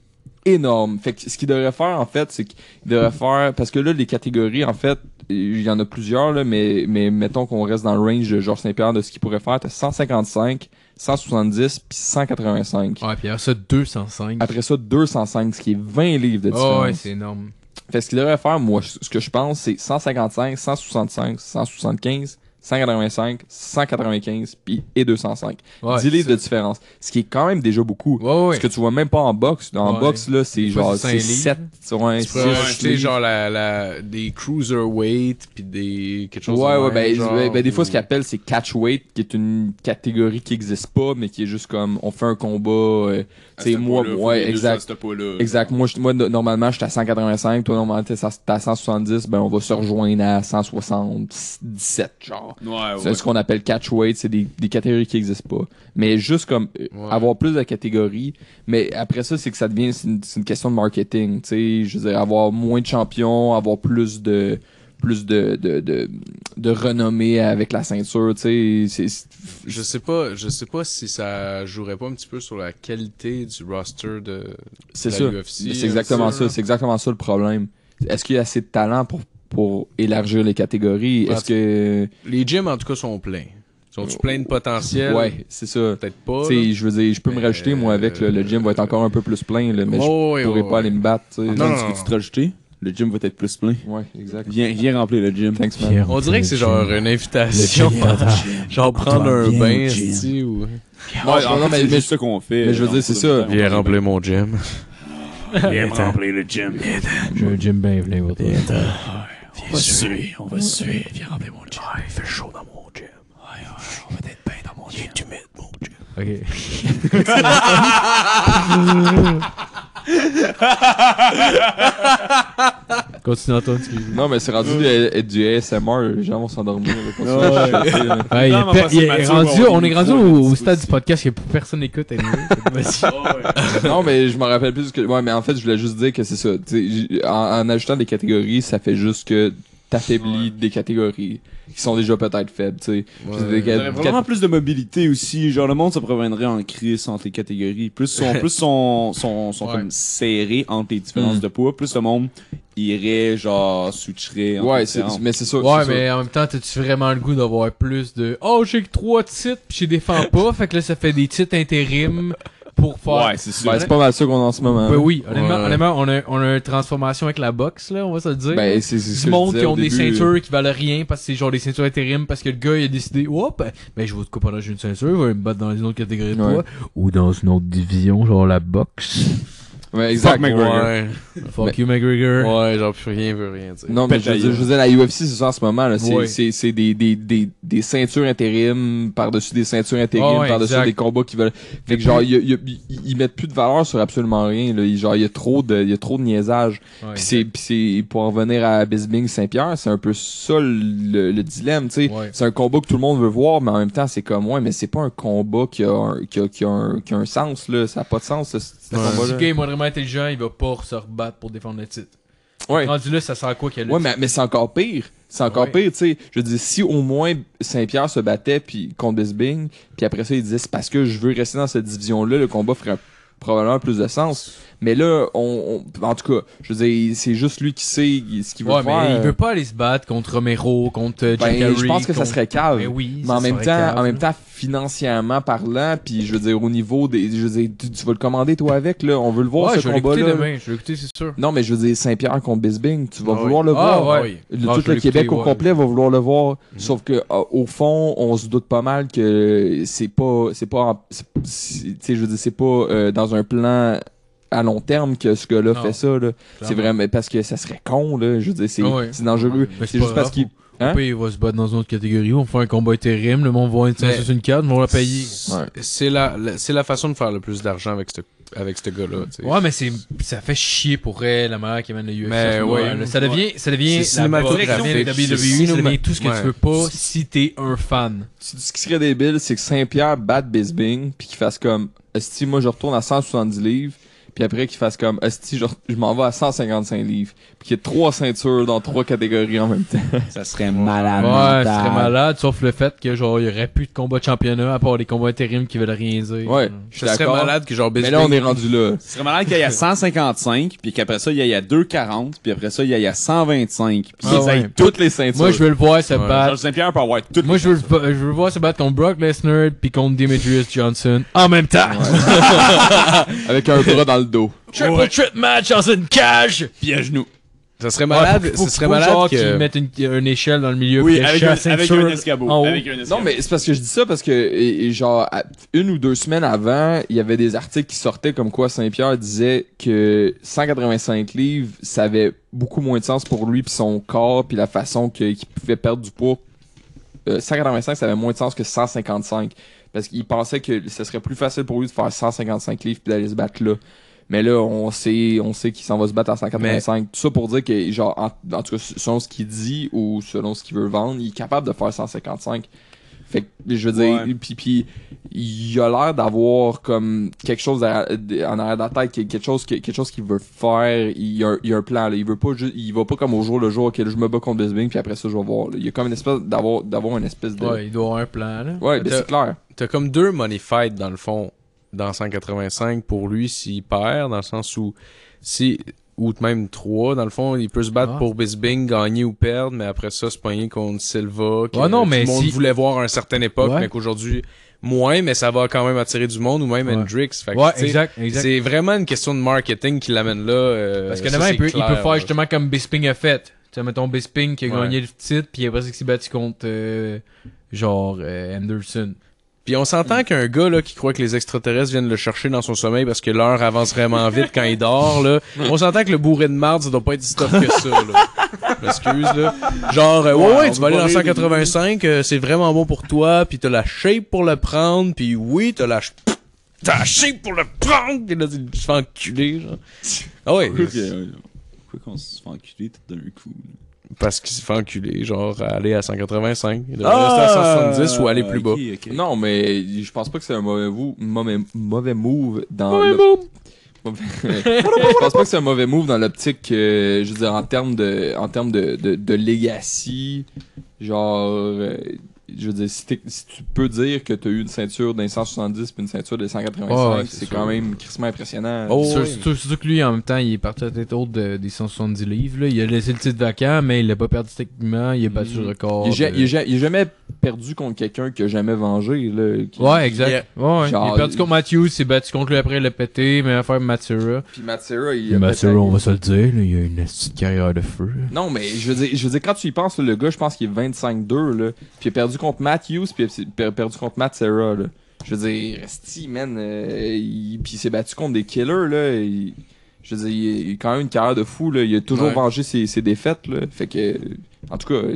Speaker 6: énorme. Fait que ce qu'il devrait faire, en fait, c'est qu'il devrait faire... Parce que là, les catégories, en fait, il y en a plusieurs, là, mais, mais mettons qu'on reste dans le range de Georges Saint-Pierre de ce qu'il pourrait faire. T'as 155, 170, puis 185.
Speaker 3: Ouais, puis alors ça, 205.
Speaker 6: Après ça, 205, ce qui est 20 livres de différence.
Speaker 3: Ouais, ouais, c'est énorme.
Speaker 6: Fait que ce qu'il devrait faire, moi, ce que je pense, c'est 155, 165, 175, 185, 195 puis et 205.
Speaker 3: Ouais,
Speaker 6: 10 livres de différence. Ce qui est quand même déjà beaucoup.
Speaker 3: Ouais, ouais.
Speaker 6: Ce que tu vois même pas en boxe. En
Speaker 3: Ouais.
Speaker 6: boxe, là, c'est
Speaker 3: Des fois,
Speaker 6: genre
Speaker 3: c'est cinq
Speaker 6: c'est
Speaker 3: livres.
Speaker 6: 7, ouais,
Speaker 4: Tu pourrais
Speaker 6: six
Speaker 4: acheter
Speaker 6: livres.
Speaker 4: genre la, la, des cruiserweight pis des quelque chose
Speaker 6: Ouais,
Speaker 4: de même,
Speaker 6: ouais, ben,
Speaker 4: genre,
Speaker 6: ben, ben, des fois, ce
Speaker 4: ou-
Speaker 6: qu'ils appellent, c'est catch weight, qui est une catégorie qui existe pas, mais qui est juste comme, on fait un combat, euh,
Speaker 5: À
Speaker 6: tu sais,
Speaker 5: ce
Speaker 6: moi,
Speaker 5: poids-là, faut
Speaker 6: ouais,
Speaker 5: qu'il y ait deux
Speaker 6: exact.
Speaker 5: à ce poids-là.
Speaker 6: Exact. Moi, je- moi no- normalement, j'étais à 185. Toi, normalement, t'es à t'es à 170. Ben, on va se rejoindre à 177, genre.
Speaker 5: Ouais, Ah ouais.
Speaker 6: C'est ce qu'on appelle catch weight. C'est des, des catégories qui existent pas. Mais juste comme euh,
Speaker 4: Ouais.
Speaker 6: avoir plus de catégories. Mais après ça, c'est que ça devient, c'est une, c'est une question de marketing. Tu sais, je veux dire, avoir moins de champions, avoir plus de plus de, de, de, de renommée avec la ceinture, tu sais, c'est-
Speaker 4: Je sais pas, je sais pas si ça jouerait pas un petit peu sur la qualité du roster de,
Speaker 6: c'est
Speaker 4: la
Speaker 6: ça.
Speaker 4: UFC,
Speaker 6: Mais
Speaker 4: un
Speaker 6: C'est exactement
Speaker 4: peu,
Speaker 6: ça,
Speaker 4: là.
Speaker 6: c'est exactement ça le problème. Est-ce qu'il y a assez de talent pour pour élargir les catégories Est-ce que
Speaker 4: Les gyms, en tout cas, sont pleins. Sont-tu pleins de potentiel?
Speaker 6: ouais, c'est ça.
Speaker 4: Peut-être pas.
Speaker 6: Tu sais, je veux dire, je peux me
Speaker 4: Mais,
Speaker 6: rajouter moi avec là, le gym va être encore un peu plus plein là, mais je pourrais pas aller me battre, tu sais.
Speaker 4: Non, non,
Speaker 5: Tandis
Speaker 4: non.
Speaker 5: que tu te rajouter, le gym va être plus plein.
Speaker 6: Ouais, exact.
Speaker 5: Viens, viens remplir le gym.
Speaker 6: Thanks man.
Speaker 3: Pierre,
Speaker 4: On dirait que c'est
Speaker 3: le
Speaker 4: genre
Speaker 3: gym.
Speaker 4: une invitation. genre prendre un bain, esti, ou...
Speaker 5: Ouais,
Speaker 6: Ouais,
Speaker 5: en
Speaker 6: non,
Speaker 5: fait,
Speaker 6: mais-
Speaker 5: c'est
Speaker 6: mais-
Speaker 5: juste ça qu'on fait.
Speaker 6: mais je veux dire, c'est ça.
Speaker 4: Viens remplir mon gym.
Speaker 5: Viens remplir le gym.
Speaker 3: J'ai un gym bien plein, votre.
Speaker 5: euh, On va suer, on va suer. Viens remplir mon gym. Il fait chaud dans mon gym. On va être bien dans mon gym. Il est humide, mon
Speaker 3: Ok.
Speaker 5: gym.
Speaker 3: Continue, Antoine, excuse-moi.
Speaker 6: Non, mais c'est rendu du, du ASMR, les gens vont s'endormir. là, pour ça.
Speaker 3: Ouais, il est
Speaker 5: Non,
Speaker 3: pe-
Speaker 5: mais
Speaker 3: il est
Speaker 5: Mathieu,
Speaker 3: rendu-
Speaker 5: on
Speaker 3: on est
Speaker 5: est
Speaker 3: rendu
Speaker 5: trop
Speaker 3: au,
Speaker 5: là-dessus
Speaker 3: au stade du
Speaker 5: aussi.
Speaker 3: podcast que personne n'écoute. anyway. Vas-y.
Speaker 6: non, mais je m'en rappelle plus que. Ouais, mais en fait, je voulais juste dire que c'est ça. Tu sais, j- En, en ajoutant des catégories, ça fait juste que t'affaiblis des catégories qui sont déjà peut-être faibles, tu sais. C'est des cat-
Speaker 5: J'aurais vraiment plus de mobilité aussi. Genre, le monde se proviendrait en crise entre les catégories. Plus sont, plus sont, sont, sont
Speaker 10: Ouais.
Speaker 5: comme serrés entre les différences
Speaker 6: Mm.
Speaker 5: de poids, plus le monde irait, genre, switcherait.
Speaker 6: cat-
Speaker 5: entre les
Speaker 6: Ouais, c'est,
Speaker 5: différences.
Speaker 6: mais c'est ça.
Speaker 3: Ouais,
Speaker 6: c'est ça.
Speaker 3: mais en même temps, t'as-tu vraiment le goût d'avoir plus de Oh, j'ai que trois titres pis je les défends pas, fait que là, ça fait des titres intérim pour faire.
Speaker 5: Ouais, c'est sûr.
Speaker 6: Ben, c'est pas mal ça qu'on a en ce moment.
Speaker 3: Ben oui, honnêtement,
Speaker 4: Ouais.
Speaker 3: honnêtement, on, a, on a une transformation avec la boxe, là, on va se le dire.
Speaker 6: Ben, c'est, c'est ce
Speaker 3: du
Speaker 6: que je
Speaker 3: monde
Speaker 6: disais
Speaker 3: qui
Speaker 6: au
Speaker 3: ont des
Speaker 6: début.
Speaker 3: ceintures qui valent rien parce que c'est genre des ceintures intérim parce que le gars il a décidé hop ben, ben je vais te couper là j'ai une ceinture je vais me battre dans une autre catégorie de
Speaker 6: Ouais.
Speaker 3: poids ou dans une autre division genre la boxe
Speaker 6: Ouais, exact.
Speaker 4: Ouais.
Speaker 3: fuck
Speaker 6: Ben,
Speaker 3: you McGregor
Speaker 4: Ouais, genre plus rien veut rien, tu sais.
Speaker 6: Non, mais je veux, dire, je veux dire, la UFC, c'est ça en ce moment. là. C'est,
Speaker 3: Ouais.
Speaker 6: c'est, c'est des, des, des, des ceintures intérim par-dessus des ceintures intérim,
Speaker 3: Ah ouais,
Speaker 6: par-dessus
Speaker 3: exact.
Speaker 6: des combats qui veulent. Fait que genre, il y a- il y a- ils ils mettent plus de valeur sur absolument rien. Là. Il- Genre, il y a trop de, il y a trop de niaisage.
Speaker 3: Ouais.
Speaker 6: Puis c'est, puis c'est, pour en revenir à Bisbing Saint-Pierre, c'est un peu ça le, le dilemme, tu sais.
Speaker 3: Ouais.
Speaker 6: C'est un combat que tout le monde veut voir, mais en même temps, c'est comme, ouais, mais c'est pas un combat qui a un, qui a, qui a un, qui a un sens, là. Ça a pas de sens, ce, ce
Speaker 3: si le
Speaker 6: combat-là.
Speaker 3: gars est modérément intelligent il va pas se rebattre pour défendre le titre
Speaker 6: Ouais.
Speaker 3: rendu là ça sert à quoi qu'elle
Speaker 6: Ouais, mais, mais c'est encore pire. C'est encore
Speaker 3: Ouais.
Speaker 6: pire, tu sais. Je dis si au moins Saint-Pierre se battait puis contre Bisbing, puis après ça, il disait c'est parce que je veux rester dans cette division-là, le combat ferait probablement plus de sens. Mais là, on, on- en tout cas, je veux dire, c'est juste lui qui sait ce qu'il veut
Speaker 3: ouais,
Speaker 6: faire.
Speaker 3: mais il veut pas aller se battre contre Romero, contre euh, Jack
Speaker 6: Ben,
Speaker 3: Harry,
Speaker 6: je pense que ça
Speaker 3: contre-
Speaker 6: serait cave.
Speaker 3: Ben oui,
Speaker 6: Mais
Speaker 3: ça
Speaker 6: en même
Speaker 3: serait
Speaker 6: temps,
Speaker 3: cave,
Speaker 6: en même
Speaker 3: là.
Speaker 6: temps, financièrement parlant, puis je veux dire au niveau des, je veux dire, tu, tu vas le commander toi avec là, on veut le voir
Speaker 3: ouais,
Speaker 6: ce
Speaker 3: je vais l'écouter
Speaker 6: combat-là.
Speaker 3: demain, je vais l'écouter, c'est sûr.
Speaker 6: Non, mais je veux dire Saint-Pierre contre Bisbing, tu vas
Speaker 4: Ah
Speaker 6: vouloir le voir.
Speaker 3: Ah, ouais.
Speaker 6: Le-
Speaker 3: Ah,
Speaker 6: tout
Speaker 3: je vais
Speaker 6: le Québec
Speaker 3: l'écouter,
Speaker 6: au
Speaker 3: ouais. Mhm.
Speaker 6: complet va vouloir le voir. Sauf que euh, au fond, on se doute pas mal que c'est pas, c'est pas, en- c'est- c'est- tu sais, je veux dire, c'est pas euh, dans un plan à long terme que ce gars-là
Speaker 3: Non.
Speaker 6: fait ça. là. C'est vraiment parce que ça serait con, là. Je veux dire, c'est
Speaker 3: Ah ouais.
Speaker 6: c'est dangereux.
Speaker 3: Mais c'est
Speaker 6: C'est
Speaker 3: pas
Speaker 6: juste
Speaker 3: grave.
Speaker 6: parce qu'il. Hein?
Speaker 3: Puis il va se battre dans une autre catégorie, on fait un combat intérim, le monde va être
Speaker 4: Mais-
Speaker 3: sur une carte, on va la payer.
Speaker 6: Ouais.
Speaker 4: C'est la, la- c'est la façon de faire le plus d'argent avec ce avec ce gars-là, tu sais.
Speaker 3: Ouais, mais c'est ça fait chier pour elle, la manière qui mène le UFC.
Speaker 4: Mais
Speaker 3: ce
Speaker 4: ouais.
Speaker 3: combat-là. ça devient ça devient
Speaker 4: C'est
Speaker 3: la
Speaker 4: cinématographique,
Speaker 3: boxe, ça devient la
Speaker 4: c'est
Speaker 3: WWE, ça devient
Speaker 4: cinéma-
Speaker 3: tout ce que
Speaker 4: ouais.
Speaker 3: tu veux pas si t'es un fan.
Speaker 6: Tu- Ce qui serait débile, c'est que Saint-Pierre batte Bisbing, puis qu'il fasse comme Esti, moi je retourne à 170 livres, puis après qu'il fasse comme Esti, je, re- je m'en vais à 155 livres, puis qu'il y ait trois ceintures dans trois catégories en même temps.
Speaker 5: Ça serait malade.
Speaker 3: Ouais, c'est très malade, sauf le fait que genre il y aurait plus de combats de championnat à part des combats intérims qui veulent rien dire.
Speaker 6: Ouais, je suis
Speaker 4: Ça serait
Speaker 6: d'accord.
Speaker 4: malade que genre
Speaker 6: Mais
Speaker 4: Bisbing
Speaker 6: là, on est rendu là.
Speaker 5: Ce serait malade qu'il y ait à 155, puis qu'après ça, il y ait à 240, puis après ça, il y ait à 125. Puis
Speaker 3: Ah
Speaker 5: ils aient
Speaker 3: ouais.
Speaker 5: toutes les ceintures.
Speaker 3: Moi je veux le voir se
Speaker 4: Ouais.
Speaker 3: battre.
Speaker 5: Georges Saint-Pierre peut avoir toutes
Speaker 3: Moi je veux le- je veux le voir se battre contre Brock Lesnar puis contre Demetrius Johnson
Speaker 5: Ah,
Speaker 3: en même temps.
Speaker 6: Avec un bras dans le dos.
Speaker 3: Triple threat match dans une cage.
Speaker 5: les à genoux.
Speaker 4: Ça serait malade,
Speaker 3: Ouais, faut- faut-
Speaker 4: ça serait
Speaker 3: faut
Speaker 4: malade
Speaker 3: genre
Speaker 4: que
Speaker 3: qu'ils mettent une, une échelle dans le milieu.
Speaker 5: Oui,
Speaker 3: puis
Speaker 5: avec,
Speaker 3: la
Speaker 5: un,
Speaker 3: ceinture
Speaker 5: avec un escabeau.
Speaker 3: en haut.
Speaker 5: Avec un escabeau.
Speaker 6: Non, mais c'est parce que je dis ça parce que, et- et genre, à- une ou deux semaines avant, il y avait des articles qui sortaient comme quoi Saint-Pierre disait que 185 livres, ça avait beaucoup moins de sens pour lui puis son corps puis la façon que- qu'il pouvait perdre du poids. Euh, 185, ça avait moins de sens que 155. Parce qu'il pensait que ce serait plus facile pour lui de faire 155 livres puis d'aller se battre là. Mais là, on sait, on sait qu'il s'en va se battre à 185. Tout ça pour dire que, genre, en, en tout cas, selon ce qu'il dit ou selon ce qu'il veut vendre, il est capable de faire 155. Fait que, je veux dire,
Speaker 5: Ouais.
Speaker 6: puis, puis il a l'air d'avoir comme quelque chose à- en arrière de la tête, quelque quelque chose, que- quelque chose qu'il veut faire. Il y a, un- il y a un plan, là. Il veut pas juste, il va pas comme au jour le jour, ok, là, je me bats contre Bisbing, puis après ça, je vais voir. là. Il y a comme une espèce d'avoir, d'avoir une espèce de. Ouais,
Speaker 3: Ouais, il doit avoir un plan là.
Speaker 6: ben, c'est clair.
Speaker 4: t'as comme deux money fights dans le fond dans 185 pour lui s'il perd dans le sens où si ou même trois dans le fond il peut se battre
Speaker 3: Ah.
Speaker 4: pour Bisbing gagner ou perdre mais après ça se pogner contre Silva que
Speaker 3: Ouais, non,
Speaker 4: tout
Speaker 3: mais
Speaker 4: le monde
Speaker 3: si-
Speaker 4: voulait voir à une certaine époque
Speaker 3: Ouais.
Speaker 4: mais qu'aujourd'hui moins mais ça va quand même attirer du monde ou même
Speaker 3: Ouais.
Speaker 4: Hendrix fait que,
Speaker 3: Ouais,
Speaker 4: tu sais,
Speaker 3: exact, exact.
Speaker 4: c'est vraiment une question de marketing qui l'amène là euh,
Speaker 3: Parce que
Speaker 4: ça,
Speaker 3: demain,
Speaker 4: c'est
Speaker 3: il peut, il peut
Speaker 4: clair,
Speaker 3: faire
Speaker 4: là.
Speaker 3: justement comme Bisping a fait. Tu sais, mettons Bisping qui a
Speaker 4: Ouais.
Speaker 3: gagné le titre, puis après c'est qu'il s'est battu contre euh, genre euh, Anderson.
Speaker 4: Puis on s'entend qu'un gars là qui croit que les extraterrestres viennent le chercher dans son sommeil parce que l'heure avance vraiment vite quand il dort là. On s'entend que le bourré de marde ça doit pas être si tough que ça là. Excuse là. Genre euh, ouais ouais,
Speaker 5: Ouais, on
Speaker 4: tu vas aller
Speaker 5: va
Speaker 4: dans
Speaker 5: rire des
Speaker 4: 185, euh, c'est vraiment bon pour toi, puis t'as la shape pour le prendre, puis oui t'as la ch- Tâchez pour le prendre! Puis là, il se fait enculer, genre. Ah ouais.
Speaker 5: Pourquoi que- euh, pourquoi qu'on se fait enculer tout d'un coup? là?
Speaker 4: Parce qu'il se fait enculer, genre, à aller à 185. Il devrait rester à 170 ou aller plus bas.
Speaker 5: Ah! ok, ok.
Speaker 6: Non, mais je pense pas que c'est un mauvais, mou- mauvais, mauvais move dans le- Mauvais- je pense pas que c'est un mauvais move dans l'optique, euh, je veux dire, en termes de, en termes de, de, de legacy, genre, euh, je veux dire, si, t'es- si tu peux dire que t'as eu une ceinture d'un 170 puis une ceinture des 185,
Speaker 3: Ah ouais,
Speaker 6: c'est
Speaker 3: c'est
Speaker 6: quand même crissement impressionnant.
Speaker 4: Oh,
Speaker 3: Sur-
Speaker 4: ouais.
Speaker 3: Surtout surtout que lui, en même temps, il est parti à tête haute de- des 170 livres. là. Il a laissé le titre vacant, mais il l'a pas perdu techniquement. Il a battu le record. euh,
Speaker 6: Il est ja-
Speaker 3: de-
Speaker 6: il est ja- il est jamais perdu contre quelqu'un qui a jamais vengé, là. qui-
Speaker 3: Ouais, exact. Ouais, ouais. il
Speaker 6: Genre,
Speaker 3: a perdu contre Matthews, il s'est battu contre lui après, il l'a pété, mais affaire Matsura.
Speaker 6: Puis Matsura, il a
Speaker 3: Matsura,
Speaker 6: peut-être-
Speaker 3: on va se le dire, là, il a une petite carrière de feu.
Speaker 6: Non, mais je veux dire, je veux dire quand tu y penses, là, le gars, je pense qu'il est 25-2, là. Puis il a perdu contre Matthews, puis il a per- perdu contre Matt Serra, là. Je veux dire, Resti, man, euh, il- puis il s'est battu contre des killers, là. il- je veux dire, il il a quand même une carrière de fou, là. Il a toujours
Speaker 4: Ouais.
Speaker 6: vengé ses, ses défaites, là. Fait que, en tout cas,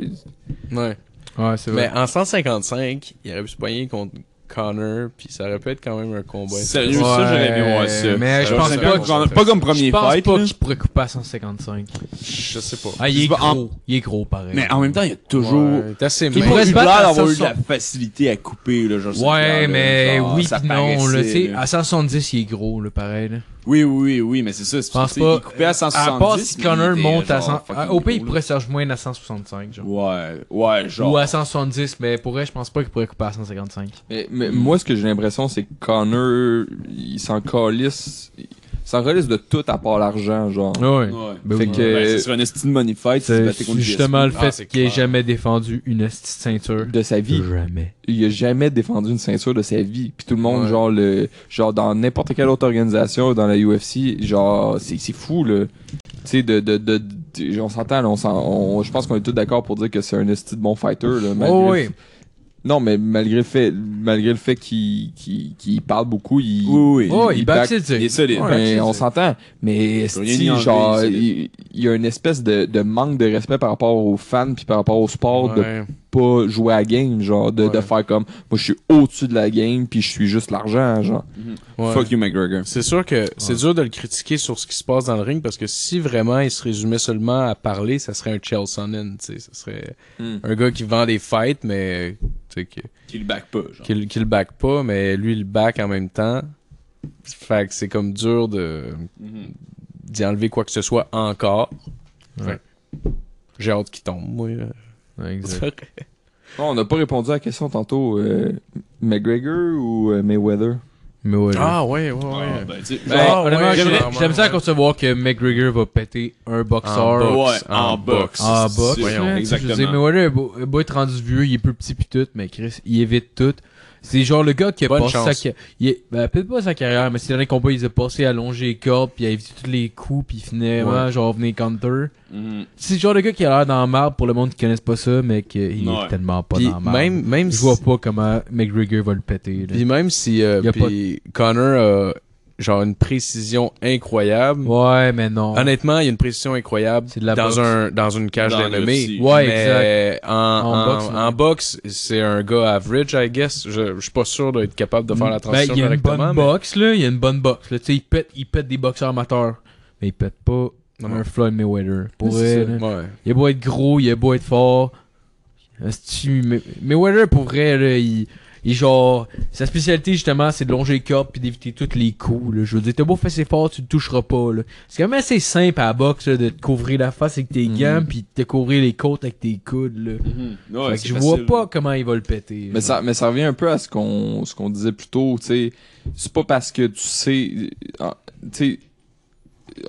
Speaker 4: Ouais.
Speaker 3: Ouais, c'est vrai.
Speaker 4: Mais en 155, il aurait pu se poigner contre Connor, puis ça aurait pu être quand même un combat.
Speaker 5: Sérieux, ça, j'aurais aimé voir ça.
Speaker 3: Mais je
Speaker 5: Ça,
Speaker 3: pense
Speaker 5: j'aurais
Speaker 3: pas
Speaker 5: aimé voir ça. Pas comme premier
Speaker 3: Je pense
Speaker 5: fight,
Speaker 3: pas
Speaker 5: là.
Speaker 3: qu'il pourrait couper à 155.
Speaker 4: Je sais pas.
Speaker 3: Ah, il est
Speaker 5: Je vais en-
Speaker 3: gros. Il est gros, pareil.
Speaker 5: Mais en même temps, il y a toujours.
Speaker 4: Ouais, T'as ses
Speaker 5: Il
Speaker 3: Il
Speaker 4: mains.
Speaker 3: pourrait
Speaker 5: pourrait
Speaker 3: se
Speaker 5: eu
Speaker 3: battre
Speaker 5: l'air
Speaker 3: à
Speaker 5: d'avoir eu de
Speaker 3: 160.
Speaker 5: la facilité à couper, là, genre, cette
Speaker 3: Ouais,
Speaker 5: bière-là,
Speaker 3: mais
Speaker 5: genre,
Speaker 3: oui
Speaker 5: ça
Speaker 3: pis non, là, tu
Speaker 5: paraissait,
Speaker 3: sais,
Speaker 5: là.
Speaker 3: à 170, il est gros, là, pareil, là.
Speaker 5: Oui, oui, oui, oui, mais c'est ça. Je
Speaker 3: pense pas-
Speaker 5: Il coupait à 170.
Speaker 3: À part si
Speaker 5: mais
Speaker 3: Connor
Speaker 5: il était,
Speaker 3: monte à
Speaker 5: genre,
Speaker 3: 100.
Speaker 5: fucking
Speaker 3: Au pays, il
Speaker 5: gros,
Speaker 3: pourrait se rejoindre à 165, genre.
Speaker 5: là. Ouais, ouais, genre.
Speaker 3: Ou à 170, mais pour vrai, je pense pas qu'il pourrait couper à 155.
Speaker 6: Mais, mais moi, ce que j'ai l'impression, c'est que Connor, il s'en calisse. Il s'en calisse de tout à part l'argent, genre.
Speaker 3: Ouais.
Speaker 5: Ouais.
Speaker 3: Ben
Speaker 6: Fait
Speaker 3: oui.
Speaker 6: que-
Speaker 5: Ouais, ce serait un esti de money fight si tu
Speaker 3: C'est
Speaker 5: battais contre
Speaker 3: justement le
Speaker 5: GSP.
Speaker 4: Ah,
Speaker 3: fait
Speaker 4: c'est
Speaker 3: qu'il ait
Speaker 4: clair.
Speaker 3: jamais défendu une esti de ceinture.
Speaker 6: De sa vie.
Speaker 3: Jamais.
Speaker 6: il a jamais défendu une ceinture de sa vie. Puis tout le monde, genre, le, genre dans n'importe quelle autre organisation, dans la UFC, genre, c'est, c'est fou, là. Tu sais, de, de, de, de- on s'entend, là, on s'en- on- je pense qu'on est tous d'accord pour dire que c'est un esti de bon fighter, là. malgré
Speaker 3: Oh,
Speaker 6: le-
Speaker 3: ouais.
Speaker 6: Non, mais malgré le fait, malgré le fait qu'il, qu'il, qu'il parle beaucoup, il,
Speaker 5: Oui, oui.
Speaker 3: Oh, il bat,
Speaker 6: back-
Speaker 3: c'est
Speaker 5: Il est solide.
Speaker 6: Ouais, mais on s'entend. Mais
Speaker 5: peux rien
Speaker 6: esti,
Speaker 5: y enlever,
Speaker 6: genre,
Speaker 5: c'est-
Speaker 6: il, il y a une espèce de, de manque de respect par rapport aux fans puis par rapport au sport de
Speaker 4: Ouais.
Speaker 6: pas jouer à la game, genre, de, de
Speaker 4: Ouais.
Speaker 6: faire comme, moi je suis au-dessus de la game, puis je suis juste l'argent, genre.
Speaker 4: Ouais.
Speaker 5: Fuck you, McGregor.
Speaker 4: C'est sûr que c'est dur de le critiquer sur ce qui se passe dans le ring parce que si vraiment il se résumait seulement à parler, ça serait un Chael Sonnen, tu sais, ça serait
Speaker 6: Mm.
Speaker 4: un gars qui vend des fights mais tu sais que-
Speaker 5: Qu'il back pas, genre.
Speaker 4: qu'il qu'il le back pas mais lui il le back en même temps. Fait que c'est comme dur de
Speaker 5: Mhm.
Speaker 4: d'y enlever quoi que ce soit encore. Fait que J'ai hâte qu'il tombe, moi. là.
Speaker 3: Ouais, exact.
Speaker 6: Non, on n'a pas répondu à la question tantôt, euh, McGregor ou euh, Mayweather?
Speaker 3: Mais ouais. là.
Speaker 4: Ah ouais, ouais, ouais.
Speaker 5: Ah, ben, tu sais,
Speaker 3: Ben,
Speaker 4: Ah,
Speaker 3: honnêtement,
Speaker 4: ouais,
Speaker 3: j'aimerais-
Speaker 4: clairement,
Speaker 3: j'aime ça
Speaker 4: ouais.
Speaker 3: concevoir que McGregor va péter un boxeur.
Speaker 4: boxe.
Speaker 5: ben, Ouais, en
Speaker 4: en
Speaker 5: boxe.
Speaker 4: boxe.
Speaker 3: Ah,
Speaker 5: C'est
Speaker 3: box. là, tu
Speaker 5: sûr.
Speaker 3: sais, Je veux dire,
Speaker 5: Exactement.
Speaker 3: mais voilà, le beau- le beau être rendu vieux, il est plus petit pis tout, mais Chris, il évite tout. C'est genre le gars qui a
Speaker 4: Bonne
Speaker 3: passé
Speaker 4: chance.
Speaker 3: sa carrière. Ben, peut-être pas sa carrière, mais c'est dans les combats, il a passé à longer les cordes, puis il a évité tous les coups, puis finalement, genre, venait counter.
Speaker 5: Mhm.
Speaker 3: C'est genre le gars qui a l'air dans la marbre pour le monde qui connaisse pas ça, mais qui il
Speaker 5: Ouais.
Speaker 3: est tellement pas
Speaker 4: Puis
Speaker 3: dans la marbre.
Speaker 4: même même
Speaker 3: Je
Speaker 4: si-
Speaker 3: vois pas comment McGregor va le péter. là.
Speaker 4: Puis même si euh,
Speaker 3: Y a pas-
Speaker 4: puis Connor a genre une précision incroyable.
Speaker 3: Ouais, mais non.
Speaker 4: Honnêtement, il y a une précision incroyable
Speaker 3: C'est de la boxe.
Speaker 4: dans, un, dans une cage
Speaker 5: Dans
Speaker 4: d'ennemis.
Speaker 5: l'UFC.
Speaker 3: Ouais,
Speaker 4: mais en,
Speaker 3: En
Speaker 4: en,
Speaker 3: boxe,
Speaker 4: en
Speaker 3: non.
Speaker 4: boxe, c'est un gars average, I guess. Je, je suis pas sûr d'être capable de faire la
Speaker 3: Ben,
Speaker 4: transition
Speaker 3: il y a une bonne
Speaker 4: correctement. mais-
Speaker 3: boxe, là. Il y a une bonne boxe. Là. Tu sais, il pète, il pète des boxeurs amateurs. Mais il pète pas
Speaker 4: Non, non.
Speaker 3: un Floyd Mayweather. Pour
Speaker 4: C'est
Speaker 3: vrai,
Speaker 4: ça.
Speaker 3: là.
Speaker 4: Ouais.
Speaker 3: Il a beau être gros, il a beau être fort. Asti, May- Mayweather, pour vrai, là, il, il genre. Sa spécialité, justement, c'est de longer les cordes puis d'éviter tous les coups. là. Je veux dire, t'as beau faire ses forts, tu le toucheras pas. là. C'est quand même assez simple à la boxe là, de te couvrir la face avec
Speaker 4: Mhm.
Speaker 3: tes gants puis de te couvrir les côtes avec tes coudes. Là.
Speaker 5: Mhm. Ouais,
Speaker 3: Fait que
Speaker 5: c'est
Speaker 3: je
Speaker 5: facile.
Speaker 3: vois pas comment il va le péter.
Speaker 6: Mais
Speaker 3: genre.
Speaker 6: ça, mais ça revient un peu à ce qu'on ce qu'on disait plus tôt, tu sais. C'est pas parce que tu sais. euh, Tu sais.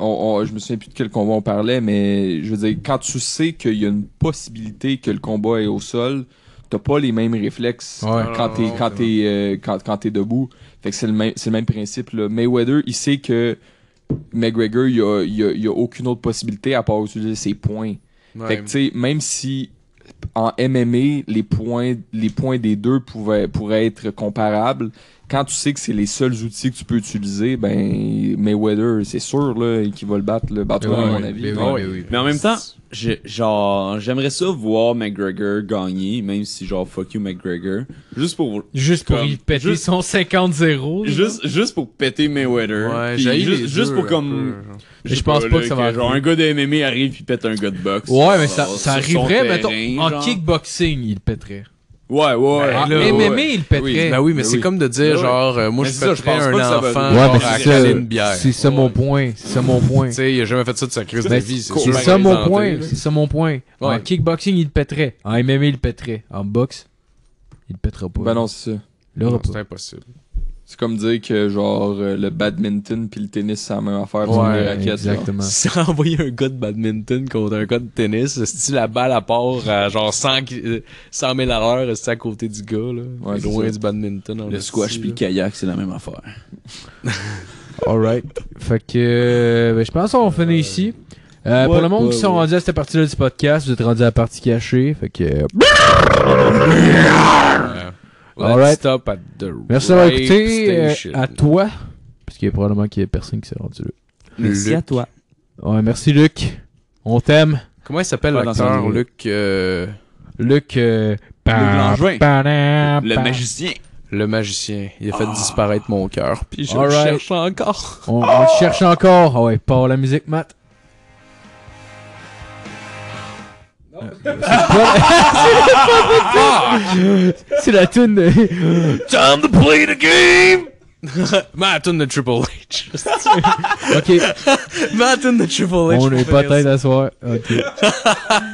Speaker 6: on- on- je me souviens plus de quel combat on parlait, mais je veux dire, quand tu sais qu'il y a une possibilité que le combat est au sol, t'as pas les mêmes réflexes
Speaker 3: Ouais.
Speaker 6: quand
Speaker 4: Non,
Speaker 6: t'es
Speaker 4: non,
Speaker 6: quand
Speaker 4: c'est
Speaker 6: t'es euh, quand, quand t'es debout. Fait que c'est le même c'est le même principe. Là. Mayweather, il sait que McGregor, il y a, il y a- il y a aucune autre possibilité à part utiliser ses points. Fait que, tu sais, même si en MMA, les points, les points des deux pouvaient, pourraient être comparables, quand tu sais que c'est les seuls outils que tu peux utiliser, ben Mayweather, c'est sûr là, qu'il va le battre, le battre à mon avis.
Speaker 5: oui, Mais en même temps, j'ai- genre, j'aimerais ça voir McGregor gagner, même si genre fuck you McGregor, juste pour
Speaker 11: Juste pour
Speaker 5: Comme-
Speaker 11: y péter
Speaker 5: juste-
Speaker 11: son 50-0.
Speaker 5: juste juste pour péter Mayweather,
Speaker 4: Ouais,
Speaker 5: puis
Speaker 4: j'haïs
Speaker 5: juste,
Speaker 4: les
Speaker 5: juste
Speaker 4: deux
Speaker 5: pour
Speaker 4: un
Speaker 5: comme
Speaker 4: peu, genre.
Speaker 11: Mais je pense
Speaker 5: sais
Speaker 11: pas
Speaker 5: là,
Speaker 11: que ça va
Speaker 5: genre un
Speaker 11: arriver.
Speaker 5: gars de MMA arrive puis pète un gars de boxe.
Speaker 11: Ouais, mais ça,
Speaker 5: Genre,
Speaker 11: ça
Speaker 5: sur son
Speaker 11: arriverait,
Speaker 5: terrain,
Speaker 11: mettons, en
Speaker 5: genre.
Speaker 11: kickboxing, il le pèterait. Ah,
Speaker 5: Ouais, ouais.
Speaker 3: Ah,
Speaker 11: En
Speaker 4: là,
Speaker 11: MMA,
Speaker 4: ouais.
Speaker 11: il le pèterait.
Speaker 4: Ah, Oui, bah oui, mais c'est comme de dire,
Speaker 5: Ben oui.
Speaker 4: genre, euh, moi,
Speaker 5: Mais
Speaker 4: je
Speaker 5: c'est ça, je
Speaker 4: pèterais
Speaker 5: pense
Speaker 4: un
Speaker 5: pas que ça va
Speaker 4: enfant,
Speaker 5: venir.
Speaker 3: Ouais,
Speaker 4: genre,
Speaker 3: mais
Speaker 4: à
Speaker 3: c'est ça.
Speaker 4: caler une bière.
Speaker 3: C'est ça mon point. C'est ça mon point.
Speaker 4: Tu sais, il a jamais fait ça de sa crise de
Speaker 3: Mais
Speaker 4: vie, c'est
Speaker 3: C'est
Speaker 4: sûr.
Speaker 3: ça mon
Speaker 4: Présenté,
Speaker 3: point,
Speaker 4: là.
Speaker 3: c'est ça mon point. En
Speaker 4: Ouais.
Speaker 3: kickboxing, il le pèterait. En MMA, il le pèterait. En boxe, il le pètera pas.
Speaker 6: Ben non, c'est ça.
Speaker 3: Là,
Speaker 4: Non,
Speaker 3: pas.
Speaker 4: C'est impossible.
Speaker 6: C'est comme dire que genre euh, le badminton puis le tennis c'est la même affaire, c'est
Speaker 4: Ouais,
Speaker 6: des raquettes. genre.
Speaker 3: exactement.
Speaker 4: Si t'as envoyé un gars de badminton contre un gars de tennis, si la balle à part à genre 100, qui- euh, 100 000 à l'heure, c'est à côté du gars, là.
Speaker 6: Ouais, c'est
Speaker 4: loin
Speaker 6: ça.
Speaker 4: du badminton. en
Speaker 5: Le squash
Speaker 4: esti,
Speaker 5: puis le
Speaker 4: là.
Speaker 5: kayak, c'est la même affaire.
Speaker 3: Alright. Fait que euh, ben, je pense qu'on finit ici. Euh, pour le monde qui sont rendus à cette partie-là du podcast, vous êtes rendus à la partie cachée. Fait que. euh,
Speaker 4: Let's
Speaker 3: Alright.
Speaker 4: stop at the
Speaker 3: Merci d'avoir
Speaker 4: rape
Speaker 3: écouté. euh,
Speaker 4: station.
Speaker 3: à toi. Parce qu'il y a probablement qu'il y a personne qui s'est rendu là.
Speaker 5: Merci à toi.
Speaker 3: Ouais, merci Luc. On t'aime.
Speaker 4: Comment il s'appelle
Speaker 5: Pas dans
Speaker 4: l'acteur,
Speaker 5: son-
Speaker 4: Luc euh,
Speaker 3: Luc. euh,
Speaker 5: Langevin.
Speaker 3: pa-
Speaker 5: Le
Speaker 3: pa-
Speaker 5: magicien.
Speaker 4: Le magicien. Il a fait disparaître mon cœur. Puis je le
Speaker 3: Alright.
Speaker 4: cherche encore.
Speaker 3: On, on le cherche encore. Ah ouais, pas la musique, Matt. Euh, C'est pas- C'est la tune de...
Speaker 4: Time to play the game! Martin de Triple H.
Speaker 3: Ok,
Speaker 4: Martin de Triple H.
Speaker 3: on est pas tête à soir. Ok.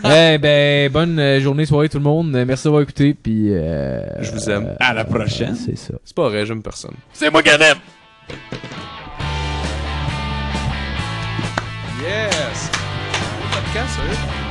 Speaker 3: Eh ben, bonne euh, journée, soirée tout le monde. Euh, Merci d'avoir écouté, puis... euh,
Speaker 4: Je vous aime.
Speaker 5: À la prochaine.
Speaker 3: C'est ça.
Speaker 4: C'est pas vrai, j'aime personne.
Speaker 5: C'est moi qui en aime.
Speaker 4: Yes! Podcast, sérieux?